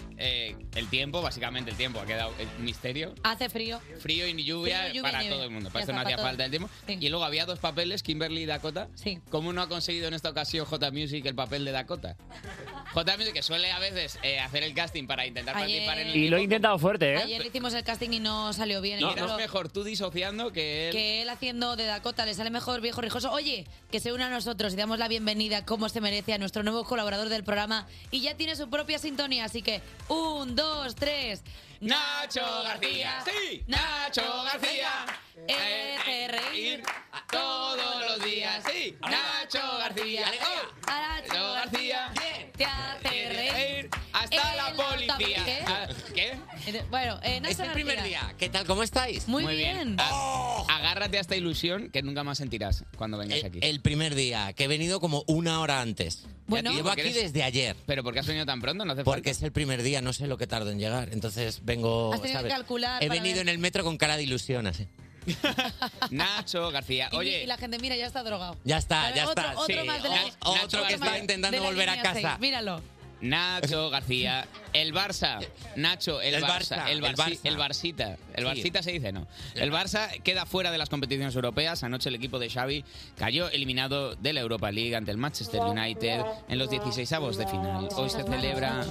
[SPEAKER 2] eh, el tiempo, básicamente el tiempo ha quedado el misterio.
[SPEAKER 1] hace frío.
[SPEAKER 2] Frío y lluvia,
[SPEAKER 1] Frío, lluvia y
[SPEAKER 2] para
[SPEAKER 1] nieve.
[SPEAKER 2] todo el mundo.
[SPEAKER 1] Ya
[SPEAKER 2] Para eso no
[SPEAKER 1] está,
[SPEAKER 2] hacía
[SPEAKER 1] para todo.
[SPEAKER 2] falta el tiempo. Y luego había dos papeles, Kimberly y Dakota. ¿Cómo no ha conseguido en esta ocasión J Music el papel de Dakota? J Music que suele a veces eh, hacer el casting para intentar
[SPEAKER 1] Ayer-
[SPEAKER 2] participar en el
[SPEAKER 24] Y lo he
[SPEAKER 2] equipo.
[SPEAKER 24] intentado
[SPEAKER 3] *laughs*
[SPEAKER 24] fuerte, ¿eh?
[SPEAKER 1] Ayer le hicimos el casting y no salió bien.
[SPEAKER 2] Y
[SPEAKER 1] y
[SPEAKER 2] no, es mejor tú disociando que él.
[SPEAKER 1] que él haciendo de Dakota le sale mejor viejo rijoso. Oye, que se una a nosotros y damos la bienvenida como se merece a nuestro nuevo colaborador del programa y ya tiene su propia sintonía, así que un, dos, tres.
[SPEAKER 2] Nacho García, sí, Nacho García,
[SPEAKER 1] eh, hace reír
[SPEAKER 2] todos los días, sí, Nacho García, oh, Nacho García,
[SPEAKER 1] te hace reír
[SPEAKER 2] hasta la
[SPEAKER 1] el auto-
[SPEAKER 2] policía.
[SPEAKER 1] ¿Qué?
[SPEAKER 2] Ah, ¿Qué?
[SPEAKER 1] Bueno, eh, Nacho García.
[SPEAKER 2] ¿Qué tal? ¿Cómo estáis?
[SPEAKER 1] Muy bien.
[SPEAKER 2] Ah, Agárrate a esta ilusión que nunca más sentirás cuando vengas aquí.
[SPEAKER 12] ¡Oh! El primer día, que he venido como una hora antes.
[SPEAKER 2] Bueno.
[SPEAKER 12] llevo aquí
[SPEAKER 2] Porque eres-
[SPEAKER 12] desde ayer.
[SPEAKER 2] ¿Pero por qué has venido tan pronto? No hace
[SPEAKER 12] Porque es el primer día, no sé lo que tardo en llegar. Entonces vengo.
[SPEAKER 1] Has tenido
[SPEAKER 12] ¿sabes?
[SPEAKER 1] que calcular
[SPEAKER 12] He
[SPEAKER 1] para
[SPEAKER 12] venido
[SPEAKER 1] ver.
[SPEAKER 12] en el metro con cara de ilusión, así.
[SPEAKER 2] *laughs* Nacho García,
[SPEAKER 1] Y, y la gente, mira, ya está drogado.
[SPEAKER 12] Ya está,
[SPEAKER 1] A ver,
[SPEAKER 12] ya
[SPEAKER 1] otro-
[SPEAKER 12] está.
[SPEAKER 1] Otro
[SPEAKER 12] sí.
[SPEAKER 1] más de la-
[SPEAKER 12] Otro que está intentando
[SPEAKER 1] de la
[SPEAKER 12] volver a
[SPEAKER 1] línea
[SPEAKER 12] casa.
[SPEAKER 1] seis, Míralo.
[SPEAKER 2] Nacho García, el Barça, Nacho, el,
[SPEAKER 12] El
[SPEAKER 2] Barça,
[SPEAKER 12] Barça,
[SPEAKER 2] el, Barci-
[SPEAKER 12] el Barça.
[SPEAKER 2] el Barcita, el
[SPEAKER 12] Sí.
[SPEAKER 2] Barcita se dice, ¿no? El Barça queda fuera de las competiciones europeas. Anoche el equipo de Xavi cayó eliminado de la Europa League ante el Manchester United en los 16avos de final. Hoy se celebra...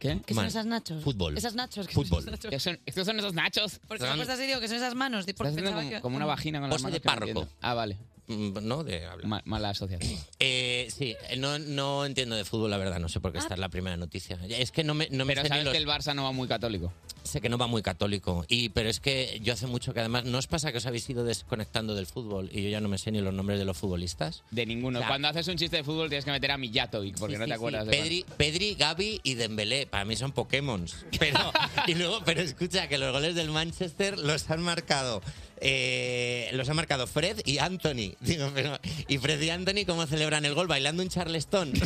[SPEAKER 2] ¿Qué?
[SPEAKER 1] ¿Qué son esas nachos? Esas nachos. ¿qué son
[SPEAKER 2] Fútbol.
[SPEAKER 1] esas nachos?
[SPEAKER 2] ¿Qué son- ¿Estos son esos nachos?
[SPEAKER 1] Porque me puesto así, digo, que son esas manos. di- Porque
[SPEAKER 2] Estás haciendo
[SPEAKER 1] pensaba
[SPEAKER 2] como,
[SPEAKER 1] que-
[SPEAKER 2] como una vagina con las
[SPEAKER 12] Pose
[SPEAKER 2] manos
[SPEAKER 12] de
[SPEAKER 2] que no
[SPEAKER 12] párroco.
[SPEAKER 2] entiendo. Ah, vale.
[SPEAKER 12] Mm, No, de Eh,
[SPEAKER 2] mala
[SPEAKER 12] *clears throat*
[SPEAKER 2] asociación.
[SPEAKER 12] sí, no, no entiendo de fútbol, la verdad. No sé por qué esta es la primera noticia. Es que no me, no me
[SPEAKER 2] Pero
[SPEAKER 12] sé ni
[SPEAKER 2] sabes
[SPEAKER 12] los-
[SPEAKER 2] que el Barça no va muy católico.
[SPEAKER 12] Sé que no va muy católico, y, pero es que yo hace mucho que además, ¿no os pasa que os habéis ido desconectando del fútbol y yo ya no me sé ni los nombres de los futbolistas?
[SPEAKER 2] De ninguno.
[SPEAKER 12] O sea,
[SPEAKER 2] Cuando haces un chiste de fútbol tienes que meter a Mijatovic porque
[SPEAKER 12] sí,
[SPEAKER 2] no te
[SPEAKER 12] sí, sí.
[SPEAKER 2] acuerdas de
[SPEAKER 12] Pedri, Pedri, Gaby y Dembélé, para mí son Pokémon. *laughs* Pero, y luego, pero escucha, que los goles del Manchester los han marcado eh, los han marcado Fred y Anthony. Digo, pero, ¿y Fred y Anthony cómo celebran el gol? Bailando un
[SPEAKER 2] *laughs*
[SPEAKER 12] charleston. *laughs*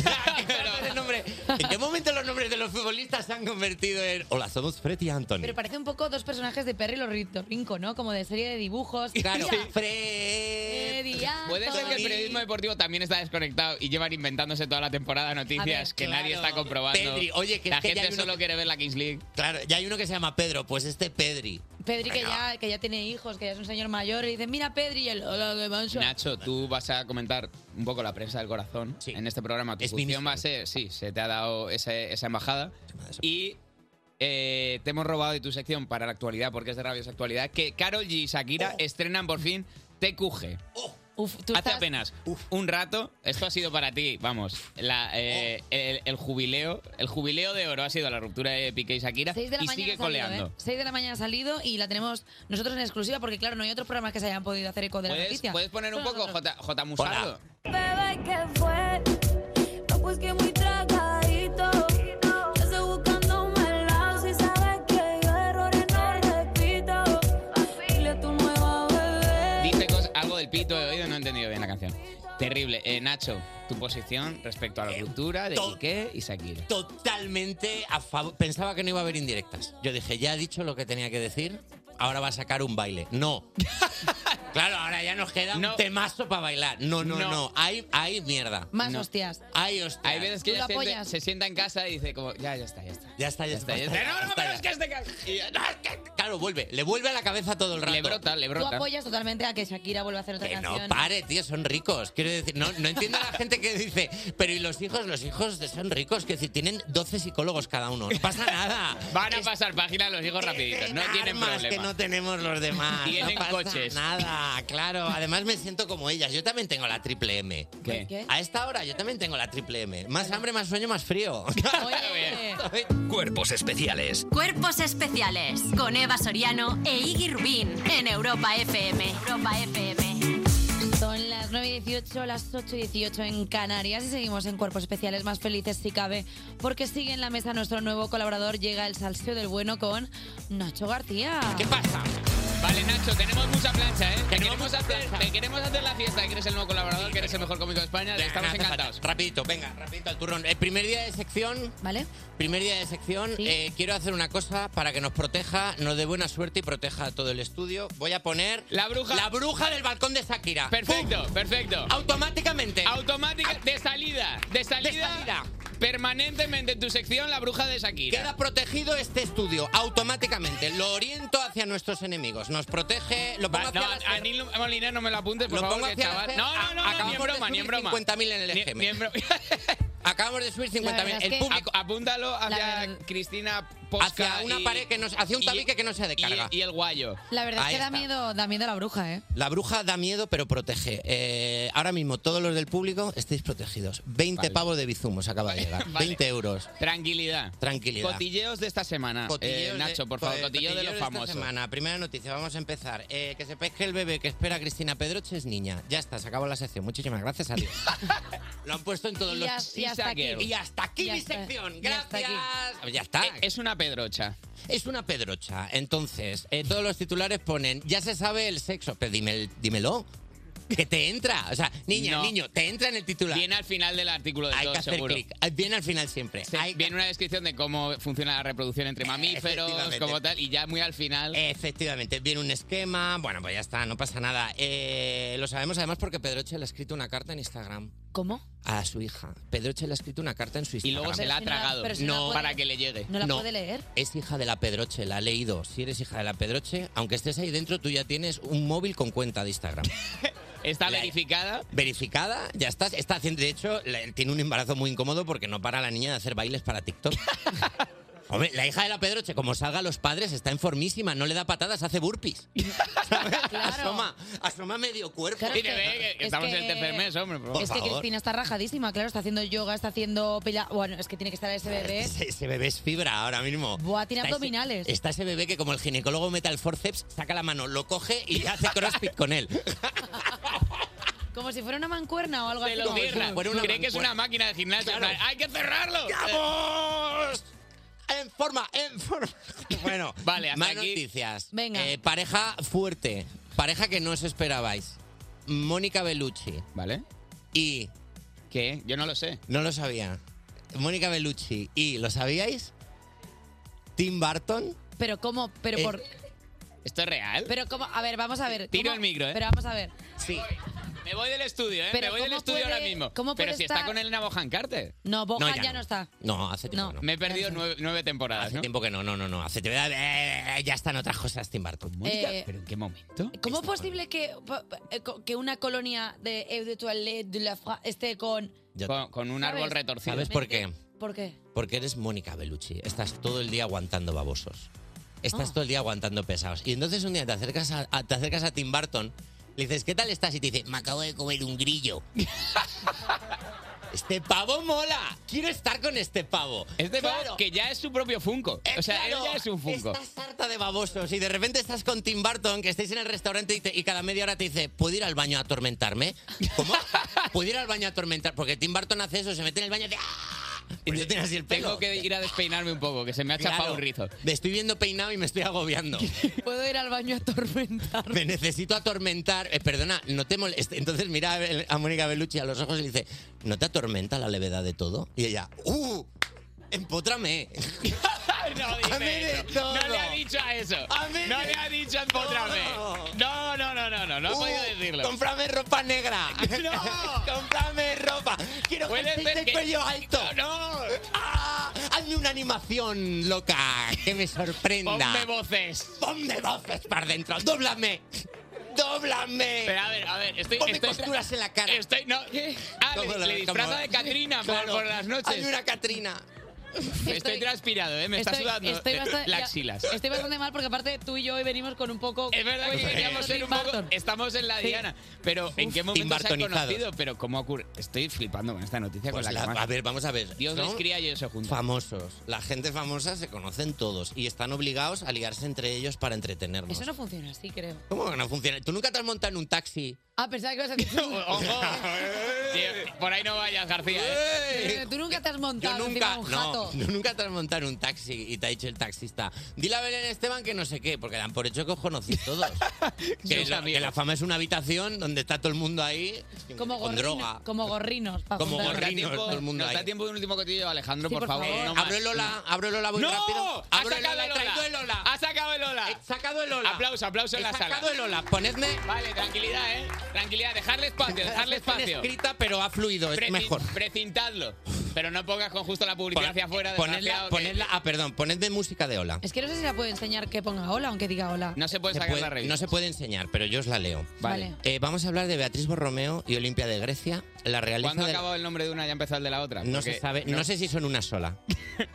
[SPEAKER 12] El nombre- ¿En qué momento los nombres de los futbolistas se han convertido en Hola, somos Fred y Anthony?
[SPEAKER 1] Pero parece un poco dos personajes de Perry y los Ritorrinco, ¿no? Como de serie
[SPEAKER 2] *laughs*
[SPEAKER 1] de dibujos.
[SPEAKER 12] Claro.
[SPEAKER 1] Mira,
[SPEAKER 12] Fred
[SPEAKER 1] y
[SPEAKER 2] Puede ser que el
[SPEAKER 1] Anthony.
[SPEAKER 2] periodismo deportivo también está desconectado y llevan inventándose toda la temporada noticias
[SPEAKER 12] ver,
[SPEAKER 2] que nadie
[SPEAKER 12] claro.
[SPEAKER 2] está comprobando.
[SPEAKER 12] Pedri, oye, que
[SPEAKER 2] la
[SPEAKER 12] es que ya
[SPEAKER 2] gente
[SPEAKER 12] hay uno
[SPEAKER 2] solo
[SPEAKER 12] que-
[SPEAKER 2] quiere ver la Kings League.
[SPEAKER 12] Claro, ya hay uno que se llama Pedro, pues este Pedri.
[SPEAKER 1] Pedri que
[SPEAKER 12] Venga.
[SPEAKER 1] ya, que ya tiene hijos, que ya es un señor mayor, y dice, mira Pedri, y el hola de manso.
[SPEAKER 2] Nacho, tú vas a comentar un poco la prensa del corazón en este programa. Tu
[SPEAKER 12] Es
[SPEAKER 2] función
[SPEAKER 12] ministro.
[SPEAKER 2] va a ser, sí, se te ha dado ese- esa embajada. Y eh, te hemos robado de tu sección para la actualidad, porque es de Rabios Actualidad, que Carol G y
[SPEAKER 12] Oh.
[SPEAKER 2] Shakira estrenan por fin TQG. Hace apenas un rato, esto ha sido para ti, vamos, la,
[SPEAKER 12] Oh.
[SPEAKER 2] eh, el, el jubileo, el jubileo de oro ha sido la ruptura de Piqué y Shakira
[SPEAKER 1] 6 de la
[SPEAKER 2] y
[SPEAKER 1] mañana
[SPEAKER 2] sigue
[SPEAKER 1] ha salido,
[SPEAKER 2] coleando.
[SPEAKER 1] ¿eh? 6 de la mañana ha salido y la tenemos nosotros en exclusiva porque, claro, no hay otros programas que se hayan podido hacer eco de la
[SPEAKER 2] ¿Puedes,
[SPEAKER 1] noticia.
[SPEAKER 2] puedes poner un
[SPEAKER 1] Solo
[SPEAKER 2] poco J, J Musardo?
[SPEAKER 7] Bebé, ¿qué fue? No, pues que muy tragadito. Yo estoy buscando un melao, si sabes que yo errores no repito. Dile a tu nueva bebé.
[SPEAKER 2] Dice cos- algo del pito, he oído, no he entendido bien la canción. Terrible. Eh, Nacho, tu posición respecto a la ruptura de Piqué y Shakira.
[SPEAKER 12] Totalmente a favor. Pensaba que no iba a haber indirectas. Yo dije, ya ha dicho lo que tenía que decir, ahora va a sacar un baile.
[SPEAKER 2] *laughs*
[SPEAKER 12] No. claro, ahora ya nos queda un temazo para bailar. No, no,
[SPEAKER 2] No.
[SPEAKER 12] no. Hay, hay mierda.
[SPEAKER 1] Más
[SPEAKER 12] No.
[SPEAKER 1] hostias.
[SPEAKER 12] Hay hostias.
[SPEAKER 2] Hay veces que
[SPEAKER 12] Tú
[SPEAKER 2] la
[SPEAKER 12] lo
[SPEAKER 2] gente
[SPEAKER 12] apoyas.
[SPEAKER 2] se sienta en casa y dice como, ya, ya está, ya está.
[SPEAKER 12] Ya está, ya está.
[SPEAKER 2] ya está. No, no, pero es que este ca- y- no, es que-
[SPEAKER 12] Claro, vuelve. Le vuelve a la cabeza todo el rato. Le brota,
[SPEAKER 2] le
[SPEAKER 1] Tú apoyas totalmente a que Shakira vuelva a hacer otra
[SPEAKER 12] Que no
[SPEAKER 1] canción.
[SPEAKER 12] pare, tío, son ricos. Quiero decir, no, no entiendo a la gente que dice, pero ¿y los hijos? Los hijos son ricos. Quiero decir, tienen 12 psicólogos cada uno.
[SPEAKER 2] *laughs*
[SPEAKER 12] No pasa nada.
[SPEAKER 2] Van a pasar página los hijos rapiditos, no tienen
[SPEAKER 12] Armas
[SPEAKER 2] problema.
[SPEAKER 12] que no tenemos los demás.
[SPEAKER 2] Tienen
[SPEAKER 12] no pasa
[SPEAKER 2] coches.
[SPEAKER 12] nada. Ah, claro. Además me siento como ellas. Yo también tengo la triple M.
[SPEAKER 1] ¿Qué? ¿Qué?
[SPEAKER 12] A esta hora yo también tengo la triple M. Más hambre, más sueño,
[SPEAKER 2] *laughs*
[SPEAKER 12] más frío.
[SPEAKER 5] Cuerpos especiales.
[SPEAKER 6] Cuerpos especiales con Eva Soriano e Iggy Rubín en Europa FM. Europa FM.
[SPEAKER 1] Son las 9 y 18, las 8 y 18 en Canarias y seguimos en Cuerpos Especiales más felices si cabe, porque sigue en la mesa nuestro nuevo colaborador, llega el salseo del bueno con Nacho García.
[SPEAKER 12] ¿Qué pasa?
[SPEAKER 2] Vale, Nacho, tenemos mucha plancha, ¿eh? Te queremos, hacer, te queremos hacer la fiesta, que eres el nuevo colaborador, que eres el mejor cómico de España.
[SPEAKER 12] Venga,
[SPEAKER 2] Estamos
[SPEAKER 12] no hace
[SPEAKER 2] encantados.
[SPEAKER 12] falta. Rapidito, venga, rapidito al turrón. El primer día de sección.
[SPEAKER 1] ¿Vale?
[SPEAKER 12] Primer día de sección. eh, quiero hacer una cosa para que nos proteja, nos dé buena suerte y proteja a todo el estudio. Voy a poner. La bruja. La bruja del balcón de Shakira.
[SPEAKER 2] Perfecto, perfecto.
[SPEAKER 12] Automáticamente. Ah.
[SPEAKER 2] Automática de salida, de salida. Permanentemente en tu sección la bruja de Shakira.
[SPEAKER 12] Queda protegido este estudio automáticamente. Lo oriento hacia nuestros enemigos. Nos protege. Lo pongo
[SPEAKER 2] Va,
[SPEAKER 12] hacia
[SPEAKER 2] no,
[SPEAKER 12] las-
[SPEAKER 2] a Nil Molina no me lo apuntes, por
[SPEAKER 12] Lo
[SPEAKER 2] favor,
[SPEAKER 12] pongo
[SPEAKER 2] que
[SPEAKER 12] hacia
[SPEAKER 2] chaval.
[SPEAKER 12] las- Ah,
[SPEAKER 2] No, no, no, no, ni en
[SPEAKER 12] Acabamos de
[SPEAKER 2] broma, ni en
[SPEAKER 12] subir
[SPEAKER 2] broma.
[SPEAKER 12] 50.000 en el
[SPEAKER 2] Ni-
[SPEAKER 12] EGM.
[SPEAKER 2] ni en broma.
[SPEAKER 12] Acabamos de subir 50.000. El público.
[SPEAKER 2] Ap- Apúntalo hacia Cristina Posca
[SPEAKER 12] Hacia una
[SPEAKER 2] y-
[SPEAKER 12] pared que no- hacia un
[SPEAKER 2] y-
[SPEAKER 12] tabique que no sea de carga.
[SPEAKER 2] Y, y el guayo.
[SPEAKER 1] La verdad
[SPEAKER 12] Ahí
[SPEAKER 1] es que da
[SPEAKER 12] está.
[SPEAKER 1] miedo, da miedo la bruja, ¿eh?
[SPEAKER 12] La bruja da miedo, pero protege. Eh, ahora mismo, todos los del público estáis protegidos. 20
[SPEAKER 2] Vale.
[SPEAKER 12] pavos de bizumos acaba de llegar.
[SPEAKER 2] Vale.
[SPEAKER 12] 20 euros.
[SPEAKER 2] Tranquilidad.
[SPEAKER 12] Tranquilidad.
[SPEAKER 2] Cotilleos de esta semana.
[SPEAKER 12] Cotilleos
[SPEAKER 2] Eh,
[SPEAKER 12] de-
[SPEAKER 2] Nacho, por favor,
[SPEAKER 12] eh,
[SPEAKER 2] cotilleo de los
[SPEAKER 12] esta
[SPEAKER 2] famosos.
[SPEAKER 12] semana. Primera noticia, vamos a empezar. Eh, que sepáis que el bebé que espera Cristina Pedroche es niña. Ya está, se acabó la sección. Muchísimas gracias
[SPEAKER 2] *laughs*
[SPEAKER 12] a Dios. Lo han puesto en todos
[SPEAKER 2] Y
[SPEAKER 12] los...
[SPEAKER 2] as- y hasta aquí.
[SPEAKER 12] Y hasta aquí
[SPEAKER 2] Ya
[SPEAKER 12] mi
[SPEAKER 2] está.
[SPEAKER 12] sección.
[SPEAKER 2] Y hasta
[SPEAKER 12] Gracias.
[SPEAKER 2] aquí.
[SPEAKER 12] Pues Ya está.
[SPEAKER 2] Eh, Es una pedrocha.
[SPEAKER 12] Es una pedrocha. Entonces, eh, todos los titulares ponen, ya se sabe el sexo. Pero dime el- dímelo. Que te entra. O sea, niña,
[SPEAKER 2] No.
[SPEAKER 12] niño, te entra en el titular.
[SPEAKER 2] Viene al final del artículo de
[SPEAKER 12] Hay
[SPEAKER 2] todo,
[SPEAKER 12] que hacer
[SPEAKER 2] seguro.
[SPEAKER 12] clic. Viene al final siempre.
[SPEAKER 2] Se- viene una descripción de cómo funciona la reproducción entre mamíferos,
[SPEAKER 12] Efectivamente.
[SPEAKER 2] como tal, y ya muy al final.
[SPEAKER 12] Efectivamente, viene un esquema. Bueno, pues ya está, no pasa nada. Eh, lo sabemos además porque Pedroche le ha escrito una carta en Instagram
[SPEAKER 1] ¿Cómo?
[SPEAKER 12] a su hija. Pedroche le ha escrito una carta en su
[SPEAKER 2] Y
[SPEAKER 12] Instagram.
[SPEAKER 2] luego se la ha tragado
[SPEAKER 12] no,
[SPEAKER 2] para que le llegue.
[SPEAKER 1] ¿No la puede leer?
[SPEAKER 12] Es hija de la Pedroche, la ha leído. Si eres hija de la Pedroche, aunque estés ahí dentro, tú ya tienes un móvil con cuenta de
[SPEAKER 1] *laughs*
[SPEAKER 12] Instagram.
[SPEAKER 2] Está verificada.
[SPEAKER 12] Verificada, ya estás. Está haciendo, de hecho, la- tiene un embarazo muy incómodo porque no para la niña de hacer bailes para
[SPEAKER 1] *laughs*
[SPEAKER 12] TikTok. Hombre, la hija de la Pedroche, como salga a los padres, está informísima, no le da patadas, hace
[SPEAKER 1] *laughs*
[SPEAKER 12] burpees. Asoma, asoma medio cuerpo.
[SPEAKER 1] Claro, Mire, que- ve, que- que es estamos en
[SPEAKER 12] este
[SPEAKER 1] el que- tercer mes,
[SPEAKER 2] este hombre.
[SPEAKER 1] es que Cristina está rajadísima, claro, está haciendo yoga, está haciendo pila... Bueno, es que tiene que estar
[SPEAKER 2] *laughs*
[SPEAKER 1] ese bebé.
[SPEAKER 12] Ese, *laughs* ese bebé es fibra ahora mismo.
[SPEAKER 1] Buah, tiene
[SPEAKER 12] Está ese-
[SPEAKER 1] abdominales.
[SPEAKER 12] Está ese bebé que como el ginecólogo mete el forceps, saca la mano, lo coge y hace crossfit con él.
[SPEAKER 1] Como si fuera una mancuerna o algo así. como-
[SPEAKER 2] Cierra.
[SPEAKER 12] fuera una
[SPEAKER 2] Cree que es
[SPEAKER 12] mancuerna.
[SPEAKER 2] una máquina de gimnasio. en plan, ¡Hay que cerrarlo! Eh,
[SPEAKER 12] ¡Vamos! En forma, en forma. *laughs* Bueno,
[SPEAKER 2] Vale, hasta
[SPEAKER 12] más
[SPEAKER 2] aquí.
[SPEAKER 12] noticias.
[SPEAKER 1] Venga.
[SPEAKER 12] Eh, pareja fuerte, pareja que no os esperabais. Mónica Bellucci.
[SPEAKER 2] ¿Vale?
[SPEAKER 12] Y...
[SPEAKER 2] ¿Qué? Yo no lo sé.
[SPEAKER 12] No lo sabía. Mónica Bellucci y, ¿lo sabíais? Tim Burton.
[SPEAKER 1] Pero cómo, pero
[SPEAKER 12] Eh,
[SPEAKER 1] por...
[SPEAKER 2] ¿Esto es real?
[SPEAKER 1] Pero cómo, a ver, vamos a ver.
[SPEAKER 2] Tiro
[SPEAKER 1] ¿cómo-
[SPEAKER 2] el micro, ¿eh?
[SPEAKER 1] Pero vamos a ver.
[SPEAKER 12] Sí.
[SPEAKER 2] Me voy del estudio, ¿eh?
[SPEAKER 1] Pero
[SPEAKER 2] Me voy del
[SPEAKER 1] ¿cómo
[SPEAKER 2] estudio
[SPEAKER 1] puede-
[SPEAKER 2] ahora mismo.
[SPEAKER 1] cómo
[SPEAKER 2] Pero
[SPEAKER 1] puede
[SPEAKER 2] si está
[SPEAKER 1] estar-
[SPEAKER 2] con Elena Bohan Carter.
[SPEAKER 1] No, Bojan
[SPEAKER 12] No,
[SPEAKER 1] ya,
[SPEAKER 12] ya
[SPEAKER 1] no.
[SPEAKER 12] no.
[SPEAKER 1] está.
[SPEAKER 12] No, hace tiempo que no.
[SPEAKER 2] Me he perdido nueve, nueve temporadas,
[SPEAKER 12] Hace
[SPEAKER 2] ¿no?
[SPEAKER 12] tiempo que no, no, no, no. Hace tiempo- eh, ya están otras cosas Tim Burton.
[SPEAKER 1] Mónica, Eh,
[SPEAKER 2] ¿Pero en qué momento?
[SPEAKER 1] ¿Cómo es posible que, pa- pa- eh, co- que una colonia de Eau de Toilette de la Fra- esté con...
[SPEAKER 2] Con, con un
[SPEAKER 1] ¿Sabes?
[SPEAKER 2] árbol retorcido.
[SPEAKER 12] ¿Sabes por qué?
[SPEAKER 1] ¿Por
[SPEAKER 2] *laughs*
[SPEAKER 1] qué?
[SPEAKER 12] Porque eres Mónica Bellucci. Estás todo el día aguantando babosos. Estás
[SPEAKER 1] Ah.
[SPEAKER 12] todo el día aguantando pesados. Y entonces un día te acercas a, a- te acercas a Tim Burton, le dices, ¿qué tal estás? Y te dice, me acabo de comer un grillo. este pavo mola. Quiero estar con este pavo.
[SPEAKER 2] Este pavo
[SPEAKER 12] Claro. Eh,
[SPEAKER 2] que ya es su propio Funko. o sea, él ya es un Funko.
[SPEAKER 12] Estás harta de babosos y de repente estás con Tim Burton, que estáis en el restaurante y, te- y cada media hora te dice, ¿puedo ir al baño a atormentarme?
[SPEAKER 2] *laughs*
[SPEAKER 12] ¿Cómo? ¿Puedo ir al baño a atormentar? Porque Tim Burton hace eso, se mete en el baño y hace, "Ah". Pero no tiene así el pelo.
[SPEAKER 2] Pues Tengo que ir a despeinarme un poco, que se me ha chapado
[SPEAKER 12] Claro.
[SPEAKER 2] un rizo.
[SPEAKER 12] Me estoy viendo peinado y me
[SPEAKER 2] *laughs*
[SPEAKER 12] estoy agobiando.
[SPEAKER 1] Puedo ir al baño a atormentar.
[SPEAKER 12] Me necesito atormentar. Eh, perdona, no te molestes. Entonces mira a Bel- a Mónica Bellucci a los ojos y le dice, ¿no te atormenta la levedad de todo? Y ella, ¡uh!
[SPEAKER 2] *laughs*
[SPEAKER 12] ¡Empótrame!
[SPEAKER 2] no dice
[SPEAKER 12] A mí de
[SPEAKER 2] eso.
[SPEAKER 12] todo.
[SPEAKER 2] No le ha dicho a eso.
[SPEAKER 12] A mí
[SPEAKER 2] no
[SPEAKER 12] de
[SPEAKER 2] le ha dicho a otra vez. No, no, no, no, no. No ha
[SPEAKER 12] Uh,
[SPEAKER 2] podido decirlo.
[SPEAKER 12] ¡Cómprame ropa negra!
[SPEAKER 2] *laughs*
[SPEAKER 12] *laughs*
[SPEAKER 2] ¡No!
[SPEAKER 12] ¡Cómprame ropa! ¡Quiero que
[SPEAKER 2] Puede
[SPEAKER 12] estéis
[SPEAKER 2] ser
[SPEAKER 12] de
[SPEAKER 2] que-
[SPEAKER 12] cuello alto!
[SPEAKER 2] *laughs* ¡No!
[SPEAKER 12] ¡Ah! ¡Hazme una animación loca que me sorprenda!
[SPEAKER 2] Ponme voces.
[SPEAKER 12] ¡Ponme voces para dentro! ¡Dóblame! ¡Dóblame!
[SPEAKER 2] Pero a ver, a ver, estoy.
[SPEAKER 12] Ponme
[SPEAKER 2] estoy
[SPEAKER 12] costuras en la cara.
[SPEAKER 2] Estoy. No. Ah,
[SPEAKER 12] Como
[SPEAKER 2] le,
[SPEAKER 12] la-
[SPEAKER 2] le disfraza
[SPEAKER 12] como-
[SPEAKER 2] de Catrina por,
[SPEAKER 12] Claro.
[SPEAKER 2] por las noches.
[SPEAKER 12] Hazme una Catrina.
[SPEAKER 2] Estoy, transpirado, ¿eh? Me está
[SPEAKER 1] Estoy-
[SPEAKER 2] sudando
[SPEAKER 1] estoy
[SPEAKER 2] de-
[SPEAKER 1] bastante-
[SPEAKER 2] las
[SPEAKER 1] ya-
[SPEAKER 2] axilas.
[SPEAKER 1] Estoy bastante mal porque aparte tú y yo hoy venimos con un poco...
[SPEAKER 2] Es verdad que
[SPEAKER 1] Oye,
[SPEAKER 2] queríamos ser un
[SPEAKER 1] Tim
[SPEAKER 2] poco. Estamos en *laughs* la
[SPEAKER 1] Sí.
[SPEAKER 2] diana. Pero ¿en qué momento se han
[SPEAKER 12] Timbartonizado.
[SPEAKER 2] conocido? Pero ¿cómo ocurre? Estoy flipando con esta noticia
[SPEAKER 12] Pues
[SPEAKER 2] con la,
[SPEAKER 12] la-
[SPEAKER 2] que más-
[SPEAKER 12] a ver, vamos a ver.
[SPEAKER 2] Dios
[SPEAKER 12] ¿no?
[SPEAKER 2] les cría y ellos se juntan.
[SPEAKER 12] Famosos. La gente famosa se conocen todos y están obligados a ligarse entre ellos para entretenernos.
[SPEAKER 1] Eso no funciona así, creo.
[SPEAKER 12] ¿Cómo que no funciona? ¿Tú nunca te has montado en un taxi?
[SPEAKER 1] Ah, pensaba que ibas a
[SPEAKER 2] *laughs*
[SPEAKER 1] decir...
[SPEAKER 2] ¡Ojo! ¿eh?
[SPEAKER 12] *laughs*
[SPEAKER 2] Tío, por ahí no vayas, García. ¿eh?
[SPEAKER 1] *laughs* Pero Tú nunca te has
[SPEAKER 12] Yo
[SPEAKER 1] montado
[SPEAKER 12] nunca,
[SPEAKER 1] encima de un
[SPEAKER 2] *laughs*
[SPEAKER 12] no,
[SPEAKER 1] jato.
[SPEAKER 12] *laughs* yo nunca te has montado en un taxi y te ha dicho el taxista, dile a Belén Esteban que no sé qué, porque dan por hecho que os conocéis
[SPEAKER 2] *laughs*
[SPEAKER 12] todos. que, la, que la fama es una habitación donde está todo el mundo ahí
[SPEAKER 1] Como
[SPEAKER 12] con
[SPEAKER 1] gorrino-
[SPEAKER 12] droga.
[SPEAKER 1] Como gorrinos. pa'
[SPEAKER 12] Como
[SPEAKER 1] juntarnos.
[SPEAKER 2] Nos da
[SPEAKER 12] gorrinos,
[SPEAKER 2] tiempo-
[SPEAKER 12] todo el mundo
[SPEAKER 2] nos da
[SPEAKER 12] ahí.
[SPEAKER 2] tiempo de un último cotillo, Alejandro,
[SPEAKER 12] Sí,
[SPEAKER 2] por,
[SPEAKER 12] por
[SPEAKER 2] favor.
[SPEAKER 12] favor.
[SPEAKER 2] no más.
[SPEAKER 12] Abro el Lola, abro el Lola muy
[SPEAKER 2] ¡No!
[SPEAKER 12] rápido.
[SPEAKER 2] ¡Ha
[SPEAKER 12] Abro el
[SPEAKER 2] sacado
[SPEAKER 12] Lola,
[SPEAKER 2] el Lola!
[SPEAKER 12] traigo el Lola.
[SPEAKER 2] ¡Ha sacado el Lola!
[SPEAKER 12] He sacado el Lola.
[SPEAKER 2] Aplauso, aplauso en
[SPEAKER 12] He
[SPEAKER 2] la sala.
[SPEAKER 12] sacado el Lola. Ponedme...
[SPEAKER 2] Vale, tranquilidad, ¿eh? Tranquilidad, dejarle espacio, dejarle
[SPEAKER 12] Está
[SPEAKER 2] espacio.
[SPEAKER 12] escrita, pero ha fluido, es
[SPEAKER 2] Precin-
[SPEAKER 12] mejor.
[SPEAKER 2] Precintadlo. Pero no pongas con justo la publicidad hacia afuera.
[SPEAKER 12] eh, Ponedla,
[SPEAKER 2] desgraciado, que-
[SPEAKER 12] ponedla, ah, perdón, ponedme música de Ola.
[SPEAKER 1] Es que no sé si la puedo enseñar que ponga hola, aunque diga hola.
[SPEAKER 2] No se puede
[SPEAKER 12] Se
[SPEAKER 2] sacar
[SPEAKER 12] puede-
[SPEAKER 2] la revista.
[SPEAKER 12] no se puede enseñar, pero yo os la leo.
[SPEAKER 1] Vale.
[SPEAKER 12] Eh, vamos a hablar de Beatriz Borromeo y Olimpia de Grecia, la realeza
[SPEAKER 2] ¿Cuándo ha
[SPEAKER 12] de...
[SPEAKER 2] acabado el nombre de una y ha empezado el de la otra?
[SPEAKER 12] No
[SPEAKER 2] Porque
[SPEAKER 12] se sabe, no. sé si son una sola.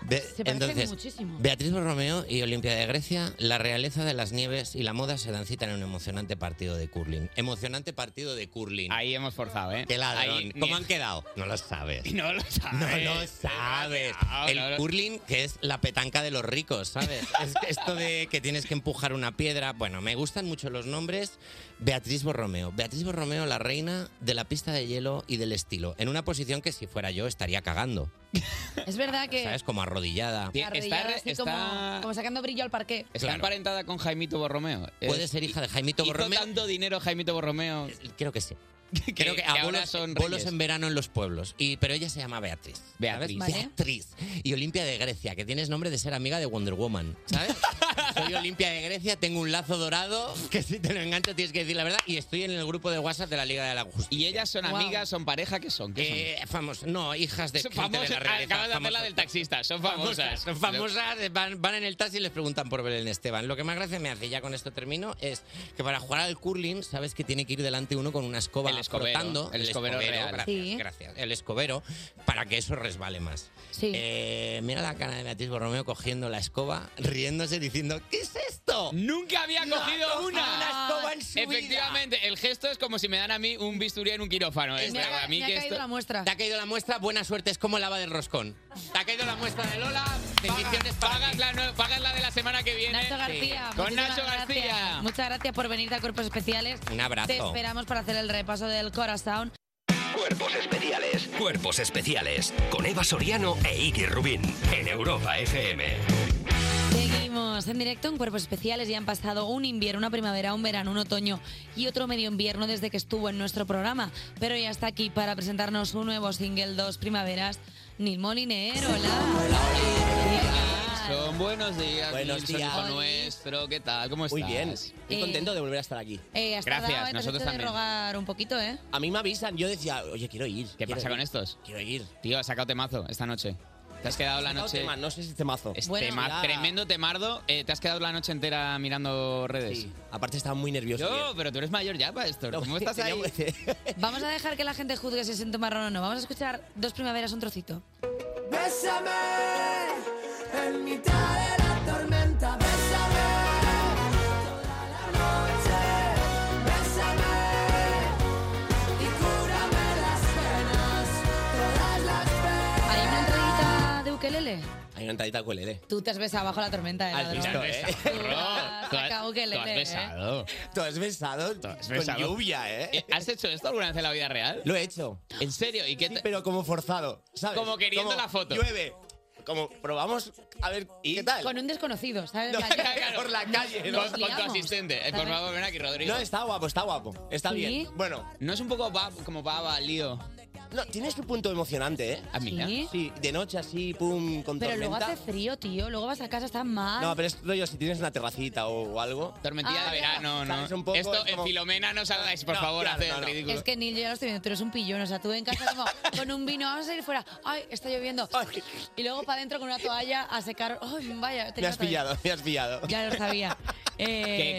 [SPEAKER 12] Be- Entonces,
[SPEAKER 1] muchísimo.
[SPEAKER 12] Beatriz Borromeo y Olimpia de Grecia, la realeza de las nieves y la moda se dan cita en un emocionante partido de curling. Emocionante partido de curling.
[SPEAKER 2] Ahí hemos forzado, ¿eh?
[SPEAKER 12] Qué ladrón.
[SPEAKER 2] Ahí,
[SPEAKER 12] ¿Cómo
[SPEAKER 2] ni-
[SPEAKER 12] han quedado? No lo sabes.
[SPEAKER 2] No lo sabes.
[SPEAKER 12] No lo sabes.
[SPEAKER 2] No, no
[SPEAKER 12] El
[SPEAKER 2] lo-
[SPEAKER 12] curling, que es la petanca de los ricos, ¿sabes? Es que esto de que tienes que empujar una piedra. Bueno, me gustan mucho los nombres. Beatriz Borromeo. Beatriz Borromeo, la reina de la pista de hielo y del estilo. En una posición que si fuera yo estaría cagando.
[SPEAKER 1] Es verdad que...
[SPEAKER 12] ¿Sabes? Como arrodillada.
[SPEAKER 1] arrodillada, así *laughs* como, como sacando brillo al parqué.
[SPEAKER 2] Está emparentada con Jaimito Borromeo.
[SPEAKER 12] Puede
[SPEAKER 2] Es-
[SPEAKER 12] ser hija de Jaimito
[SPEAKER 2] ¿Hizo
[SPEAKER 12] Borromeo.
[SPEAKER 2] tanto dinero Jaimito Borromeo?
[SPEAKER 12] Creo que sí.
[SPEAKER 2] Creo
[SPEAKER 12] que a
[SPEAKER 2] ahora
[SPEAKER 12] bolos,
[SPEAKER 2] son
[SPEAKER 12] bolos
[SPEAKER 2] reyes.
[SPEAKER 12] en verano en los pueblos. Y, pero ella se llama Beatriz. Beatriz.
[SPEAKER 2] Vale.
[SPEAKER 12] Beatriz. Y Olimpia de Grecia, que tienes nombre de ser amiga de Wonder Woman.
[SPEAKER 2] *laughs*
[SPEAKER 12] ¿Sabes? Soy Olimpia de Grecia, tengo un lazo dorado que si te lo engancho tienes que decir la verdad. Y estoy en el grupo de WhatsApp de la Liga de la Justicia.
[SPEAKER 2] ¿Y ellas son
[SPEAKER 12] Guau.
[SPEAKER 2] amigas, son pareja? ¿Qué son? ¿Qué
[SPEAKER 12] Eh, famos- no, hijas de,
[SPEAKER 2] son? Son
[SPEAKER 12] gente de
[SPEAKER 2] famosas.
[SPEAKER 12] la realeza,
[SPEAKER 2] Acabas de hacer la
[SPEAKER 12] famosas.
[SPEAKER 2] del taxista. Son famosas.
[SPEAKER 12] Son famosas, eh, van, van en el taxi y les preguntan por Belén Esteban. Lo que más gracia me hace, y ya con esto termino, es que para jugar al curling, sabes que tiene que ir delante uno con una escoba
[SPEAKER 2] El escobero,
[SPEAKER 12] frotando.
[SPEAKER 2] el escobero real.
[SPEAKER 12] Gracias,
[SPEAKER 2] Sí.
[SPEAKER 12] gracias. El escobero, para que eso resbale más. Eh, mira la cara de Beatriz Borromeo cogiendo la escoba, riéndose, diciendo, ¿qué es esto?
[SPEAKER 2] Nunca había
[SPEAKER 12] No ha
[SPEAKER 2] cogido
[SPEAKER 12] cogido
[SPEAKER 2] una.
[SPEAKER 12] una escoba en su
[SPEAKER 2] Efectivamente, el gesto es como si me dan a mí un bisturí en un quirófano. Es
[SPEAKER 12] Me ha
[SPEAKER 2] para
[SPEAKER 12] ca-
[SPEAKER 2] mí
[SPEAKER 12] me ha
[SPEAKER 2] que
[SPEAKER 12] caído
[SPEAKER 2] esto-
[SPEAKER 12] la Te ha caído la muestra, buena suerte, es como lava del roscón. Te ha caído la muestra de Lola, bendiciones para
[SPEAKER 2] Pagas
[SPEAKER 12] ti.
[SPEAKER 2] la, nue- pagas la de la semana que viene.
[SPEAKER 1] Nacho García.
[SPEAKER 2] Sí. Con
[SPEAKER 1] muchísimas
[SPEAKER 2] Nacho
[SPEAKER 1] gracias.
[SPEAKER 2] García.
[SPEAKER 1] Muchas gracias por venirte a Cuerpos Especiales.
[SPEAKER 5] Un abrazo.
[SPEAKER 1] Te esperamos para hacer el repaso del Corazón.
[SPEAKER 5] Cuerpos especiales. Cuerpos especiales. Con Eva Soriano e Iggy Rubín. En Europa FM.
[SPEAKER 1] Seguimos en directo en Cuerpos Especiales y han pasado un invierno, una primavera, un verano, un otoño y otro medio invierno desde que estuvo en nuestro programa. Pero ya está aquí para presentarnos un nuevo single, Dos Primaveras, Nil Molinero.
[SPEAKER 2] Son buenos días.
[SPEAKER 8] Buenos
[SPEAKER 2] Nilsson,
[SPEAKER 8] días.
[SPEAKER 2] hijo
[SPEAKER 8] Oli.
[SPEAKER 2] nuestro. ¿Qué tal? ¿Cómo estás?
[SPEAKER 8] Muy bien. Muy
[SPEAKER 1] Eh,
[SPEAKER 8] contento de volver a estar aquí.
[SPEAKER 1] Eh, has tardado, eh, te has hecho de rogar un poquito,
[SPEAKER 2] *laughs*
[SPEAKER 1] ¿eh?
[SPEAKER 8] A mí me avisan, yo decía, oye, quiero ir.
[SPEAKER 2] ¿Qué pasa con estos?
[SPEAKER 8] Quiero ir.
[SPEAKER 2] Tío, has sacado temazo esta noche. Te has quedado la
[SPEAKER 8] sacado
[SPEAKER 2] noche.
[SPEAKER 8] tema, no sé si es temazo.
[SPEAKER 2] Es
[SPEAKER 8] Bueno,
[SPEAKER 2] tema-
[SPEAKER 8] ya.
[SPEAKER 2] Tremendo temardo. Eh, te has quedado la noche entera mirando redes.
[SPEAKER 8] Sí, aparte estaba muy nervioso.
[SPEAKER 2] Yo, pero tú eres mayor ya para esto. ¿Cómo estás
[SPEAKER 8] *laughs*
[SPEAKER 2] ahí?
[SPEAKER 1] Vamos a dejar que la gente juzgue si es un marrón o no. Vamos a escuchar Dos Primaveras, un trocito.
[SPEAKER 9] Bésame en mitad de la tormenta, bésame toda la noche, bésame y cúrame las penas, todas las penas.
[SPEAKER 1] Hay una entradita de ukelele.
[SPEAKER 8] Hay una entradita con el
[SPEAKER 1] Tú te has besado bajo la tormenta, ¿eh?
[SPEAKER 8] Has
[SPEAKER 1] ladrón?
[SPEAKER 8] visto, ¿eh? *laughs*
[SPEAKER 1] *laughs* Has sacado ukelele, ¿eh?
[SPEAKER 8] Tú has besado. Tú has
[SPEAKER 2] besado.
[SPEAKER 8] Con lluvia, ¿eh?
[SPEAKER 2] Eh, ¿Has hecho esto alguna vez en la vida real?
[SPEAKER 8] Lo he hecho.
[SPEAKER 2] ¿En serio? ¿Y qué
[SPEAKER 8] Sí, pero como forzado, ¿sabes?
[SPEAKER 2] Como queriendo
[SPEAKER 8] Como
[SPEAKER 2] la foto.
[SPEAKER 8] Llueve. Como probamos a ver qué tal. *laughs*
[SPEAKER 1] Con un desconocido, ¿sabes?
[SPEAKER 8] No,
[SPEAKER 1] En plan,
[SPEAKER 8] *laughs* por la calle,
[SPEAKER 1] nos
[SPEAKER 8] ¿no?
[SPEAKER 2] Con tu
[SPEAKER 1] liamos,
[SPEAKER 2] asistente. Eh, por
[SPEAKER 1] ¿sabes?
[SPEAKER 2] favor, ven aquí, Rodrigo.
[SPEAKER 8] No, está guapo, está guapo. Está
[SPEAKER 2] ¿Sí?
[SPEAKER 8] bien. Bueno.
[SPEAKER 2] ¿No es un poco como baba, lío? Ah,
[SPEAKER 8] No, tiene su punto emocionante, ¿eh?
[SPEAKER 2] ¿A mí?
[SPEAKER 8] ¿Sí? de noche así, pum, con
[SPEAKER 1] Pero luego
[SPEAKER 8] tormenta.
[SPEAKER 1] hace frío, tío. Luego vas a casa, estás mal.
[SPEAKER 8] No, pero es rollo si tienes una terracita o, o algo.
[SPEAKER 1] Tormentilla Ah, de ya. verano,
[SPEAKER 2] ¿no?
[SPEAKER 8] ¿Sabes? Un poco,
[SPEAKER 2] Esto
[SPEAKER 8] es
[SPEAKER 2] en
[SPEAKER 8] como-
[SPEAKER 2] Filomena no salgáis, por
[SPEAKER 8] No,
[SPEAKER 2] favor,
[SPEAKER 8] claro,
[SPEAKER 2] haced
[SPEAKER 8] no,
[SPEAKER 2] el
[SPEAKER 8] no.
[SPEAKER 2] ridículo.
[SPEAKER 1] Es que Neil, yo ya lo estoy viendo, tú eres un pillón. O sea, tú en casa como con un vino, vamos a ir fuera. Ay, está lloviendo. Y luego para adentro con una toalla a secar. Ay, vaya.
[SPEAKER 8] Me
[SPEAKER 1] tenía
[SPEAKER 8] has
[SPEAKER 1] toalla.
[SPEAKER 8] pillado, me has pillado.
[SPEAKER 1] Ya
[SPEAKER 8] *laughs*
[SPEAKER 1] lo sabía.
[SPEAKER 2] ¿Qué-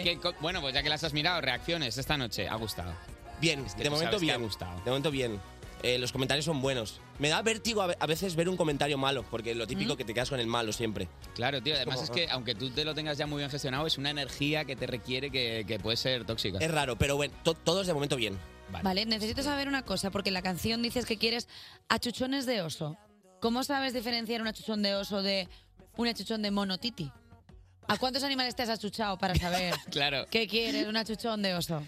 [SPEAKER 1] Eh,
[SPEAKER 2] *laughs* qué co- bueno, pues ya que las has mirado, reacciones esta noche. ¿Ha gustado?
[SPEAKER 8] Bien,
[SPEAKER 2] Es que tú
[SPEAKER 8] de momento
[SPEAKER 2] sabes que
[SPEAKER 8] bien.
[SPEAKER 2] ha gustado.
[SPEAKER 8] De momento bien.
[SPEAKER 25] eh, los comentarios son buenos. Me da vértigo a ve- a veces ver un comentario malo, porque lo típico que te quedas con el malo siempre.
[SPEAKER 2] Claro, tío. Además
[SPEAKER 25] como- ah,
[SPEAKER 2] es que aunque tú te lo tengas ya muy bien gestionado, es una energía que te requiere que, que puede ser tóxica.
[SPEAKER 25] Es raro, pero bueno, to- todos de momento bien.
[SPEAKER 1] Vale, necesito saber una cosa, porque en la canción dices que quieres achuchones de oso. ¿Cómo sabes diferenciar un achuchón de oso de un achuchón de monotiti? ¿A cuántos animales te has achuchado
[SPEAKER 25] *laughs*
[SPEAKER 1] para saber
[SPEAKER 25] Claro.
[SPEAKER 1] qué quieres un achuchón de oso?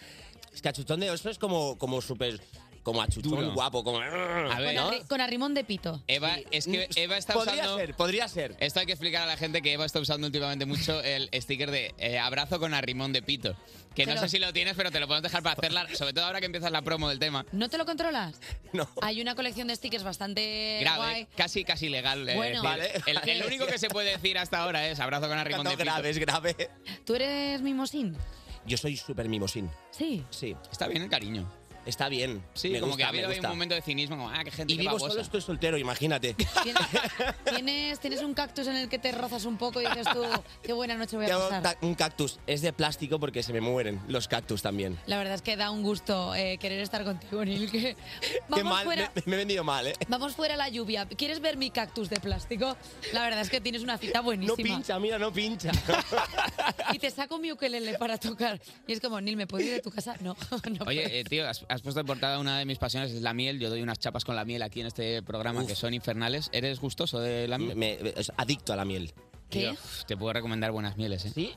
[SPEAKER 25] Es que achuchón de oso es como, como súper. Como achuchón
[SPEAKER 2] Duro.
[SPEAKER 25] guapo, como. A
[SPEAKER 2] ver,
[SPEAKER 1] Con, arri- con arrimón de pito.
[SPEAKER 2] Eva, es que Eva está
[SPEAKER 25] Mm, Podría
[SPEAKER 2] usando.
[SPEAKER 25] ser, podría ser.
[SPEAKER 2] Esto hay que explicar a la gente que Eva está usando últimamente mucho el sticker de eh, abrazo con arrimón de pito. Que no
[SPEAKER 1] Pero-
[SPEAKER 2] sé si lo tienes, pero te lo podemos dejar para hacerla, sobre todo ahora que empiezas la promo del tema.
[SPEAKER 1] ¿No te
[SPEAKER 2] *laughs*
[SPEAKER 1] lo controlas?
[SPEAKER 25] No.
[SPEAKER 1] Hay una colección de stickers bastante
[SPEAKER 25] Eh,
[SPEAKER 2] Grave,
[SPEAKER 1] guay.
[SPEAKER 2] casi casi legal. eh,
[SPEAKER 1] Bueno.
[SPEAKER 2] decir.
[SPEAKER 1] Vale.
[SPEAKER 2] el, el único que se puede decir hasta ahora es abrazo con arrimón
[SPEAKER 25] No,
[SPEAKER 2] de pito.
[SPEAKER 25] grave, es grave.
[SPEAKER 1] ¿Tú eres mimosín?
[SPEAKER 25] Yo soy súper mimosín.
[SPEAKER 1] Sí.
[SPEAKER 25] Sí.
[SPEAKER 2] Está bien el cariño.
[SPEAKER 25] Está bien.
[SPEAKER 2] Sí,
[SPEAKER 25] me
[SPEAKER 2] como que
[SPEAKER 25] gusta,
[SPEAKER 2] ha habido
[SPEAKER 25] me
[SPEAKER 2] ahí un
[SPEAKER 25] gusta.
[SPEAKER 2] momento de cinismo, como, ah, qué gente
[SPEAKER 25] Y
[SPEAKER 2] qué
[SPEAKER 25] vivo
[SPEAKER 2] babosa.
[SPEAKER 25] solo, estoy soltero, imagínate.
[SPEAKER 1] ¿Tienes, tienes un cactus en el que te rozas un poco y dices tú, qué buena noche voy a
[SPEAKER 25] Tengo un
[SPEAKER 1] pasar.
[SPEAKER 25] ta- un cactus. Es de plástico porque se me mueren los cactus también.
[SPEAKER 1] La verdad es que da un gusto eh, querer estar contigo, Neil. Que
[SPEAKER 25] Qué
[SPEAKER 1] vamos,
[SPEAKER 25] mal,
[SPEAKER 1] fuera,
[SPEAKER 25] me, me he vendido mal, ¿eh?
[SPEAKER 1] vamos fuera a la lluvia. ¿Quieres ver mi cactus de plástico? La verdad es que tienes
[SPEAKER 25] *laughs*
[SPEAKER 1] una cita buenísima.
[SPEAKER 25] No pincha, mira, no pincha.
[SPEAKER 1] Y te saco mi ukelele para tocar. Y es como, Neil, ¿me puedo ir de tu casa? No, *laughs* no puedo.
[SPEAKER 2] Oye, eh, tío, has, has puesto en portada una de mis pasiones, es la miel. Yo doy unas chapas con la miel aquí en este programa
[SPEAKER 25] Uf.
[SPEAKER 2] que son infernales. ¿Eres gustoso de la miel?
[SPEAKER 25] adicto a la miel.
[SPEAKER 1] ¿Qué?
[SPEAKER 2] te puedo recomendar buenas mieles, ¿eh?
[SPEAKER 25] Sí.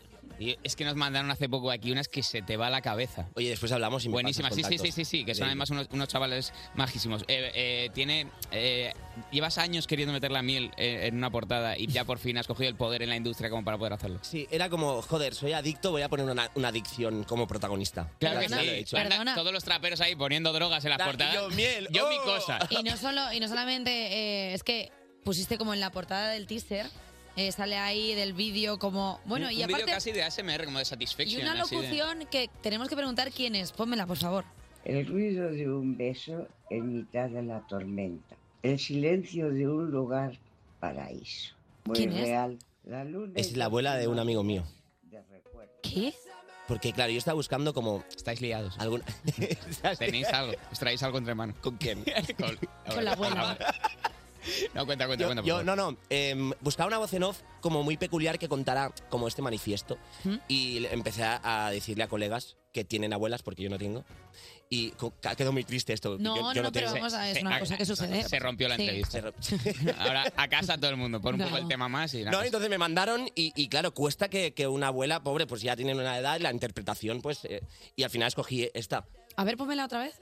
[SPEAKER 2] es que nos mandaron hace poco aquí unas que se te va la cabeza.
[SPEAKER 25] Oye, después hablamos y me
[SPEAKER 2] Buenísimas, sí,
[SPEAKER 25] pasas
[SPEAKER 2] sí, sí, sí,
[SPEAKER 25] contactos.
[SPEAKER 2] sí, que son
[SPEAKER 25] De-
[SPEAKER 2] además unos, unos chavales majísimos. Eh, eh, tiene, eh, llevas años queriendo meter la miel eh, en una portada y ya por fin has cogido el poder en la industria como para poder hacerlo.
[SPEAKER 25] Sí, era como, joder, soy adicto, voy a poner una, una adicción como protagonista.
[SPEAKER 2] Claro
[SPEAKER 25] Ya
[SPEAKER 2] que
[SPEAKER 25] lo he
[SPEAKER 2] sí.
[SPEAKER 25] hecho.
[SPEAKER 2] Anda, Todos los traperos ahí poniendo drogas en las
[SPEAKER 25] Da-
[SPEAKER 2] portadas.
[SPEAKER 25] yo miel,
[SPEAKER 2] eh, Yo
[SPEAKER 25] oh.
[SPEAKER 2] mi cosa.
[SPEAKER 1] Y no, solo, y no solamente, eh, es que pusiste como en la portada del teaser, eh, sale ahí del vídeo como... Bueno,
[SPEAKER 2] un,
[SPEAKER 1] y
[SPEAKER 2] un vídeo
[SPEAKER 1] aparte...
[SPEAKER 2] casi de ASMR, como de
[SPEAKER 1] Y
[SPEAKER 2] satisfacción.
[SPEAKER 1] una
[SPEAKER 2] así de-
[SPEAKER 1] locución que tenemos que preguntar quién es. Pónmela, por favor.
[SPEAKER 26] El ruido de un beso en mitad de la tormenta. El silencio de un lugar paraíso. Muy
[SPEAKER 25] ¿Quién es?
[SPEAKER 26] real. La luna
[SPEAKER 25] Es la abuela de un amigo mío.
[SPEAKER 26] de recuerdo.
[SPEAKER 1] ¿Qué?
[SPEAKER 25] Porque, claro, yo estaba buscando como...
[SPEAKER 2] Estáis liados.
[SPEAKER 25] *laughs* Tenéis
[SPEAKER 2] algo, os traéis algo entre manos.
[SPEAKER 25] ¿Con quién?
[SPEAKER 2] Con,
[SPEAKER 25] la abuela.
[SPEAKER 2] *laughs* No, cuenta, cuenta,
[SPEAKER 25] Yo,
[SPEAKER 2] cuenta. por
[SPEAKER 25] yo-
[SPEAKER 2] favor.
[SPEAKER 25] no, no. em, buscaba una voz en off como muy peculiar que contara como este manifiesto. Y le- empecé a, a decirle a colegas que tienen abuelas, porque yo no tengo. Y co- ca- quedó muy triste esto.
[SPEAKER 1] No,
[SPEAKER 25] yo, yo
[SPEAKER 1] no, no, pero
[SPEAKER 25] tengo. Eh,
[SPEAKER 1] vamos a- es una cosa que sucede.
[SPEAKER 2] Se rompió la
[SPEAKER 1] Sí.
[SPEAKER 2] entrevista.
[SPEAKER 25] *laughs*
[SPEAKER 2] Ahora a casa todo el mundo, por un poco el tema más y nada.
[SPEAKER 25] No, entonces me mandaron y, y claro, cuesta que, que una abuela, pobre, pues ya tienen una edad, la interpretación, pues... eh, y al final escogí esta.
[SPEAKER 1] A ver, pónmela otra vez.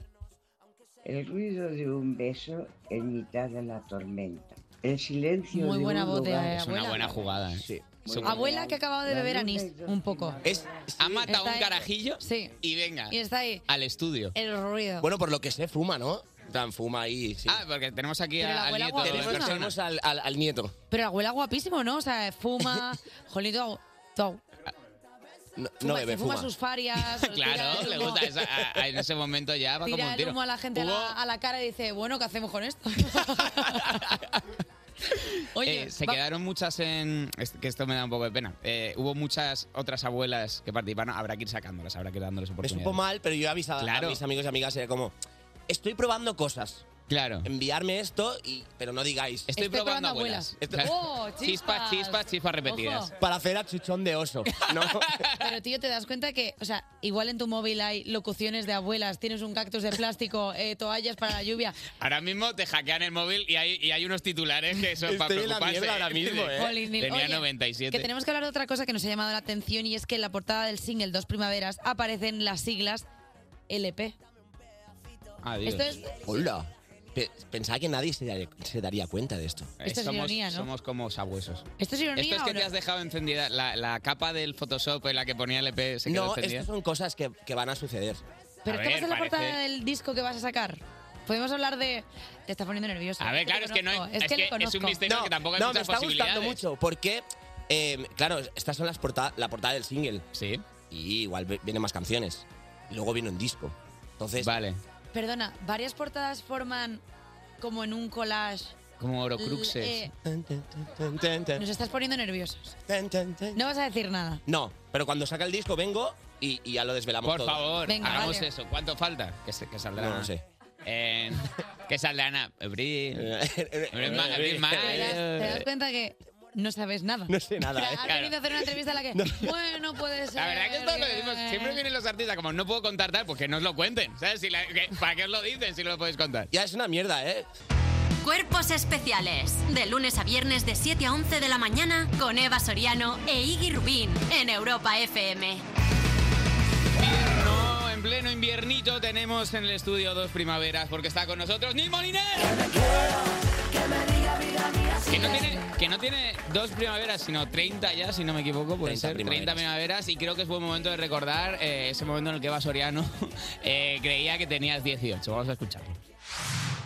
[SPEAKER 26] El ruido de un beso en mitad de la tormenta. El silencio
[SPEAKER 1] Muy
[SPEAKER 26] de
[SPEAKER 1] buena
[SPEAKER 26] un
[SPEAKER 1] voz de
[SPEAKER 26] lugar.
[SPEAKER 1] Es una abuela. buena ¿eh?
[SPEAKER 2] jugada.
[SPEAKER 25] Sí.
[SPEAKER 1] Abuela que acababa de
[SPEAKER 26] La
[SPEAKER 1] beber
[SPEAKER 26] luna
[SPEAKER 1] anís, un poco.
[SPEAKER 25] Es,
[SPEAKER 2] ha matado
[SPEAKER 1] Está
[SPEAKER 2] un
[SPEAKER 1] ahí.
[SPEAKER 2] carajillo
[SPEAKER 1] Sí.
[SPEAKER 2] y venga
[SPEAKER 1] Y está ahí
[SPEAKER 2] al estudio.
[SPEAKER 1] el ruido.
[SPEAKER 25] Bueno, por lo que sé, fuma, ¿no? En plan, fuma ahí, sí.
[SPEAKER 2] Ah, porque tenemos aquí
[SPEAKER 1] Pero a- la al abuela nieto guapa. de
[SPEAKER 25] Tenemos,
[SPEAKER 1] persona.
[SPEAKER 25] tenemos al, al- al nieto.
[SPEAKER 1] Pero la abuela guapísimo, ¿no? O sea, fuma.
[SPEAKER 2] *laughs*
[SPEAKER 1] Jolín, tú, abu- tú abu-
[SPEAKER 25] No,
[SPEAKER 1] fuma,
[SPEAKER 25] no bebe,
[SPEAKER 1] se fuma
[SPEAKER 25] fuma.
[SPEAKER 2] *laughs*
[SPEAKER 1] sus farias. tira
[SPEAKER 2] Claro,
[SPEAKER 1] el
[SPEAKER 2] le
[SPEAKER 1] humo-
[SPEAKER 2] gusta. esa- a- a- en ese momento ya va como
[SPEAKER 1] Tira
[SPEAKER 2] un
[SPEAKER 1] el
[SPEAKER 2] tiro.
[SPEAKER 1] humo a la gente a la, a la cara y dice, bueno, ¿qué hacemos con esto? Oye,
[SPEAKER 2] Eh, se
[SPEAKER 1] va-
[SPEAKER 2] quedaron muchas en. es- Que esto me da un poco de pena. Eh, hubo muchas otras abuelas que participaron. Habrá que ir sacándolas, habrá que ir dándoles
[SPEAKER 25] Me
[SPEAKER 2] oportunidades.
[SPEAKER 25] supo mal, pero yo he avisado
[SPEAKER 2] Claro.
[SPEAKER 25] a mis amigos y amigas, era como, estoy probando cosas.
[SPEAKER 2] Claro.
[SPEAKER 25] Enviarme esto, y, pero no digáis.
[SPEAKER 2] Estoy, probando, abuelas.
[SPEAKER 1] ¡Oh,
[SPEAKER 2] *laughs* chispas,
[SPEAKER 1] chispas!
[SPEAKER 2] chispas, chispas repetidas.
[SPEAKER 1] Ojo.
[SPEAKER 25] Para hacer achuchón de oso.
[SPEAKER 1] *laughs*
[SPEAKER 25] No,
[SPEAKER 1] Pero tío, te das cuenta que, o sea, igual en tu móvil hay locuciones de abuelas, tienes un cactus de
[SPEAKER 2] *laughs*
[SPEAKER 1] plástico, eh, toallas para la lluvia.
[SPEAKER 2] Ahora mismo te hackean el móvil y hay, y hay unos titulares que son para
[SPEAKER 25] *laughs* Estoy en la
[SPEAKER 2] preocuparse.
[SPEAKER 25] mierda ahora mismo,
[SPEAKER 2] *laughs*
[SPEAKER 25] ¿eh?
[SPEAKER 1] Jolín, Nil.
[SPEAKER 2] Tenía
[SPEAKER 1] Oye,
[SPEAKER 2] 97.
[SPEAKER 1] Que tenemos que hablar de otra cosa que nos ha llamado la atención y es que en la portada del single Dos Primaveras aparecen las siglas LP.
[SPEAKER 25] Adiós.
[SPEAKER 1] Esto es-
[SPEAKER 25] Hola. Pe- Pensaba que nadie se daría, se daría cuenta de esto.
[SPEAKER 1] Esto es
[SPEAKER 2] somos,
[SPEAKER 1] ironía, ¿no?
[SPEAKER 2] somos como sabuesos.
[SPEAKER 1] ¿Esto es ironía
[SPEAKER 2] Esto es que
[SPEAKER 1] o no?
[SPEAKER 2] te has dejado encendida la, la capa del Photoshop en la que ponía el EP se quedó
[SPEAKER 25] No,
[SPEAKER 2] encendida.
[SPEAKER 25] estas son cosas que, que van a suceder.
[SPEAKER 1] Pero
[SPEAKER 2] A
[SPEAKER 1] ¿qué
[SPEAKER 2] ver,
[SPEAKER 1] pasa en la
[SPEAKER 2] parece-
[SPEAKER 1] portada del disco que vas a sacar? Podemos hablar de... Te está poniendo nervioso.
[SPEAKER 2] A ver,
[SPEAKER 1] te
[SPEAKER 2] claro, es que no
[SPEAKER 1] conozco,
[SPEAKER 2] hay- es
[SPEAKER 1] le
[SPEAKER 2] que es un
[SPEAKER 1] conozco.
[SPEAKER 2] misterio que tampoco hay
[SPEAKER 25] no,
[SPEAKER 2] muchas
[SPEAKER 25] me está gustando
[SPEAKER 2] posibilidades.
[SPEAKER 25] mucho porque, eh, claro, estas son las porta- la portada del single.
[SPEAKER 2] Sí.
[SPEAKER 25] Y igual ve- vienen más canciones. Y luego viene un disco. Entonces.
[SPEAKER 2] Vale.
[SPEAKER 1] Perdona, varias portadas forman como en un collage.
[SPEAKER 2] Como Orocruxes.
[SPEAKER 1] Eh, nos estás poniendo nerviosos. No vas a decir nada.
[SPEAKER 25] No, pero cuando saca el disco vengo y, y ya lo desvelamos
[SPEAKER 2] Por
[SPEAKER 25] todo.
[SPEAKER 2] favor,
[SPEAKER 1] Venga,
[SPEAKER 2] hagamos
[SPEAKER 1] vale.
[SPEAKER 2] eso. ¿Cuánto falta? Que, se- que saldrá.
[SPEAKER 25] No, no sé.
[SPEAKER 2] Eh, Que sale Ana.
[SPEAKER 25] *laughs*
[SPEAKER 2] Abril. Abril, ma- abril, ma-
[SPEAKER 1] Te das cuenta que no sabes nada.
[SPEAKER 25] No sé nada, ¿eh?
[SPEAKER 1] Ha venido a hacer una entrevista a
[SPEAKER 25] *laughs*
[SPEAKER 1] la que, bueno, puede ser.
[SPEAKER 2] La verdad que esto lo decimos.
[SPEAKER 1] que-
[SPEAKER 2] Siempre vienen los artistas como no puedo contar tal, pues que no os lo cuenten. ¿Sabes? Si la- que- ¿Para qué os lo dicen si no lo podéis contar?
[SPEAKER 25] Ya es una mierda, ¿eh?
[SPEAKER 6] Cuerpos especiales. De lunes a viernes de 7 a 11 de la mañana con Eva Soriano e Iggy Rubín en Europa FM.
[SPEAKER 2] No, en pleno inviernito tenemos en el estudio dos primaveras porque está con nosotros Nil Moliner. Que no, tiene, que no tiene dos primaveras, sino 30 ya, si no me equivoco, puede
[SPEAKER 25] 30
[SPEAKER 2] ser. 30
[SPEAKER 25] primaveras.
[SPEAKER 2] primaveras. Y creo que es buen momento de recordar eh, ese momento en el que Eva Soriano *laughs* eh, creía que tenías 18. Vamos a escucharlo.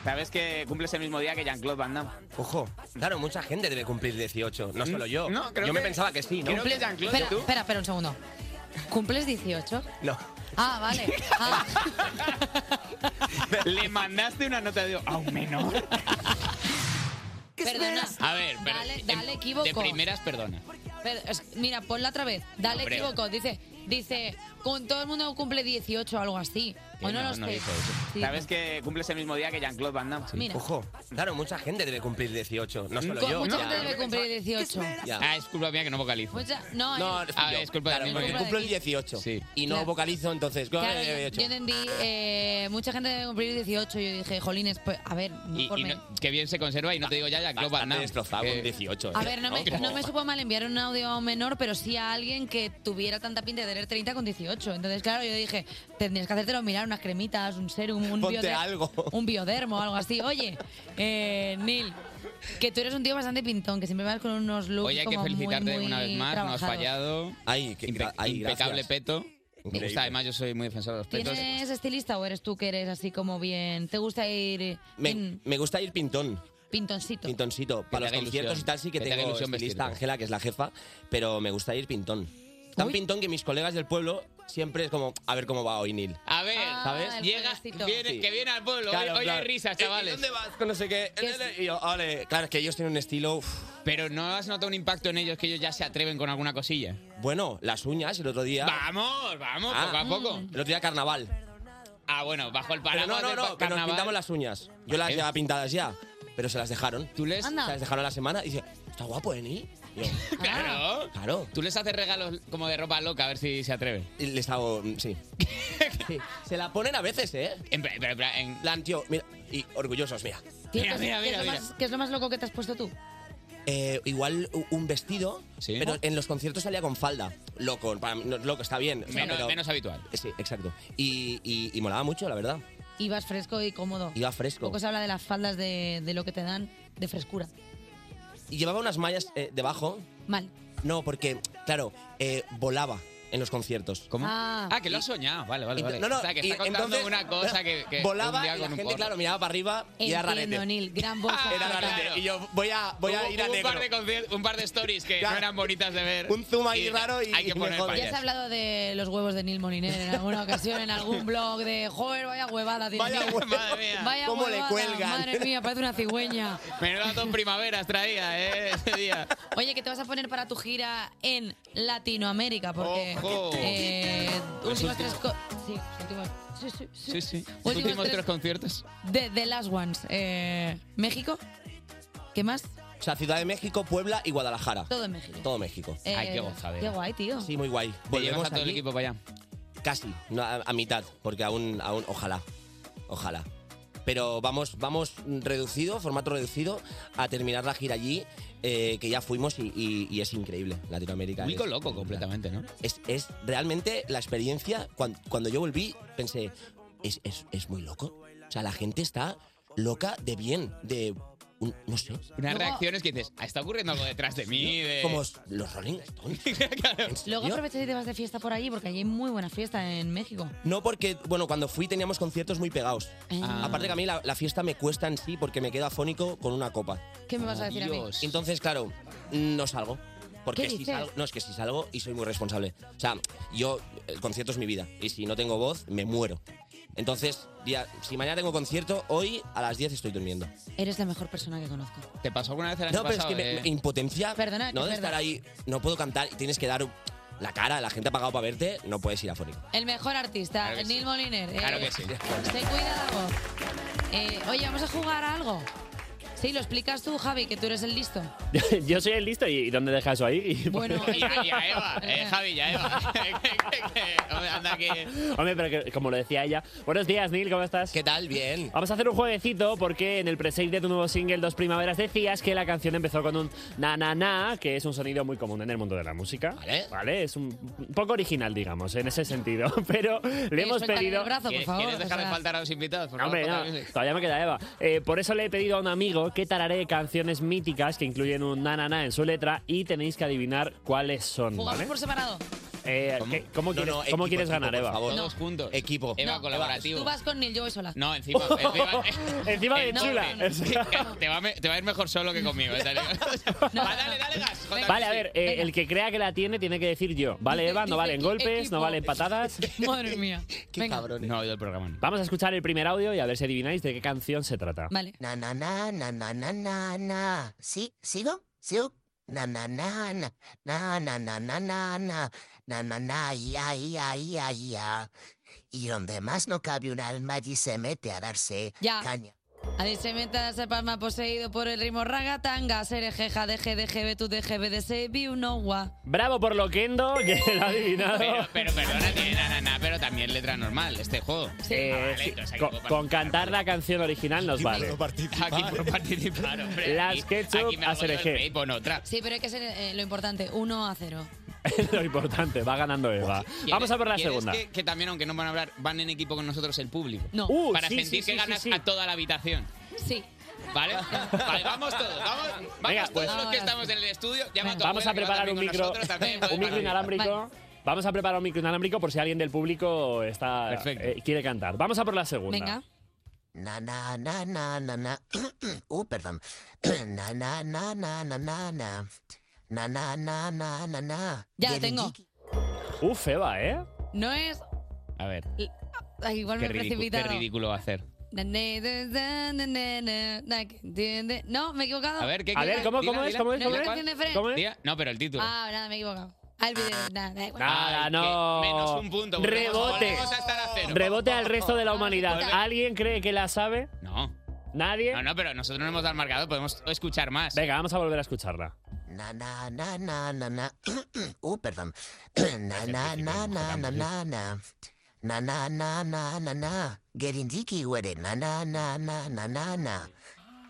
[SPEAKER 2] ¿Sabes que cumples el mismo día que Jean-Claude Van Damme?
[SPEAKER 25] Ojo, claro, mucha gente debe cumplir 18, no solo yo.
[SPEAKER 2] ¿Mm? No, creo
[SPEAKER 25] yo me
[SPEAKER 2] que-
[SPEAKER 25] pensaba que sí, ¿no?
[SPEAKER 2] creo que
[SPEAKER 1] espera, espera, espera un segundo. ¿Cumples 18?
[SPEAKER 25] No.
[SPEAKER 1] Ah,
[SPEAKER 25] *laughs*
[SPEAKER 1] vale. Ah,
[SPEAKER 2] *laughs* Le mandaste una nota de a un menor.
[SPEAKER 1] perdona.
[SPEAKER 2] A ver, pero-
[SPEAKER 1] Dale,
[SPEAKER 2] em,
[SPEAKER 1] dale, equivoco.
[SPEAKER 2] De primeras, perdona.
[SPEAKER 1] Pero, es- mira, ponla otra vez. Dale,
[SPEAKER 2] Hombre.
[SPEAKER 1] equivoco. Dice, dice, con todo el mundo cumple 18 o algo así. O no, lo sé. Sí.
[SPEAKER 2] ¿Sabes que cumples el mismo día que Jean-Claude Van Damme?
[SPEAKER 1] Mira.
[SPEAKER 25] Ojo, claro, mucha gente debe cumplir 18, no solo
[SPEAKER 1] Con-
[SPEAKER 25] yo.
[SPEAKER 1] mucha
[SPEAKER 25] Ya.
[SPEAKER 1] gente debe cumplir 18.
[SPEAKER 2] Ah, es culpa mía que no vocalizo.
[SPEAKER 1] Mucha- no, eh,
[SPEAKER 25] No,
[SPEAKER 1] es-
[SPEAKER 25] a ver,
[SPEAKER 2] es culpa de mí.
[SPEAKER 25] porque
[SPEAKER 1] Culpa de
[SPEAKER 25] cumplo
[SPEAKER 1] ti.
[SPEAKER 25] el 18 y no
[SPEAKER 1] Claro.
[SPEAKER 25] vocalizo, entonces...
[SPEAKER 1] Claro, yo,
[SPEAKER 25] 18.
[SPEAKER 1] yo entendí, eh, mucha gente debe cumplir 18. Yo dije, jolines, pues, a ver,
[SPEAKER 2] Y, y
[SPEAKER 1] por me-
[SPEAKER 2] no- que bien se conserva y no te digo ya Jean-Claude Van Damme. Eh, destrozado con
[SPEAKER 25] 18.
[SPEAKER 1] A ver,
[SPEAKER 2] *laughs*
[SPEAKER 1] no, me, no me supo mal enviar un audio a un menor, pero sí a alguien que tuviera tanta pinta de tener 30 con 18. Entonces, claro, yo dije, tendrías que hacértelo mirar unas cremitas, un serum, un,
[SPEAKER 25] Ponte
[SPEAKER 1] bioder-
[SPEAKER 25] algo.
[SPEAKER 1] un biodermo, algo así. Oye, eh, Neil, que tú eres un tío bastante pintón, que siempre vas con unos looks
[SPEAKER 2] Oye, hay que
[SPEAKER 1] como muy,
[SPEAKER 2] felicitarte
[SPEAKER 1] muy
[SPEAKER 2] una vez más, no has
[SPEAKER 1] trabajados.
[SPEAKER 2] fallado.
[SPEAKER 25] Ay,
[SPEAKER 2] Impe-
[SPEAKER 25] ay, gracias.
[SPEAKER 2] impecable peto. Me
[SPEAKER 25] Increíble.
[SPEAKER 2] gusta, además yo soy muy defensor de los petos.
[SPEAKER 1] ¿Tienes estilista o eres tú que eres así como bien? ¿Te gusta ir eh,
[SPEAKER 25] Me, me gusta ir pintón,
[SPEAKER 1] pintoncito?
[SPEAKER 25] pintoncito.
[SPEAKER 2] te
[SPEAKER 25] Para los
[SPEAKER 2] haga
[SPEAKER 25] conciertos
[SPEAKER 2] ilusión,
[SPEAKER 25] y tal sí que
[SPEAKER 2] que te haga
[SPEAKER 25] tengo
[SPEAKER 2] ilusión
[SPEAKER 25] estilista
[SPEAKER 2] vestirte.
[SPEAKER 25] Ángela, que es la jefa, pero me gusta ir pintón. Tan pintón que mis colegas del pueblo siempre es como, a ver cómo va hoy Neil.
[SPEAKER 2] A ver,
[SPEAKER 25] Ah, ¿sabes? el
[SPEAKER 2] Llega, viene-
[SPEAKER 25] Sí.
[SPEAKER 2] que viene al pueblo.
[SPEAKER 25] Claro,
[SPEAKER 2] hoy hoy hay
[SPEAKER 25] claro. Eh,
[SPEAKER 2] risas,
[SPEAKER 25] ¿Y- y
[SPEAKER 2] chavales.
[SPEAKER 25] dónde vas? Con no sé qué. Eh, Y yo, ole. Claro, es que ellos tienen un estilo...
[SPEAKER 2] Pero ¿no has notado un impacto en ellos que ellos ya se atreven con alguna cosilla?
[SPEAKER 25] Bueno, las uñas el otro día...
[SPEAKER 2] Vamos, vamos,
[SPEAKER 25] Ah,
[SPEAKER 2] poco a poco.
[SPEAKER 1] Mm.
[SPEAKER 25] El otro día carnaval.
[SPEAKER 2] Ah, bueno, bajo el
[SPEAKER 25] Pero
[SPEAKER 2] paraguas
[SPEAKER 25] no, no,
[SPEAKER 2] del
[SPEAKER 25] no, que nos
[SPEAKER 2] carnaval.
[SPEAKER 25] pintamos las uñas. Yo las
[SPEAKER 2] Vale.
[SPEAKER 25] llevaba pintadas ya, pero se las dejaron.
[SPEAKER 2] ¿Tú les?
[SPEAKER 25] Se
[SPEAKER 2] Anda.
[SPEAKER 25] las dejaron a la semana y dice, está guapo, ¿eh, Ni? Y yo,
[SPEAKER 2] Claro.
[SPEAKER 25] claro.
[SPEAKER 2] Tú les haces regalos como de ropa loca, a ver si se atreven.
[SPEAKER 25] Y les hago,
[SPEAKER 2] *laughs*
[SPEAKER 25] mm, sí. se la ponen a veces, ¿eh?
[SPEAKER 2] En plan, en
[SPEAKER 25] plan, tío, mira, y orgullosos, mira.
[SPEAKER 1] Tío, ¿qué es- qué es lo más- ¿Qué es lo más loco que te has puesto tú?
[SPEAKER 25] Eh, igual u- un vestido, pero en los conciertos salía con falda. Loco, para mí, no, loco, está bien. o sea,
[SPEAKER 2] Menos-
[SPEAKER 25] pero- Eh,
[SPEAKER 2] menos habitual.
[SPEAKER 25] Sí, exacto. Y, y, y molaba mucho, la verdad.
[SPEAKER 1] Ibas fresco y cómodo.
[SPEAKER 25] Iba fresco.
[SPEAKER 1] Este Poco se habla de las faldas de, de lo que te dan de frescura.
[SPEAKER 25] Y llevaba unas mallas eh, debajo.
[SPEAKER 1] Mal.
[SPEAKER 25] No, porque, claro, eh, volaba en los conciertos.
[SPEAKER 2] ¿Cómo?
[SPEAKER 1] Ah.
[SPEAKER 2] que lo has soñado. Vale, vale, vale.
[SPEAKER 25] Ento- No, no,
[SPEAKER 2] o sea, que
[SPEAKER 25] y
[SPEAKER 2] está contando
[SPEAKER 25] entonces-
[SPEAKER 2] una cosa que, que
[SPEAKER 25] volaba
[SPEAKER 2] un día
[SPEAKER 25] y
[SPEAKER 2] con
[SPEAKER 25] la
[SPEAKER 2] un
[SPEAKER 25] gente,
[SPEAKER 2] porro.
[SPEAKER 25] claro, miraba para arriba y era
[SPEAKER 1] Entiendo,
[SPEAKER 25] rarete.
[SPEAKER 1] Neil. Gran voz.
[SPEAKER 25] Era rarete. Y yo voy a, voy a
[SPEAKER 2] Ah, Hubo-
[SPEAKER 25] ir a
[SPEAKER 2] hubo un
[SPEAKER 25] negro.
[SPEAKER 2] par, de conci- un par de stories que
[SPEAKER 25] Ya.
[SPEAKER 2] no eran bonitas de ver.
[SPEAKER 25] Un zoom ahí raro y-
[SPEAKER 2] *laughs* Hay que
[SPEAKER 25] y me
[SPEAKER 2] poner
[SPEAKER 25] jode.
[SPEAKER 2] payas.
[SPEAKER 1] Ya has hablado de los huevos de Neil Moliner en alguna ocasión, en algún blog de joder, vaya huevada tiene.
[SPEAKER 2] Vaya
[SPEAKER 1] *laughs* Neil".
[SPEAKER 2] huevo, madre mía.
[SPEAKER 1] Vaya
[SPEAKER 2] ¿Cómo le
[SPEAKER 1] huevada,
[SPEAKER 2] cuelgan?
[SPEAKER 1] Madre mía, parece una cigüeña.
[SPEAKER 2] Menuda dos primaveras traía, ¿eh? Ese día.
[SPEAKER 1] Oye, que te vas a poner para tu gira en Latinoamérica, porque
[SPEAKER 2] Ojo.
[SPEAKER 1] eh,
[SPEAKER 2] Los
[SPEAKER 1] últimos tres
[SPEAKER 2] últimos.
[SPEAKER 1] co- sí, los últimos. Sí, sí, sí.
[SPEAKER 2] Sí, sí.
[SPEAKER 1] Últimos
[SPEAKER 2] Los últimos
[SPEAKER 1] tres-
[SPEAKER 2] tres conciertos.
[SPEAKER 1] De The Last Ones. eh, México. ¿Qué más?
[SPEAKER 25] O sea, Ciudad de México, Puebla y Guadalajara.
[SPEAKER 1] Todo en México.
[SPEAKER 25] Todo México.
[SPEAKER 1] Eh, Qué guay, tío.
[SPEAKER 25] Sí, muy guay.
[SPEAKER 2] llevas a todo el
[SPEAKER 25] equipo
[SPEAKER 2] para allá?
[SPEAKER 25] Casi, no, a, a mitad, porque aún, aún, ojalá, ojalá. Pero vamos, vamos reducido, formato reducido, a terminar la gira allí, eh, que ya fuimos y, y- y es increíble. Latinoamérica.
[SPEAKER 2] Público
[SPEAKER 25] es-
[SPEAKER 2] loco completamente, ¿no?
[SPEAKER 25] Es, es realmente la experiencia, cuan- cuando, yo volví, pensé, es, es- es muy loco. O sea, la gente está loca de bien, de... un- no sé.
[SPEAKER 2] Unas
[SPEAKER 25] Luego-
[SPEAKER 2] reacciones que dices, "Ah, está ocurriendo algo detrás de mí. De...
[SPEAKER 25] Como s- los Rolling
[SPEAKER 2] *laughs*
[SPEAKER 25] Stones.
[SPEAKER 1] Luego aprovechas y te vas de fiesta por allí, porque allí hay muy buena fiesta en México.
[SPEAKER 25] No, porque, bueno, cuando fui teníamos conciertos muy pegados.
[SPEAKER 1] Ah.
[SPEAKER 25] Aparte que a mí la, la fiesta me cuesta en sí porque me quedo afónico con una copa.
[SPEAKER 1] ¿Qué me vas a decir a mí? Dios.
[SPEAKER 25] Entonces, claro, no salgo. Porque
[SPEAKER 1] ¿Qué
[SPEAKER 25] si
[SPEAKER 1] dices?
[SPEAKER 25] salgo, no es que si salgo y soy muy responsable. O sea, yo el concierto es mi vida y si no tengo voz me muero. Entonces, ya- si mañana tengo concierto, hoy a las 10 estoy durmiendo.
[SPEAKER 1] Eres la mejor persona que conozco.
[SPEAKER 2] ¿Te pasó alguna vez el año
[SPEAKER 25] No, pero es
[SPEAKER 2] pasado,
[SPEAKER 25] que me-
[SPEAKER 2] eh?
[SPEAKER 25] me- impotencia,
[SPEAKER 1] Perdona,
[SPEAKER 25] no
[SPEAKER 1] Ah, es
[SPEAKER 25] de estar
[SPEAKER 1] verdad.
[SPEAKER 25] ahí, no puedo cantar y tienes que dar la cara, la gente ha pagado para verte, no puedes ir afónico.
[SPEAKER 1] El mejor artista,
[SPEAKER 25] Claro que *laughs*
[SPEAKER 1] Neil Moliner. eh,
[SPEAKER 25] Claro que sí.
[SPEAKER 1] Se cuida la voz. Eh, oye, vamos a jugar a algo. Sí, lo explicas tú, Javi, que tú eres el listo.
[SPEAKER 11] Yo soy el listo y ¿y dónde deja eso ahí?
[SPEAKER 3] *laughs*
[SPEAKER 1] Bueno,
[SPEAKER 2] Y, a- y a Eva, eh, Javi, y a Eva. Hombre, anda que-
[SPEAKER 11] Hombre, pero que- como lo decía ella. Buenos días, Neil, ¿cómo estás? ¿Qué
[SPEAKER 12] tal? Bien.
[SPEAKER 11] Vamos a hacer un jueguecito porque en el pre-save de tu nuevo single, Dos Primaveras, decías que la canción empezó con un na na na, que es un sonido muy común en el mundo de la música. Vale. Vale, es un un poco original, digamos, en ese sentido. *laughs* Pero le hemos
[SPEAKER 2] suéltale
[SPEAKER 11] pedido.
[SPEAKER 2] el brazo, por ¿Quieres- favor, quieres dejar de José? faltar a los invitados? Por
[SPEAKER 11] No,
[SPEAKER 2] favor,
[SPEAKER 11] hombre, no,
[SPEAKER 2] ponte music.
[SPEAKER 11] todavía me queda Eva. Eh, por eso le he pedido a un amigo que tararee canciones míticas que incluyen un na na na en su letra y tenéis que adivinar cuáles son.
[SPEAKER 1] Jugamos
[SPEAKER 11] ¿vale?
[SPEAKER 1] por separado.
[SPEAKER 11] Eh, ¿qué- ¿Cómo,
[SPEAKER 12] No,
[SPEAKER 11] quieres,
[SPEAKER 12] no,
[SPEAKER 11] cómo
[SPEAKER 12] equipo,
[SPEAKER 11] quieres
[SPEAKER 12] equipo,
[SPEAKER 11] ganar,
[SPEAKER 12] por
[SPEAKER 11] Eva?
[SPEAKER 12] favor. Todos
[SPEAKER 11] juntos.
[SPEAKER 12] Equipo.
[SPEAKER 11] Eva,
[SPEAKER 1] Tú vas con Neil, yo voy sola.
[SPEAKER 2] No, encima.
[SPEAKER 1] *laughs*
[SPEAKER 2] encima-
[SPEAKER 11] Encima de
[SPEAKER 2] No,
[SPEAKER 11] chula.
[SPEAKER 2] no, no.
[SPEAKER 11] *laughs*
[SPEAKER 2] te, va a, me- te va a ir mejor solo que conmigo. eh, te digo.
[SPEAKER 11] Vale, a ver, eh, el que crea que la tiene tiene que decir yo. Vale, Eva, no valen golpes, no valen patadas.
[SPEAKER 1] Madre mía. Venga.
[SPEAKER 2] No ha oído el programa. no.
[SPEAKER 11] Vamos a escuchar el primer audio y a ver si adivináis de qué canción se trata.
[SPEAKER 1] Vale.
[SPEAKER 21] Na, na, na, na, na, na, na, na. ¿Sí? ¿Sigo? ¿Sigo? Na, na, na, na, na, na, na, na, na, na, na, na, na, ya, ya, ya, ya. Y donde más no cabe un alma, allí se mete a darse
[SPEAKER 1] Ya.
[SPEAKER 21] caña.
[SPEAKER 1] Allí se meta ese palma poseído por el ritmo ragatanga, serejeja, deje, deje, ve tu deje, ve de se, vi un agua.
[SPEAKER 11] Bravo por Loquendo, *laughs* *laughs* que lo ha adivinado.
[SPEAKER 2] Pero, pero perdona, tiene na, na, na, pero también letra normal, este juego.
[SPEAKER 11] Eh,
[SPEAKER 2] Ah, vale,
[SPEAKER 11] sí,
[SPEAKER 2] entonces aquí
[SPEAKER 11] con,
[SPEAKER 2] puedo
[SPEAKER 11] con cantar la canción original nos vale.
[SPEAKER 2] participar. Aquí por *laughs* participar, hombre.
[SPEAKER 11] Las
[SPEAKER 2] aquí
[SPEAKER 11] ketchup
[SPEAKER 2] me
[SPEAKER 11] a
[SPEAKER 2] hago yo el
[SPEAKER 11] Serejé.
[SPEAKER 2] rey, pon
[SPEAKER 11] *laughs*
[SPEAKER 2] otra.
[SPEAKER 1] Sí, pero hay que ser eh, lo importante, 1 a 0.
[SPEAKER 11] Lo importante, va ganando Eva. Vamos a por la
[SPEAKER 2] ¿Quieres
[SPEAKER 11] segunda.
[SPEAKER 2] Que, que también, aunque no van a hablar, van en equipo con nosotros el público.
[SPEAKER 1] No.
[SPEAKER 11] Uh,
[SPEAKER 2] Para
[SPEAKER 11] sí,
[SPEAKER 2] sentir
[SPEAKER 11] sí,
[SPEAKER 2] que
[SPEAKER 11] sí,
[SPEAKER 2] ganas
[SPEAKER 11] sí, sí.
[SPEAKER 2] a toda la habitación.
[SPEAKER 1] Sí.
[SPEAKER 11] *laughs*
[SPEAKER 2] ¿Vale? Vale, vamos todos. Vamos, vamos
[SPEAKER 11] Venga,
[SPEAKER 2] todos
[SPEAKER 11] pues-
[SPEAKER 2] los que
[SPEAKER 11] Ahora.
[SPEAKER 2] estamos en el estudio. Llama a tu
[SPEAKER 11] Vamos a
[SPEAKER 2] abuela, que va
[SPEAKER 11] preparar
[SPEAKER 2] también
[SPEAKER 11] un
[SPEAKER 2] con
[SPEAKER 11] micro,
[SPEAKER 2] nosotros, también puede
[SPEAKER 11] *laughs* un micro
[SPEAKER 2] participar.
[SPEAKER 11] inalámbrico. Vamos a preparar un micro inalámbrico por si alguien del público está eh, quiere cantar. Vamos a por la segunda.
[SPEAKER 21] Na, na, na, na, na, na. *clears throat* Uh, perdón. *clears throat* na, na, na, na, na, na, na. Na, na, na, na, na, na.
[SPEAKER 1] Ya la tengo.
[SPEAKER 11] Uf, Eva, ¿eh?
[SPEAKER 1] No es.
[SPEAKER 2] A ver.
[SPEAKER 1] Ay, igual me he precipitado.
[SPEAKER 2] va a hacer.
[SPEAKER 1] Na, na, na, na, na, na, na, que entiende. No, me he equivocado.
[SPEAKER 2] A ver, ¿qué qué- dila, dila.
[SPEAKER 1] No, la canción de Fred.
[SPEAKER 2] Dila- No, pero el título.
[SPEAKER 1] Ah, nada, me he equivocado. Ah, el video. Nada, da igual.
[SPEAKER 11] Nada, no.
[SPEAKER 2] menos un punto, volvemos-
[SPEAKER 11] Rebote.
[SPEAKER 2] volvemos a estar a cero.
[SPEAKER 11] Rebote al resto de la humanidad.
[SPEAKER 2] Volve-
[SPEAKER 11] ¿Alguien cree que la sabe?
[SPEAKER 2] No.
[SPEAKER 11] ¿Nadie?
[SPEAKER 2] No, no, pero nosotros no hemos dado el marcador, podemos escuchar más.
[SPEAKER 11] Venga, vamos a volver a escucharla.
[SPEAKER 21] Na na na na na *coughs* na. Uh, perdón. na *coughs* na na na na na na. Na na na na na na. Getting dicky with it. Na na na na na na na.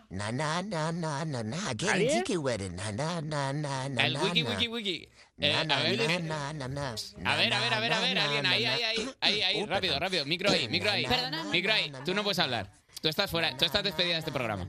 [SPEAKER 21] Na na na na na na. Getting
[SPEAKER 2] ¿Nadie?
[SPEAKER 21] dicky with it. Na na na na na
[SPEAKER 2] El
[SPEAKER 21] na.
[SPEAKER 2] wiki,
[SPEAKER 21] na.
[SPEAKER 2] wiki, wiki. Eh,
[SPEAKER 21] Na
[SPEAKER 2] a
[SPEAKER 21] na
[SPEAKER 2] ver,
[SPEAKER 21] na
[SPEAKER 2] eh,
[SPEAKER 21] na na na.
[SPEAKER 2] A ver, a ver, a ver, a ver, alguien ahí, ahí, ahí, ahí, ahí,
[SPEAKER 21] Uh,
[SPEAKER 2] rápido,
[SPEAKER 21] perdón.
[SPEAKER 2] rápido, micro ahí, micro ahí,
[SPEAKER 21] Perdona.
[SPEAKER 2] micro ahí, tú no puedes hablar, tú estás fuera, tú estás despedida de este programa.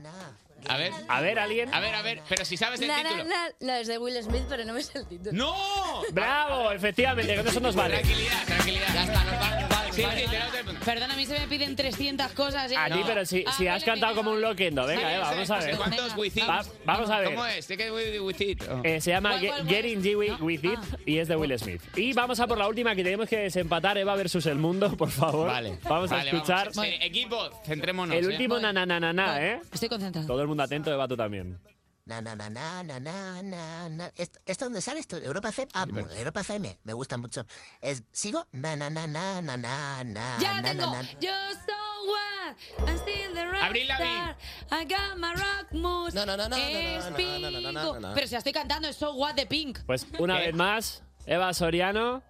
[SPEAKER 2] A ver,
[SPEAKER 11] a ver, alguien,
[SPEAKER 2] a ver, a ver, pero si sabes el
[SPEAKER 14] La, la,
[SPEAKER 2] título.
[SPEAKER 14] la, la es de Will Smith, pero no me sé el título.
[SPEAKER 2] ¡No! Ah,
[SPEAKER 11] ¡Bravo! Efectivamente, con eso nos vale.
[SPEAKER 2] Tranquilidad, tranquilidad. Ya está, nos vale, vale. Sí, sí, tenemos el punto.
[SPEAKER 1] Perdona, a mí se me piden 300 cosas. ¿eh?
[SPEAKER 11] A ti, pero si,
[SPEAKER 1] Ah,
[SPEAKER 11] si has
[SPEAKER 1] vale,
[SPEAKER 11] cantado
[SPEAKER 1] venga.
[SPEAKER 11] como un loquendo. Venga,
[SPEAKER 1] Vale,
[SPEAKER 11] Eva,
[SPEAKER 1] sí,
[SPEAKER 11] vamos a
[SPEAKER 1] no sé
[SPEAKER 11] ver.
[SPEAKER 2] ¿Cuántos with it?
[SPEAKER 11] Va- vamos a ver.
[SPEAKER 2] ¿Cómo es? Sé que with, with it. oh.
[SPEAKER 11] Eh, se llama
[SPEAKER 2] ¿Cuál, cuál,
[SPEAKER 11] Ge-
[SPEAKER 2] cuál?
[SPEAKER 11] Getting G with, with It
[SPEAKER 1] Ah.
[SPEAKER 11] y es de Will Smith. Y vamos a por la última que tenemos que desempatar, Eva versus el mundo, por favor. Vale. Vamos
[SPEAKER 2] Vale,
[SPEAKER 11] a escuchar
[SPEAKER 2] vamos. Sí, equipo, centrémonos.
[SPEAKER 11] el
[SPEAKER 2] ¿eh?
[SPEAKER 11] último na na na na na, ¿eh?
[SPEAKER 1] Estoy concentrado.
[SPEAKER 11] Todo el mundo atento, Eva, tú también.
[SPEAKER 21] Na, na, na, na, na, na, na, na. ¿Esto, esto dónde sale esto? ¿Europa FM? Ah, mu- Europa FM. Me gusta mucho. Es, ¿Sigo? Na, na, na, na, na, na, na,
[SPEAKER 1] Ya
[SPEAKER 21] na,
[SPEAKER 1] tengo.
[SPEAKER 21] na, na.
[SPEAKER 1] You're so wild. I'm still the rock
[SPEAKER 21] Abril Lavigne.
[SPEAKER 1] star. I got my rock moves.
[SPEAKER 21] No, no, no, no, no, no,
[SPEAKER 1] Es
[SPEAKER 21] no, no, no, no, no, no, no, no.
[SPEAKER 1] Pero si la estoy cantando, es so what de Pink.
[SPEAKER 11] Pues una vez más, Eva Soriano,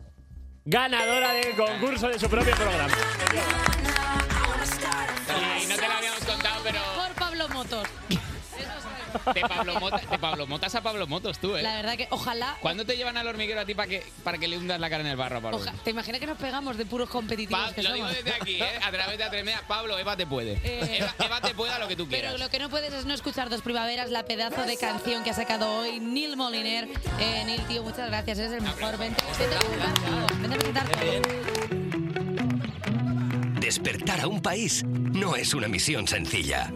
[SPEAKER 11] ganadora del concurso de su propio programa.
[SPEAKER 2] Ay, no te lo habíamos contado, pero
[SPEAKER 1] Por Pablo Motos.
[SPEAKER 2] de Pablo, Mota, de Pablo Motas a Pablo Motos tú, ¿eh?
[SPEAKER 1] La verdad que ojalá.
[SPEAKER 2] ¿Cuándo te llevan al hormiguero a ti para que, para que le hundas la cara en el barro a Pablo?
[SPEAKER 1] oja- ¿Te imaginas que nos pegamos de puros competitivos que
[SPEAKER 2] Lo digo
[SPEAKER 1] somos? Eh.
[SPEAKER 2] desde aquí, ¿eh? a través de Atremea. Pablo, Eva te puede. Eva, Eva te puede a lo que tú quieras.
[SPEAKER 1] Pero lo que no puedes es no escuchar Dos Primaveras, la pedazo de canción que ha sacado hoy Neil Moliner. Eh, Neil, tío, muchas gracias, eres el mejor. Vente, vente a presentar, vente a presentarte.
[SPEAKER 5] Despertar a un país no es una misión sencilla.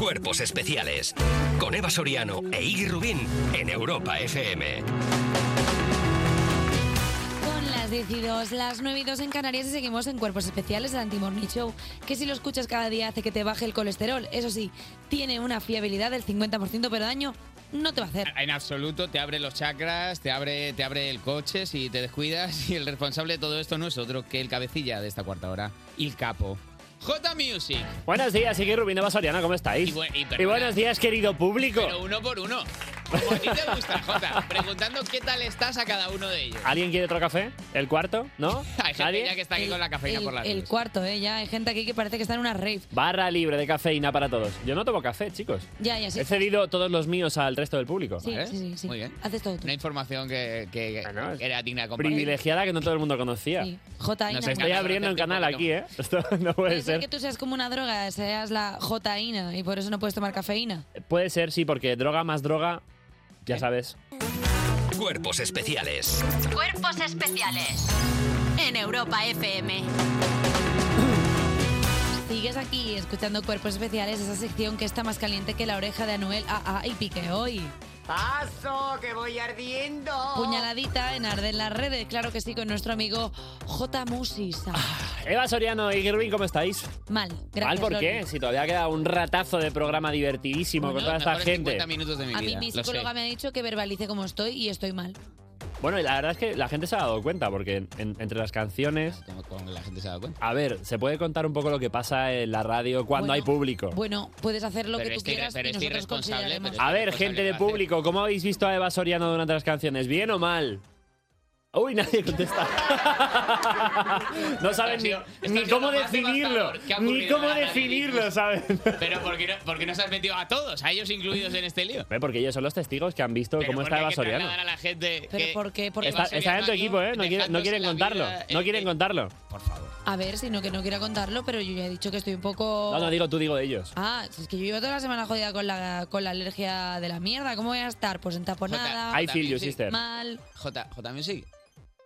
[SPEAKER 5] Cuerpos especiales. Con Eva Soriano e Iggy Rubín en Europa FM.
[SPEAKER 1] Con las 12, las 9 y 2 en Canarias y seguimos en Cuerpos Especiales del Antimorning Show, que si lo escuchas cada día hace que te baje el colesterol. Eso sí, tiene una fiabilidad del 50%, pero daño no te va a hacer.
[SPEAKER 2] En absoluto, te abre los chakras, te abre, te abre el coche si te descuidas. Y el responsable de todo esto no es otro que el cabecilla de esta cuarta hora, el capo. J Music.
[SPEAKER 11] Buenos días, Iggy Rubino Basoriano, ¿cómo estáis? Y,
[SPEAKER 2] perdona.
[SPEAKER 11] buenos días, querido público.
[SPEAKER 2] Pero uno por uno. Como a ti te gusta, *laughs* Jota. Preguntando qué tal estás a cada uno de ellos.
[SPEAKER 11] ¿Alguien quiere otro café? ¿El cuarto? ¿No?
[SPEAKER 2] *laughs* Hay gente ya que está aquí con la cafeína
[SPEAKER 1] el,
[SPEAKER 2] por la
[SPEAKER 1] el cuarto, ¿eh? Ya hay gente aquí que parece que está en una rave.
[SPEAKER 11] Barra libre de cafeína para todos. Yo no tomo café, chicos.
[SPEAKER 1] Ya, ya, sí.
[SPEAKER 11] He cedido todos los míos al resto del público.
[SPEAKER 1] Sí, sí, sí, sí.
[SPEAKER 2] Muy bien.
[SPEAKER 1] Haces todo tú.
[SPEAKER 2] Una información que, que-
[SPEAKER 11] Ah,
[SPEAKER 2] que era digna de compartir.
[SPEAKER 11] Privilegiada que no todo el mundo conocía.
[SPEAKER 1] Jotaína.
[SPEAKER 11] Nos estoy
[SPEAKER 2] este
[SPEAKER 11] abriendo un canal aquí, ¿eh? *laughs* Esto no puede
[SPEAKER 1] Puede ser
[SPEAKER 11] ser.
[SPEAKER 1] que tú seas como una droga, seas la jotaína y por eso no puedes tomar cafeína.
[SPEAKER 11] Puede ser, sí, porque droga más droga, ya sabes.
[SPEAKER 5] Cuerpos especiales.
[SPEAKER 6] Cuerpos especiales en Europa FM.
[SPEAKER 1] Sigues aquí escuchando Cuerpos Especiales, esa sección que está más caliente que la oreja de Anuel AA y Pique hoy.
[SPEAKER 9] ¡Paso, que voy ardiendo!
[SPEAKER 1] Puñaladita en Arde en las redes, claro que sí, con nuestro amigo J. Musis.
[SPEAKER 11] Eva Soriano y Gerwin, ¿cómo estáis?
[SPEAKER 1] Mal, gracias.
[SPEAKER 11] Ah, ¿Mal por
[SPEAKER 1] Loli.
[SPEAKER 11] qué? Si todavía queda un ratazo de programa divertidísimo con toda esta gente.
[SPEAKER 1] A mí mi psicóloga me ha dicho que verbalice cómo estoy y estoy mal.
[SPEAKER 11] Bueno, y la verdad es que la gente se ha dado cuenta, porque en- en- entre las canciones.
[SPEAKER 2] la gente se ha dado cuenta?
[SPEAKER 11] A ver, se puede contar un poco lo que pasa en la radio cuando hay público.
[SPEAKER 1] Bueno, puedes hacer lo
[SPEAKER 2] Pero
[SPEAKER 1] que tú
[SPEAKER 2] es que-
[SPEAKER 1] quieras
[SPEAKER 2] pero
[SPEAKER 1] y
[SPEAKER 2] es
[SPEAKER 1] nosotros
[SPEAKER 2] irresponsable,
[SPEAKER 1] consideraremos.
[SPEAKER 11] A ver, gente
[SPEAKER 2] ¿eh?
[SPEAKER 11] de público, ¿cómo habéis visto a Eva Soriano durante las canciones? ¿Bien o mal? Uy,
[SPEAKER 2] *laughs*
[SPEAKER 11] nadie contesta. No saben ni, ni cómo decidirlo. *laughs* Ni cómo definirlo, ¿sabes?
[SPEAKER 2] Pero ¿por qué, no, por qué nos has metido a todos, a ellos incluidos en este lío?
[SPEAKER 11] Ve, Porque ellos son los testigos que han visto
[SPEAKER 2] porque
[SPEAKER 11] cómo está
[SPEAKER 2] hay
[SPEAKER 11] Eva
[SPEAKER 2] que
[SPEAKER 11] Soriano.
[SPEAKER 2] trasladar a la gente
[SPEAKER 1] Pero
[SPEAKER 2] que
[SPEAKER 1] ¿por qué? Porque
[SPEAKER 11] Está,
[SPEAKER 1] Eva
[SPEAKER 11] está en tu
[SPEAKER 1] Soriano
[SPEAKER 11] equipo, ¿eh? No, quiere- no quieren contarlo. no quieren contarlo.
[SPEAKER 1] A ver, si no que no quiera contarlo, pero yo ya he dicho que estoy un poco...
[SPEAKER 11] No, no digo tú, digo ellos.
[SPEAKER 1] Ah, es que yo llevo toda la semana jodida con la, con la alergia de la mierda. ¿Cómo voy a estar? Pues entaponada.
[SPEAKER 2] I feel you, sister.
[SPEAKER 1] Mal.
[SPEAKER 2] J, J Music,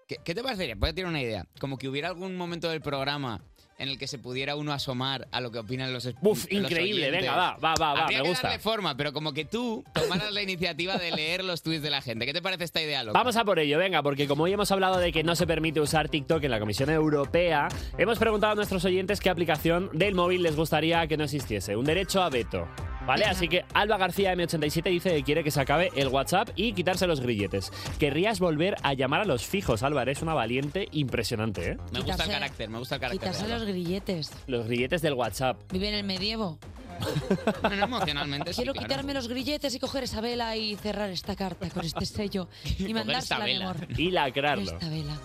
[SPEAKER 2] ¿qué, qué te parecería? Voy a tirar una idea. Como que hubiera algún momento del programa en el que se pudiera uno asomar a lo que opinan los Uf,
[SPEAKER 11] increíble, venga, va, va, va, va, me gusta.
[SPEAKER 2] darle forma, pero como que tú tomaras la iniciativa de leer los tweets de la gente. ¿Qué te parece esta idea, loco?
[SPEAKER 11] Vamos a por ello, venga, porque como hoy hemos hablado de que no se permite usar TikTok en la Comisión Europea, hemos preguntado a nuestros oyentes qué aplicación del móvil les gustaría que no existiese. Un derecho a veto. ¿Vale? Así que Alba García M87 dice que quiere que se acabe el WhatsApp y quitarse los grilletes. Querrías volver a llamar a los fijos, Alba. Eres una valiente impresionante, ¿eh?
[SPEAKER 2] Me gusta el carácter, me gusta el carácter.
[SPEAKER 1] Quitarse los grilletes.
[SPEAKER 11] Los grilletes del WhatsApp.
[SPEAKER 1] Vive en el medievo.
[SPEAKER 2] Ah, emocionalmente
[SPEAKER 1] Quiero quitarme los grilletes y coger esa vela y cerrar esta carta con
[SPEAKER 2] *laughs*
[SPEAKER 1] este sello y mandársela a mi amor.
[SPEAKER 11] Y lacrarlo.
[SPEAKER 1] Esta vela.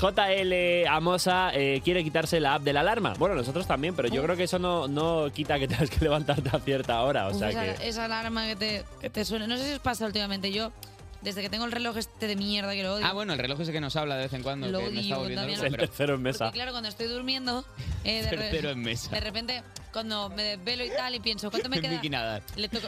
[SPEAKER 11] JL Amosa eh, quiere quitarse la app de la alarma. Bueno, nosotros también, pero yo creo que eso no, no quita que tengas que *laughs* levantarte a cierta hora. O
[SPEAKER 1] Uf,
[SPEAKER 11] sea
[SPEAKER 1] esa, eh,
[SPEAKER 11] que.
[SPEAKER 1] esa alarma que te, que te suena. No sé si os pasa últimamente. Yo, desde que tengo el reloj este de mierda que lo odio.
[SPEAKER 2] Ah, bueno, el reloj ese que nos habla de vez en cuando,
[SPEAKER 1] Lo
[SPEAKER 2] que me está
[SPEAKER 1] odio,
[SPEAKER 2] volviendo
[SPEAKER 1] también
[SPEAKER 2] loco,
[SPEAKER 1] lo-
[SPEAKER 2] pero-
[SPEAKER 11] Tercero en mesa.
[SPEAKER 1] Porque claro, cuando estoy
[SPEAKER 2] *laughs*
[SPEAKER 1] durmiendo, eh, de, re-
[SPEAKER 2] Tercero en mesa.
[SPEAKER 1] de repente, cuando me desvelo y tal, y
[SPEAKER 2] *laughs*
[SPEAKER 1] pienso, ¿cuánto me
[SPEAKER 2] En
[SPEAKER 1] queda?
[SPEAKER 2] Vicky Nadar.
[SPEAKER 1] Le toco,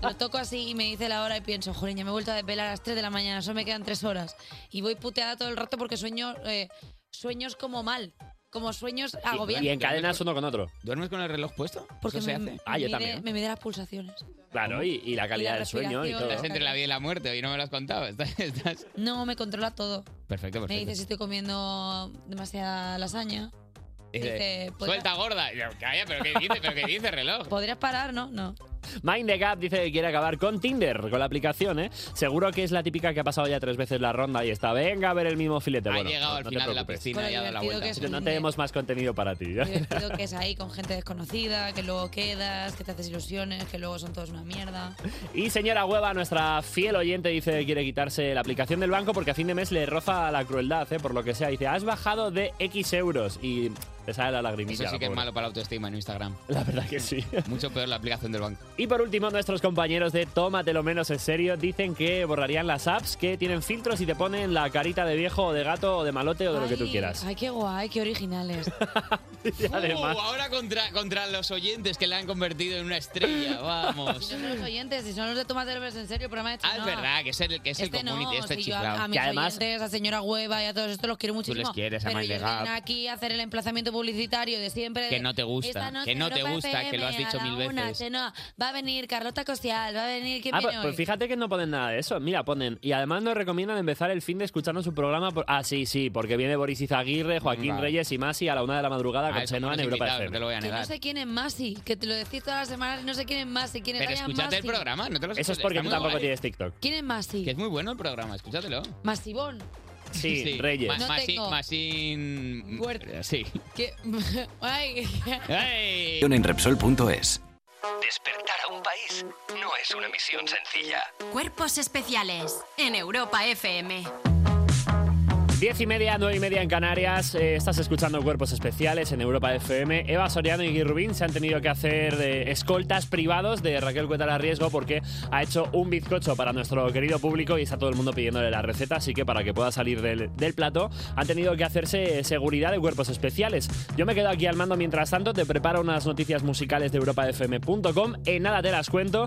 [SPEAKER 1] lo toco así y me dice la hora y pienso, joder, ya me he vuelto a desvelar a las 3 de la mañana, solo me quedan 3 horas. Y voy puteada todo el rato porque sueño eh, sueños como mal, como sueños agobiantes.
[SPEAKER 11] Y encadenas uno con otro.
[SPEAKER 2] ¿Duermes con el reloj puesto?
[SPEAKER 1] porque
[SPEAKER 11] ¿Eso se
[SPEAKER 1] me,
[SPEAKER 11] hace?
[SPEAKER 1] me
[SPEAKER 11] Ah, yo
[SPEAKER 1] mide-
[SPEAKER 11] también.
[SPEAKER 1] me mide las pulsaciones.
[SPEAKER 11] Claro, y, y la calidad
[SPEAKER 1] la
[SPEAKER 11] del sueño y todo.
[SPEAKER 1] respiración,
[SPEAKER 2] Estás entre la vida y la muerte, hoy no me lo has contado. Estás, estás-
[SPEAKER 1] No, me controla todo.
[SPEAKER 11] Ah,
[SPEAKER 2] Perfecto,
[SPEAKER 1] Me dice si
[SPEAKER 2] perfecto.
[SPEAKER 1] estoy comiendo demasiada lasaña.
[SPEAKER 2] Dice,
[SPEAKER 1] dice, pues ¿podrá-
[SPEAKER 2] Eh, Suelta gorda. Y yo, Calla, pero ¿qué dice? ¿Pero qué dice,
[SPEAKER 11] *laughs* Ah.
[SPEAKER 2] reloj?
[SPEAKER 1] ¿Podrías parar? No, no.
[SPEAKER 11] Mind the Gap dice que quiere acabar con Tinder, con la aplicación, ¿eh? Seguro que es la típica que ha pasado ya tres veces la ronda y está, venga a ver el mismo filete.
[SPEAKER 2] Ha
[SPEAKER 11] Bueno,
[SPEAKER 2] llegado
[SPEAKER 11] no,
[SPEAKER 2] al
[SPEAKER 11] no te
[SPEAKER 2] final de la
[SPEAKER 11] preocupes.
[SPEAKER 2] piscina Con lo y ha dado la divertido vuelta. que es
[SPEAKER 11] No
[SPEAKER 1] Tinder.
[SPEAKER 11] tenemos más contenido para ti. ¿ya?
[SPEAKER 1] divertido que es ahí con gente desconocida, que luego quedas, que te haces ilusiones, que luego son todos una mierda.
[SPEAKER 11] Y señora Hueva, nuestra fiel oyente, dice que quiere quitarse la aplicación del banco porque a fin de mes le roza la crueldad, ¿eh? por lo que sea. Dice, has bajado de X euros y te sale la lagrimilla.
[SPEAKER 2] Eso sí
[SPEAKER 11] la
[SPEAKER 2] que es
[SPEAKER 11] pobre.
[SPEAKER 2] malo para la autoestima en Instagram.
[SPEAKER 11] La verdad que sí.
[SPEAKER 2] *laughs* Mucho peor la aplicación del banco.
[SPEAKER 11] Y por último, nuestros compañeros de Tómatelo Menos en Serio dicen que borrarían las apps que tienen filtros y te ponen la carita de viejo o de gato o de malote o de lo que tú
[SPEAKER 1] Ay,
[SPEAKER 11] quieras.
[SPEAKER 1] Ay, qué guay, qué originales.
[SPEAKER 11] *laughs* Y además,
[SPEAKER 2] Uh, ahora contra, contra los oyentes que la han convertido en una estrella. Vamos.
[SPEAKER 1] *laughs* Si no son los oyentes, si son los de Tomás de Herbes, en serio, programa de este
[SPEAKER 2] Ah, es
[SPEAKER 1] no.
[SPEAKER 2] verdad, que es el, que es
[SPEAKER 1] Este
[SPEAKER 2] el
[SPEAKER 1] no,
[SPEAKER 2] community, este
[SPEAKER 1] si yo
[SPEAKER 2] chiflado.
[SPEAKER 1] a, a mis oyentes, a señora Hueva y a todos estos los quiero muchísimo.
[SPEAKER 2] les quieres, a
[SPEAKER 1] pero
[SPEAKER 2] Mind the
[SPEAKER 1] ellos
[SPEAKER 2] Gap.
[SPEAKER 1] vienen aquí a hacer el emplazamiento publicitario de siempre.
[SPEAKER 2] Que
[SPEAKER 1] de,
[SPEAKER 2] no te gusta,
[SPEAKER 1] "Esta noche
[SPEAKER 2] que no te
[SPEAKER 1] Europa
[SPEAKER 2] gusta, que lo has
[SPEAKER 1] FM,
[SPEAKER 2] dicho
[SPEAKER 1] a la
[SPEAKER 2] mil veces".
[SPEAKER 1] una, se no, va a venir Carlota Cosial, va a venir... ¿Quién
[SPEAKER 11] Ah, pues,
[SPEAKER 1] viene
[SPEAKER 11] pues
[SPEAKER 1] hoy?
[SPEAKER 11] fíjate que no ponen nada de eso. Mira, ponen. Y además nos recomiendan empezar el fin de escuchando su programa. por- Ah, sí, sí, porque viene Boris Izaguirre, Joaquín
[SPEAKER 2] Vale.
[SPEAKER 11] Reyes y Masi a la una de la madrugada
[SPEAKER 2] Ah,
[SPEAKER 11] con
[SPEAKER 2] eso
[SPEAKER 11] Chenoa en
[SPEAKER 2] no es
[SPEAKER 11] Europa
[SPEAKER 2] invitado,
[SPEAKER 11] FM.
[SPEAKER 2] no te lo voy a
[SPEAKER 1] Que no sé quién es Masi, que te lo decís todas las semanas, no sé quién es Masi, quién es
[SPEAKER 2] Pero
[SPEAKER 1] Ryan
[SPEAKER 2] escúchate el
[SPEAKER 1] Masi.
[SPEAKER 2] programa, no te lo
[SPEAKER 11] Eso es
[SPEAKER 2] escuches,
[SPEAKER 11] porque
[SPEAKER 2] está
[SPEAKER 11] tú
[SPEAKER 2] muy
[SPEAKER 11] tampoco
[SPEAKER 2] guay.
[SPEAKER 11] tienes TikTok.
[SPEAKER 1] ¿Quién es Masi?
[SPEAKER 2] Que es muy bueno el programa, escúchatelo.
[SPEAKER 1] Masivón.
[SPEAKER 11] Sí, Reyes.
[SPEAKER 2] Ma-
[SPEAKER 1] No
[SPEAKER 2] Masin-
[SPEAKER 1] tengo.
[SPEAKER 2] Masin-
[SPEAKER 1] Huerta.
[SPEAKER 2] Sí.
[SPEAKER 1] ¿Qué? *laughs* Ay.
[SPEAKER 5] En Repsol.es. Despertar a un país no es una misión sencilla.
[SPEAKER 6] Cuerpos especiales en Europa FM.
[SPEAKER 11] Diez y media, nueve y media en Canarias. eh, estás escuchando Cuerpos Especiales en Europa FM. Eva Soriano y Gui Rubín se han tenido que hacer eh, escoltas privados de Raquel Cuétara Riesgo porque ha hecho un bizcocho para nuestro querido público y está todo el mundo pidiéndole la receta. Así que para que pueda salir del, del plato, han tenido que hacerse eh, seguridad de Cuerpos Especiales. Yo me quedo aquí al mando mientras tanto. Te preparo unas noticias musicales de europafm.com. En nada te las cuento.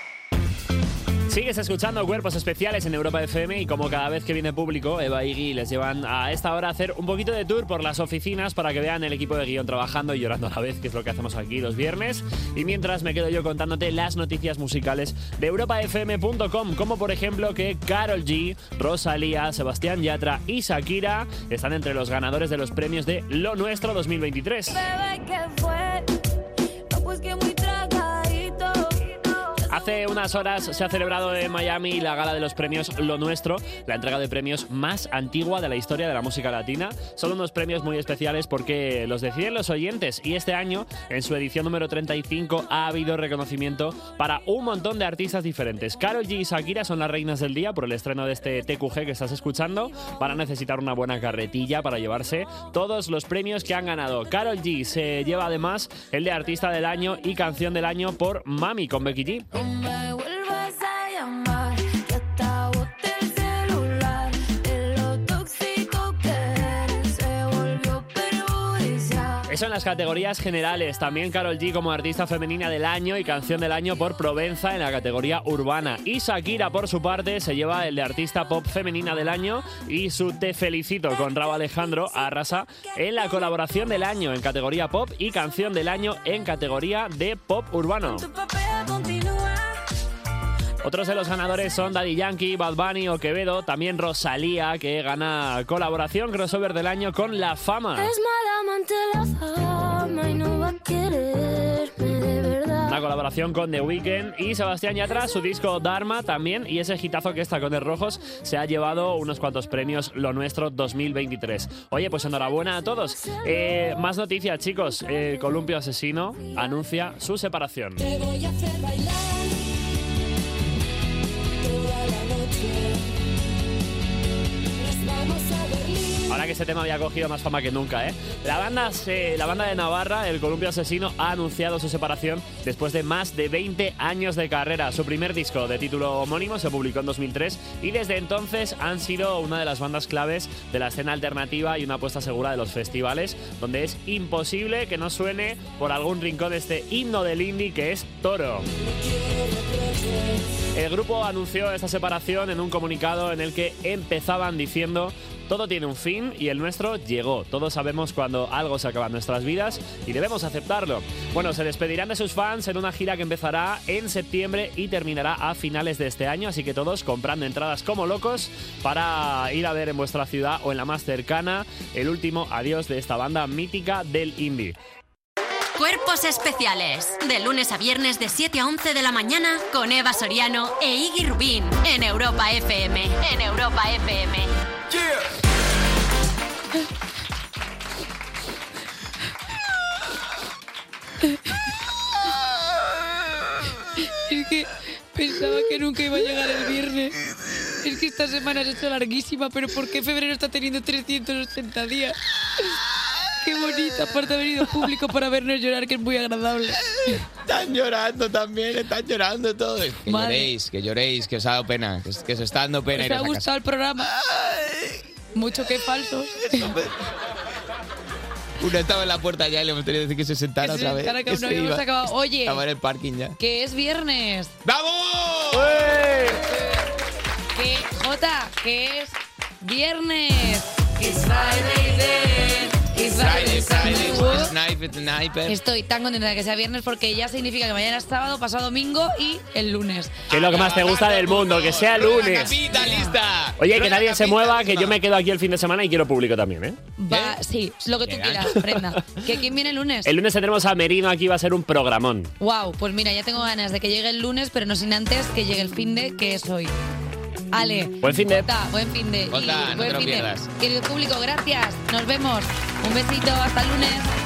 [SPEAKER 11] Sigues escuchando Cuerpos Especiales en Europa FM y como cada vez que viene público, Eva y Gui les llevan a esta hora a hacer un poquito de tour por las oficinas para que vean el equipo de guión trabajando y llorando a la vez, que es lo que hacemos aquí los viernes. Y mientras me quedo yo contándote las noticias musicales de europafm.com, como por ejemplo que Carol G, Rosalía, Sebastián Yatra y Shakira están entre los ganadores de los premios de Lo Nuestro 2023.
[SPEAKER 7] Bebé, ¿qué fue? No, pues que muy tragadito.
[SPEAKER 11] Hace unas horas se ha celebrado en Miami la gala de los premios Lo Nuestro, la entrega de premios más antigua de la historia de la música latina. Son unos premios muy especiales porque los deciden los oyentes y este año, en su edición número 35, ha habido reconocimiento para un montón de artistas diferentes. Carol G y Shakira son las reinas del día por el estreno de este TQG que estás escuchando. Van a necesitar una buena carretilla para llevarse todos los premios que han ganado. Carol G se lleva además el de Artista del Año y Canción del Año por Mami con Becky G.
[SPEAKER 7] No me vuelvas a llamar, que hasta boté el celular. De lo tóxico que eres, se volvió perjudicial.
[SPEAKER 11] Eso en las categorías generales. También Carol G como artista femenina del año y canción del año por Provenza en la categoría urbana. Y Shakira, por su parte, se lleva el de artista pop femenina del año y su Te Felicito con Rabo Alejandro arrasa en la colaboración del año en categoría pop y canción del año en categoría de pop urbano.
[SPEAKER 7] Papel continúa.
[SPEAKER 11] Otros de los ganadores son Daddy Yankee, Bad Bunny o Quevedo, también Rosalía, que gana colaboración crossover del año con La Fama.
[SPEAKER 7] Es mala amante la fama y no va a quererme de verdad.
[SPEAKER 11] La colaboración con The Weeknd y Sebastián Yatra, su disco Dharma también, y ese hitazo que es Tacones Rojos se ha llevado unos cuantos premios Lo Nuestro 2023. Oye, pues enhorabuena a todos. Eh, más noticias, chicos. El Columpio Asesino anuncia su separación.
[SPEAKER 7] Te voy a hacer bailar toda la noche. Nos vamos a Berlín.
[SPEAKER 11] Ahora que este tema había cogido más fama que nunca, ¿eh? La banda, se- la banda de Navarra, El Columpio Asesino, ha anunciado su separación después de más de 20 años de carrera. Su primer disco de título homónimo se publicó en 2003 y desde entonces han sido una de las bandas claves de la escena alternativa y una apuesta segura de los festivales, donde es imposible que no suene por algún rincón este himno del indie que es Toro. El grupo anunció esta separación en un comunicado en el que empezaban diciendo todo tiene un fin y el nuestro llegó. Todos sabemos cuando algo se acaba en nuestras vidas y debemos aceptarlo. Bueno, se despedirán de sus fans en una gira que empezará en septiembre y terminará a finales de este año, así que todos comprando entradas como locos para ir a ver en vuestra ciudad o en la más cercana el último adiós de esta banda mítica del indie.
[SPEAKER 6] Cuerpos especiales de lunes a viernes de 7 a 11 de la mañana con Eva Soriano e Iggy Rubín en Europa FM. En Europa FM.
[SPEAKER 1] *laughs* Es que pensaba que nunca iba a llegar el viernes. Es que esta semana se ha hecho larguísima, pero ¿por qué febrero está teniendo 380 días? Qué bonito, aparte ha venido público para vernos llorar, que es muy agradable.
[SPEAKER 2] Están llorando también, están llorando todos. Que
[SPEAKER 1] Madre.
[SPEAKER 2] lloréis, que lloréis, que os ha dado pena, que, os- que os está dando pena.
[SPEAKER 1] ¿Os
[SPEAKER 2] iros
[SPEAKER 1] ha
[SPEAKER 2] a casa.
[SPEAKER 1] gustado el programa? Mucho que falso.
[SPEAKER 2] Uno estaba en la puerta ya y le hemos tenido que decir que se sentara
[SPEAKER 1] Que se
[SPEAKER 2] otra
[SPEAKER 1] sentara,
[SPEAKER 2] vez.
[SPEAKER 1] que aún no habíamos acabado. Oye.
[SPEAKER 2] Estaba en el parking ya.
[SPEAKER 1] *laughs* Que es viernes.
[SPEAKER 2] ¡Vamos!
[SPEAKER 1] Que, Jota, que es viernes. It's Friday then.
[SPEAKER 2] Friday, Friday, it's night Perfect Sniper.
[SPEAKER 1] Estoy tan contenta de que sea viernes porque ya significa que mañana es sábado, pasado domingo y el lunes.
[SPEAKER 11] Que es lo que más te gusta del mundo, que sea lunes.
[SPEAKER 2] ¡Capitalista!
[SPEAKER 11] Oye, que nadie se mueva, que yo me quedo aquí el fin de semana y quiero público también, ¿eh?
[SPEAKER 1] Va, sí, lo que tú quieras, prenda. ¿Que quién viene el lunes?
[SPEAKER 11] El lunes tendremos a Merino aquí, va a ser un programón.
[SPEAKER 1] Wow, pues mira, ya tengo ganas de que llegue el lunes, pero no sin antes que llegue el fin de que es hoy. Ale.
[SPEAKER 11] Buen fin de.
[SPEAKER 1] Jota, buen fin de.
[SPEAKER 11] Jota, no te
[SPEAKER 1] buen
[SPEAKER 11] lo
[SPEAKER 1] fin de.
[SPEAKER 11] pierdas.
[SPEAKER 1] Querido público, gracias. Nos vemos. Un besito, hasta el lunes.